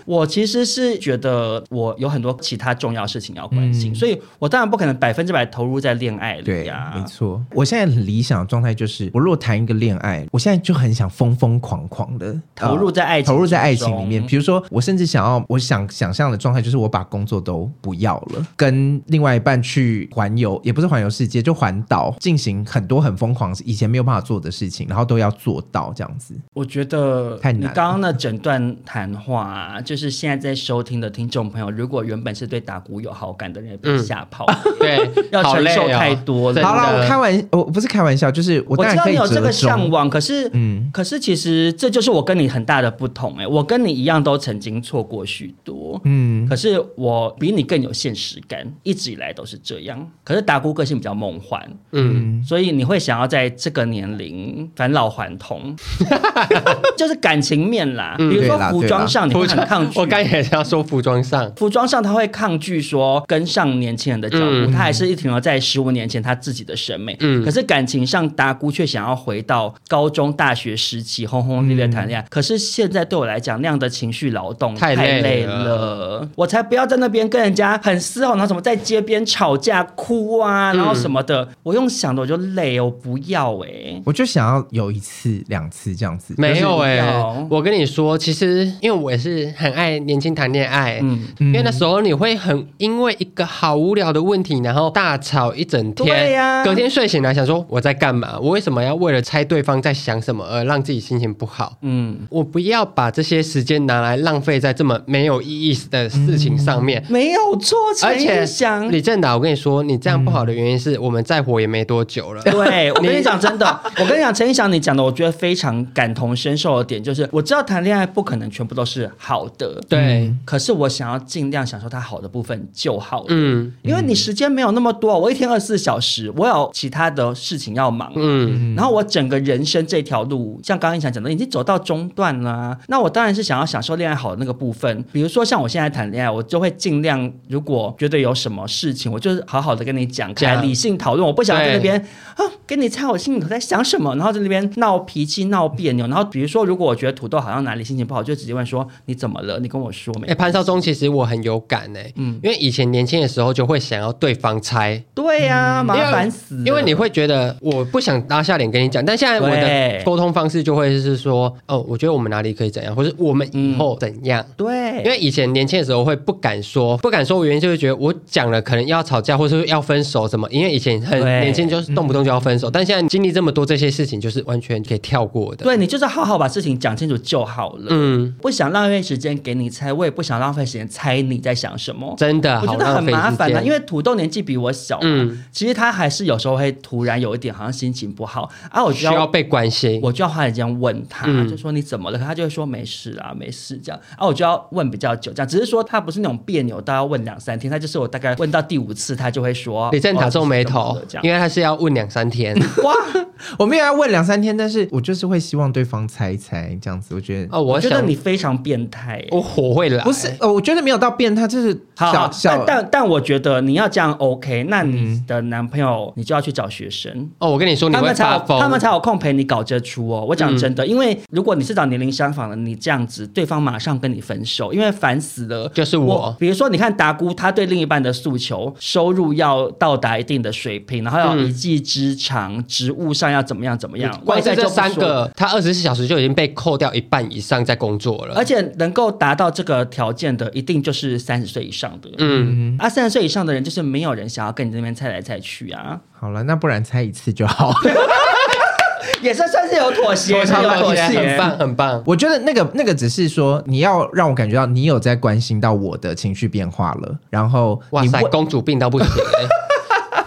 [SPEAKER 1] 我其实是觉得我有很多其他重要事情要关
[SPEAKER 3] 嗯
[SPEAKER 1] 心，所以我当然不可能百分之百投入在恋爱里啊
[SPEAKER 3] 对
[SPEAKER 1] 呀、
[SPEAKER 3] 没错。我现在很理想的状态就是，我若谈一个恋爱，我现在就很想疯疯狂狂的
[SPEAKER 1] 投入在爱情
[SPEAKER 3] 投入在爱
[SPEAKER 1] 之
[SPEAKER 3] 情里面。
[SPEAKER 1] 中
[SPEAKER 3] 比如说，我甚至想要，我想想象的状态就是我把工作都不要了，跟另外一半去环游，也不是环游世界，就环岛，进行很多很疯狂、以前没有办法做的事情，然后都要做到这样子。
[SPEAKER 1] 我觉得
[SPEAKER 3] 太难
[SPEAKER 1] 你
[SPEAKER 3] 了
[SPEAKER 1] 刚刚那整段谈话、啊，就是现在在收听的听众朋友，如果原本是对打鼓有好感的人，
[SPEAKER 3] 嗯
[SPEAKER 1] 被吓 跑。，
[SPEAKER 4] 对
[SPEAKER 1] 要
[SPEAKER 4] 好
[SPEAKER 1] 承
[SPEAKER 4] 累
[SPEAKER 1] 受
[SPEAKER 4] 哦
[SPEAKER 1] 太多了
[SPEAKER 4] 真的
[SPEAKER 3] 好啦，我开玩，我不是开玩笑，就是我
[SPEAKER 1] 我知
[SPEAKER 3] 当然
[SPEAKER 1] 道
[SPEAKER 3] 可
[SPEAKER 1] 你
[SPEAKER 3] 以
[SPEAKER 1] 有这
[SPEAKER 3] 折
[SPEAKER 1] 个向
[SPEAKER 3] 中。
[SPEAKER 1] 往，可是，
[SPEAKER 3] 嗯
[SPEAKER 1] 可是其实这就是我跟你很大的不同哎、我跟你一样都曾经错过许多，
[SPEAKER 3] 嗯，
[SPEAKER 1] 可是我比你更有现实感，一直以来都是这样。可是达姑个性比较梦幻，
[SPEAKER 4] 嗯，
[SPEAKER 1] 所以你会想要在这个年龄返老还童， 就是感情面啦。比如
[SPEAKER 3] 对
[SPEAKER 1] 说
[SPEAKER 3] 啦
[SPEAKER 1] 服
[SPEAKER 3] 对
[SPEAKER 1] 装
[SPEAKER 3] 啦
[SPEAKER 1] 上你会
[SPEAKER 4] 服
[SPEAKER 1] 很抗
[SPEAKER 4] 装，
[SPEAKER 1] 拒，
[SPEAKER 4] 嗯我刚也是要说服装上，
[SPEAKER 1] 服装上他会抗拒说跟上年轻人的脚步，
[SPEAKER 4] 嗯
[SPEAKER 1] 他还是一停留在十五年前他自己的审美。可是感情上，达姑却想要回到高中、大学时期轰轰烈烈谈恋爱。可是现在对我来讲，那样的情绪劳动
[SPEAKER 4] 嗯太
[SPEAKER 1] 累
[SPEAKER 4] 累
[SPEAKER 1] 了我才不要在那边跟人家很嘶吼，然后什么在街边吵架、哭
[SPEAKER 4] 嗯
[SPEAKER 1] 啊，然后什么的。我用想的我就累，我不要哎、
[SPEAKER 3] 我就想要有一次、两次这样子。
[SPEAKER 4] 没有哎、
[SPEAKER 1] 要
[SPEAKER 4] 我跟你说，其实因为我也是很爱年轻谈恋爱，
[SPEAKER 1] 嗯
[SPEAKER 4] 因为那时候你会很因为一个好无聊的问题，然后大吵一整天，
[SPEAKER 1] 对呀
[SPEAKER 4] 隔天睡醒来想说我在干嘛，我为什么要为了猜对方在想什么而让自己心情不好？
[SPEAKER 1] 嗯，
[SPEAKER 4] 我不要把这些时间拿来浪费在这么没有意义的事情上面。
[SPEAKER 1] 没有错，
[SPEAKER 4] 而且
[SPEAKER 1] 嗯陈想。
[SPEAKER 4] 李正达，我跟你说，你这样不好的原因是我们再活也没多久了。
[SPEAKER 1] 对，我跟你讲真的，我跟你 讲，陈意翔，你讲的我觉得非常感同身受的点就是，我知道谈恋爱不可能全部都是好的，
[SPEAKER 4] 对，
[SPEAKER 1] 可是我想要尽量享受它好的部分就好了。
[SPEAKER 4] 嗯，
[SPEAKER 1] 因为你时间没有那么多，我一天二十四小时，我有其他的事情要忙，
[SPEAKER 4] 嗯，
[SPEAKER 1] 然后我整个人生这条路，像刚刚你想讲的，已经走到中段啦、那我当然是想要享受恋爱好的那个部分。比如说像我现在谈恋爱，我就会尽量，如果觉得有什么事情，我就是好好的跟你讲开，
[SPEAKER 4] 讲
[SPEAKER 1] 理性讨论。我不想要在那边啊，跟你猜我心里头在想什么，然后在那边啊闹脾气、闹别扭。然后比如说，如果我觉得土豆好像哪里心情不好，就直接问说你怎么了？你跟我说没？
[SPEAKER 4] 哎、潘少忠，其实我很有感哎、
[SPEAKER 1] 嗯
[SPEAKER 4] 因为以前年轻的时候就会想要对方猜，
[SPEAKER 1] 对呀、麻烦死了
[SPEAKER 4] 嗯因为你会觉得我不想拉下脸跟你讲，但现在我的
[SPEAKER 1] 对
[SPEAKER 4] 沟通方式就会是说，哦，我觉得我们哪里可以怎样，或是我们以后怎样。
[SPEAKER 1] 嗯对，
[SPEAKER 4] 因为以前年轻的时候会不敢说，不敢说，我原因就是觉得我讲了可能要吵架，或是要分手什么。因为以前很
[SPEAKER 1] 对嗯
[SPEAKER 4] 年轻，就是动不动就要分手，但现在经历这么多这些事情，就是完全可以跳过的。
[SPEAKER 1] 对你就是好好把事情讲清楚就好了。
[SPEAKER 4] 嗯，
[SPEAKER 1] 不想浪费时间给你猜，我也不想浪费时间猜你在想什么。
[SPEAKER 4] 真的
[SPEAKER 1] 我觉
[SPEAKER 4] 好
[SPEAKER 1] 得
[SPEAKER 4] 浪
[SPEAKER 1] 很
[SPEAKER 4] 费
[SPEAKER 1] 麻
[SPEAKER 4] 时
[SPEAKER 1] 烦啊，
[SPEAKER 4] 间。
[SPEAKER 1] 因为土豆年纪比我小嘛，
[SPEAKER 4] 嗯
[SPEAKER 1] 其实他还是有时候会突然有一点好像心情不好啊，我
[SPEAKER 4] 需
[SPEAKER 1] 就
[SPEAKER 4] 要
[SPEAKER 1] 要
[SPEAKER 4] 被关心。
[SPEAKER 1] 我就要花时间问他，
[SPEAKER 4] 嗯
[SPEAKER 1] 就说你怎么了？可他就会说没事啊，没事这样啊，我就要问比较久这样，只是说他不是那种别扭到要问两三天，他就是我大概问到第五次，他就会说
[SPEAKER 4] 李正
[SPEAKER 1] 哦
[SPEAKER 4] 塔皱眉头
[SPEAKER 1] 就是这，样嗯
[SPEAKER 4] 因为他是要问两三天。
[SPEAKER 1] 哇，
[SPEAKER 3] 我没有要问两三天，但是我就是会希望对方猜一猜这样子。我觉得
[SPEAKER 4] 哦，我
[SPEAKER 1] 我觉得
[SPEAKER 4] 想
[SPEAKER 1] 你非常变态耶、
[SPEAKER 4] 我火会来，
[SPEAKER 3] 不是，呃，我觉得没有到变态，就是
[SPEAKER 1] 哎好
[SPEAKER 3] 小
[SPEAKER 1] 好，
[SPEAKER 3] 小
[SPEAKER 1] 但但但我觉得你要这样 OK，那
[SPEAKER 4] 嗯
[SPEAKER 1] 你的男朋友你就要去找学生，
[SPEAKER 4] 哦，我跟你说你
[SPEAKER 1] 他
[SPEAKER 4] 会
[SPEAKER 1] 们才
[SPEAKER 4] 发
[SPEAKER 1] 有
[SPEAKER 4] 疯，嗯
[SPEAKER 1] 他们才有空陪你搞这出哦。我讲真的，因为如果你是找年龄相仿的，你这样子，对方马上跟你分手，因为烦死了。
[SPEAKER 4] 就是我
[SPEAKER 1] 比如说你看达姑，她对另一半的诉求，收入要到达一定的水平，然后要一技之长，职务上要怎么样怎么样，
[SPEAKER 4] 光是
[SPEAKER 1] 外在
[SPEAKER 4] 嗯这
[SPEAKER 1] 就不说
[SPEAKER 4] 三个，他二十四小时就已经被扣掉一半以上在工作了。
[SPEAKER 1] 而且能够达到这个条件的，一定就是三十岁以上的。
[SPEAKER 4] 嗯，
[SPEAKER 1] 啊，三十岁以上的人，就是没有人想要跟你这边猜来猜去啊，
[SPEAKER 3] 好了，那不然猜一次就好。
[SPEAKER 1] 也是算是有妥协，
[SPEAKER 3] 妥协
[SPEAKER 1] 是有
[SPEAKER 3] 妥协
[SPEAKER 4] 很棒，很棒。
[SPEAKER 3] 我觉得那个那个只是说，你要让我感觉到你有在关心到我的情绪变化了，然后
[SPEAKER 4] 哇
[SPEAKER 3] 你
[SPEAKER 4] 塞，
[SPEAKER 3] 问
[SPEAKER 4] 公主病到不行。欸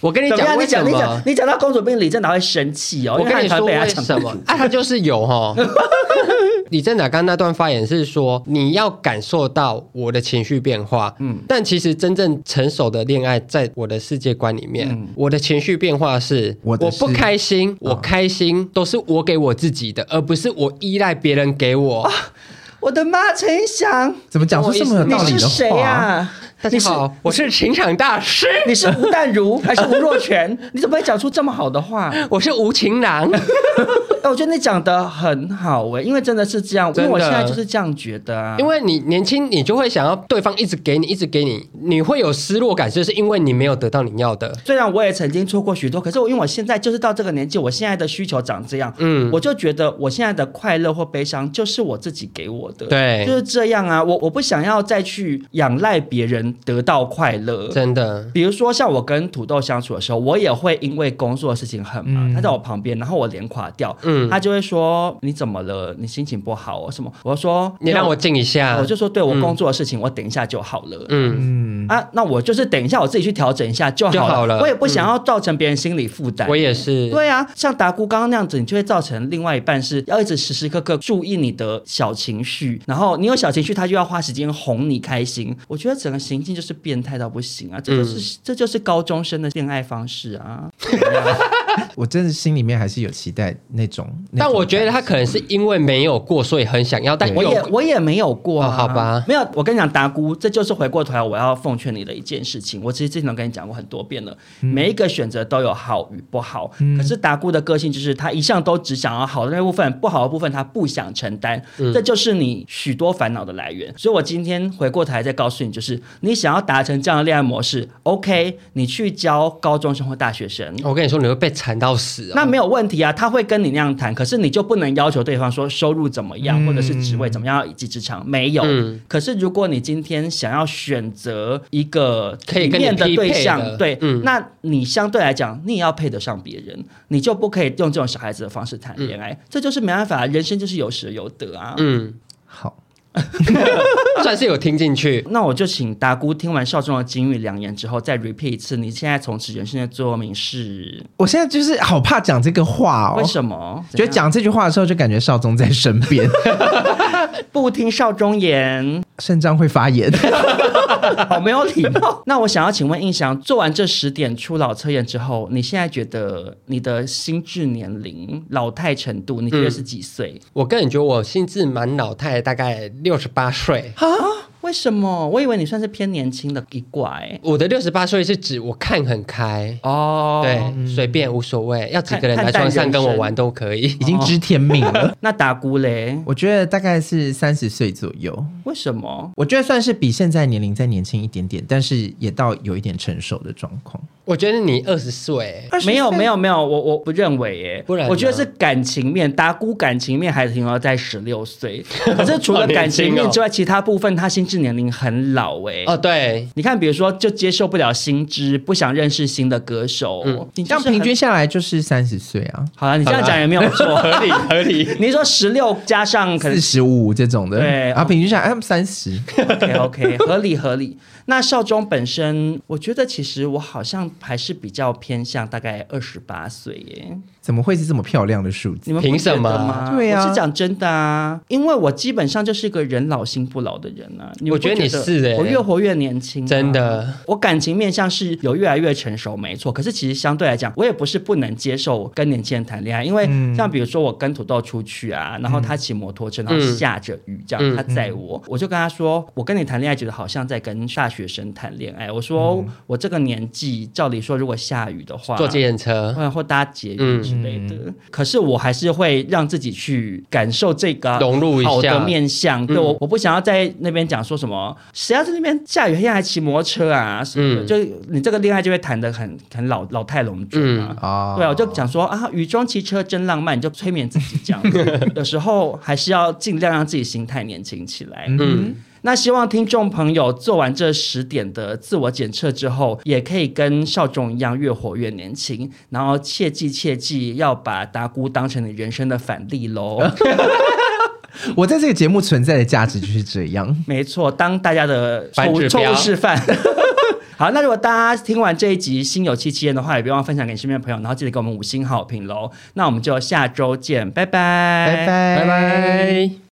[SPEAKER 4] 我跟你
[SPEAKER 1] 怎么
[SPEAKER 4] 讲
[SPEAKER 1] 样？
[SPEAKER 4] 为
[SPEAKER 1] 你
[SPEAKER 4] 什
[SPEAKER 1] 讲，你
[SPEAKER 4] 么
[SPEAKER 1] 讲，？你讲到公主病，李正达会生气哦。
[SPEAKER 4] 我
[SPEAKER 1] 因
[SPEAKER 4] 跟你
[SPEAKER 1] 他很
[SPEAKER 4] 说
[SPEAKER 1] 被
[SPEAKER 4] 为
[SPEAKER 1] 他抢
[SPEAKER 4] 什么？ 啊，他就是有 哈。李正达刚刚那段发言是说，你要感受到我的情绪变化，嗯，但其实真正成熟的恋爱，在我的世界观里面，我的情绪变化嗯是啊
[SPEAKER 3] 我的
[SPEAKER 4] 不
[SPEAKER 3] 是
[SPEAKER 4] 开心，我开心都是我给我自己的，而不是我依赖别人给我。
[SPEAKER 1] 我的妈，陈翔，
[SPEAKER 3] 怎么讲出这么有
[SPEAKER 1] 你
[SPEAKER 3] 道
[SPEAKER 1] 是
[SPEAKER 3] 理的
[SPEAKER 1] 谁
[SPEAKER 3] 话？
[SPEAKER 1] 啊？
[SPEAKER 4] 大家
[SPEAKER 1] 你是
[SPEAKER 4] 好，我是情场大 师，
[SPEAKER 1] 你是吴淡如还是吴若权？ 你怎么会讲出这么好的话？哎、
[SPEAKER 4] 我是无情 郎。
[SPEAKER 1] 我觉得你讲的很好哎、因为真的是这样，因为我
[SPEAKER 4] 真
[SPEAKER 1] 现
[SPEAKER 4] 的
[SPEAKER 1] 在就是这样觉得啊。
[SPEAKER 4] 因为你年轻，你就会想要对方一直给你，一直给你，你会有失落感，就是因为你没有得到你要的。
[SPEAKER 1] 虽然我也曾经错过许多，可是我因为我现在就是到这个年纪，我现在的需求长这样，嗯，
[SPEAKER 4] 嗯
[SPEAKER 1] 我就觉得我现在的快乐或悲伤就是我自己给我的，
[SPEAKER 4] 对
[SPEAKER 1] 就是这样啊。我我不想要再去仰赖别人得到快乐，
[SPEAKER 4] 真的，
[SPEAKER 1] 比如说，像我跟土豆相处的时候，我也会因为工作的事情很忙，他在我旁边，然后我脸垮掉，
[SPEAKER 4] 嗯
[SPEAKER 1] 他就会说你怎么了？你心情不好哦什么？我就说
[SPEAKER 4] 你让我，嗯静一
[SPEAKER 1] 没
[SPEAKER 4] 下，
[SPEAKER 1] 有我就说对我工作的事情，我等一下就好了。
[SPEAKER 4] 嗯，
[SPEAKER 3] 嗯，
[SPEAKER 1] 啊，那我就是等一下我自己去调整一下就好了，
[SPEAKER 4] 就好了嗯
[SPEAKER 1] 我也不想要造成别人心理负担。
[SPEAKER 4] 我也是，
[SPEAKER 1] 嗯对啊，像达姑刚刚那样子，你就会造成另外一半是要一直时时刻刻注意你的小情绪，然后你有小情绪，他就要花时间哄你开心。我觉得整个行径就是变态到不行啊！这就是、
[SPEAKER 4] 嗯
[SPEAKER 1] 这就是高中生的恋爱方式啊！
[SPEAKER 3] 我真的心里面还是有期待那种。那
[SPEAKER 4] 但
[SPEAKER 3] 种
[SPEAKER 4] 我觉得
[SPEAKER 3] 感
[SPEAKER 4] 他可能是因为没有过，所以很想要，但
[SPEAKER 1] 我也
[SPEAKER 4] 有
[SPEAKER 1] 我也没有过、啊
[SPEAKER 4] 哦好吧
[SPEAKER 1] 没有。我跟你讲，达姑，这就是回过头来我要奉劝你的一件事情。我其实之前都跟你讲过很多遍了，每一个选择都有好与不好。可是达姑的个性就是她一向都只想要好的那部分，不好的部分她不想承担，
[SPEAKER 4] 嗯
[SPEAKER 1] 这就是你许多烦恼的来源。所以我今天回过头来再告诉你，就是你想要达成这样的恋爱模式，OK，你去教高中生或大学生。
[SPEAKER 4] 我跟你说，你会被缠到死、哦。
[SPEAKER 1] 那没有问题啊，他会跟你那样谈，可是你就不能要求对方说收入怎么样，或者是职位怎么样，一技之长没有。
[SPEAKER 4] 嗯
[SPEAKER 1] 可是如果你今天想要选择一个
[SPEAKER 4] 可以
[SPEAKER 1] 体
[SPEAKER 4] 跟你
[SPEAKER 1] 面的
[SPEAKER 4] 匹配
[SPEAKER 1] 对
[SPEAKER 4] 的
[SPEAKER 1] 象，对，
[SPEAKER 4] 嗯
[SPEAKER 1] 那你相对来讲，你也要配得上别人，你就不可以用这种小孩子的方式谈恋爱，这就是没办法，人生就是有舍有得啊。
[SPEAKER 4] 嗯，
[SPEAKER 3] 好，
[SPEAKER 4] 算是有听进去。
[SPEAKER 1] 那我就请达姑听完少中的金玉良言之后，再 repeat 一次。你现在从此人生的座右铭是、
[SPEAKER 3] 我现在就是好怕讲这个话哦
[SPEAKER 1] 为。什么？怎
[SPEAKER 3] 觉得
[SPEAKER 1] 样
[SPEAKER 3] 讲这句话的时候，就感觉少宗在身边。
[SPEAKER 1] 不听少中言，
[SPEAKER 3] 肾脏会发炎。
[SPEAKER 1] 哦 好没有礼貌。那我想要请问印翔，做完这十点初老测验之后，你现在觉得你的心智年龄、老态程度，你觉得是几岁？
[SPEAKER 4] 我个人觉得我心智蛮老态，大概六十八岁。
[SPEAKER 1] 啊？为什么？我以为你算是偏年轻的一挂欸
[SPEAKER 4] 我的六十八岁是指我看很开，
[SPEAKER 1] 哦，
[SPEAKER 4] 对，随便无所谓，要几个人
[SPEAKER 1] 看
[SPEAKER 4] 来
[SPEAKER 1] 看淡
[SPEAKER 4] 床上跟
[SPEAKER 1] 人
[SPEAKER 4] 我
[SPEAKER 1] 生
[SPEAKER 4] 玩都可以。
[SPEAKER 3] 已经知天命了。
[SPEAKER 1] 那打鼓嘞？
[SPEAKER 3] 我觉得大概是三十岁左右，
[SPEAKER 1] 为什么？
[SPEAKER 3] 我觉得算是比现在年龄再年轻一点点，但是也到有一点成熟的状况。
[SPEAKER 4] 我觉得你二十岁，
[SPEAKER 1] 没有没有没有，我我不认为耶，
[SPEAKER 4] 不然呢
[SPEAKER 1] 我觉得是感情面，达姑感情面还停留在十六 岁，可是除
[SPEAKER 4] 好
[SPEAKER 1] 了
[SPEAKER 4] 年
[SPEAKER 1] 感情
[SPEAKER 4] 轻
[SPEAKER 1] 面
[SPEAKER 4] 哦
[SPEAKER 1] 之外，其他部分他心智年龄很老哎。
[SPEAKER 4] 哦，对，
[SPEAKER 1] 你看，比如说，就接受不了新知，不想认识新的歌手，
[SPEAKER 4] 嗯
[SPEAKER 1] 你
[SPEAKER 3] 这
[SPEAKER 1] 就
[SPEAKER 3] 样
[SPEAKER 1] 是很
[SPEAKER 3] 平均下来就是三十岁啊，
[SPEAKER 1] 好了，你这样讲也没有 错，合理合理。你说十六加上可能
[SPEAKER 3] 四十五这种的，
[SPEAKER 1] 对哦
[SPEAKER 3] 然后平均下来哎三十。
[SPEAKER 1] OK OK，合理合理。那少中本身，我觉得其实我好像还是比较偏向大概二十八岁耶。
[SPEAKER 3] 怎么会是这么漂亮的数字？
[SPEAKER 1] 你们不觉
[SPEAKER 4] 凭什么
[SPEAKER 1] 得吗？
[SPEAKER 3] 对啊
[SPEAKER 1] 我是讲真的啊，因为我基本上就是一个人老心不老的人啊。你们
[SPEAKER 4] 我觉得
[SPEAKER 1] 不
[SPEAKER 4] 你是耶
[SPEAKER 1] 我越活越年轻、啊
[SPEAKER 4] 真。的，
[SPEAKER 1] 我感情面向是有越来越成熟，没错。可是其实相对来讲，我也不是不能接受跟年轻人谈恋爱，因为
[SPEAKER 4] 嗯
[SPEAKER 1] 像比如说我跟土豆出去啊，然后他骑摩托车，然后下着雨这样，
[SPEAKER 4] 嗯
[SPEAKER 1] 他载我，我就跟他说，我跟你谈恋爱觉得好像在跟大学生谈恋爱。我说我这个年纪，照理说如果下雨的话，
[SPEAKER 4] 嗯坐嗯计程车
[SPEAKER 1] 或或搭捷运之类的，可是我还是会让自己去感受这个
[SPEAKER 4] 融入一下嗯
[SPEAKER 1] 好的面相。对我，我不想要在那边讲说什么，谁要在那边下雨天还骑摩托车啊什么的，
[SPEAKER 4] 嗯
[SPEAKER 1] 就你这个恋爱就会谈得很很老老态龙钟
[SPEAKER 4] 嗯
[SPEAKER 1] 啊。
[SPEAKER 3] 啊
[SPEAKER 1] 对啊，我就讲说啊，雨中骑车真浪漫，你就催眠自己这样 子。有时候还是要尽量让自己心态年轻起来。嗯，那希望听众朋友做完这十点的自我检测之后，也可以跟少仲一样越活越年轻，然后切记切记要把达姑当成你人生的反例 喽。。
[SPEAKER 3] 我在这个节目存在的价值就是这样
[SPEAKER 1] 没错，当大家的错
[SPEAKER 4] 反
[SPEAKER 1] 误
[SPEAKER 4] 指
[SPEAKER 1] 错
[SPEAKER 4] 标
[SPEAKER 1] 误示范。 好，那如果大家听完这一集心有戚戚焉的话，也别忘了分享给身边的朋友，然后记得给我们五星好评喽。那我们就下周见，拜拜，
[SPEAKER 3] 拜
[SPEAKER 4] 拜
[SPEAKER 3] 拜
[SPEAKER 4] 拜。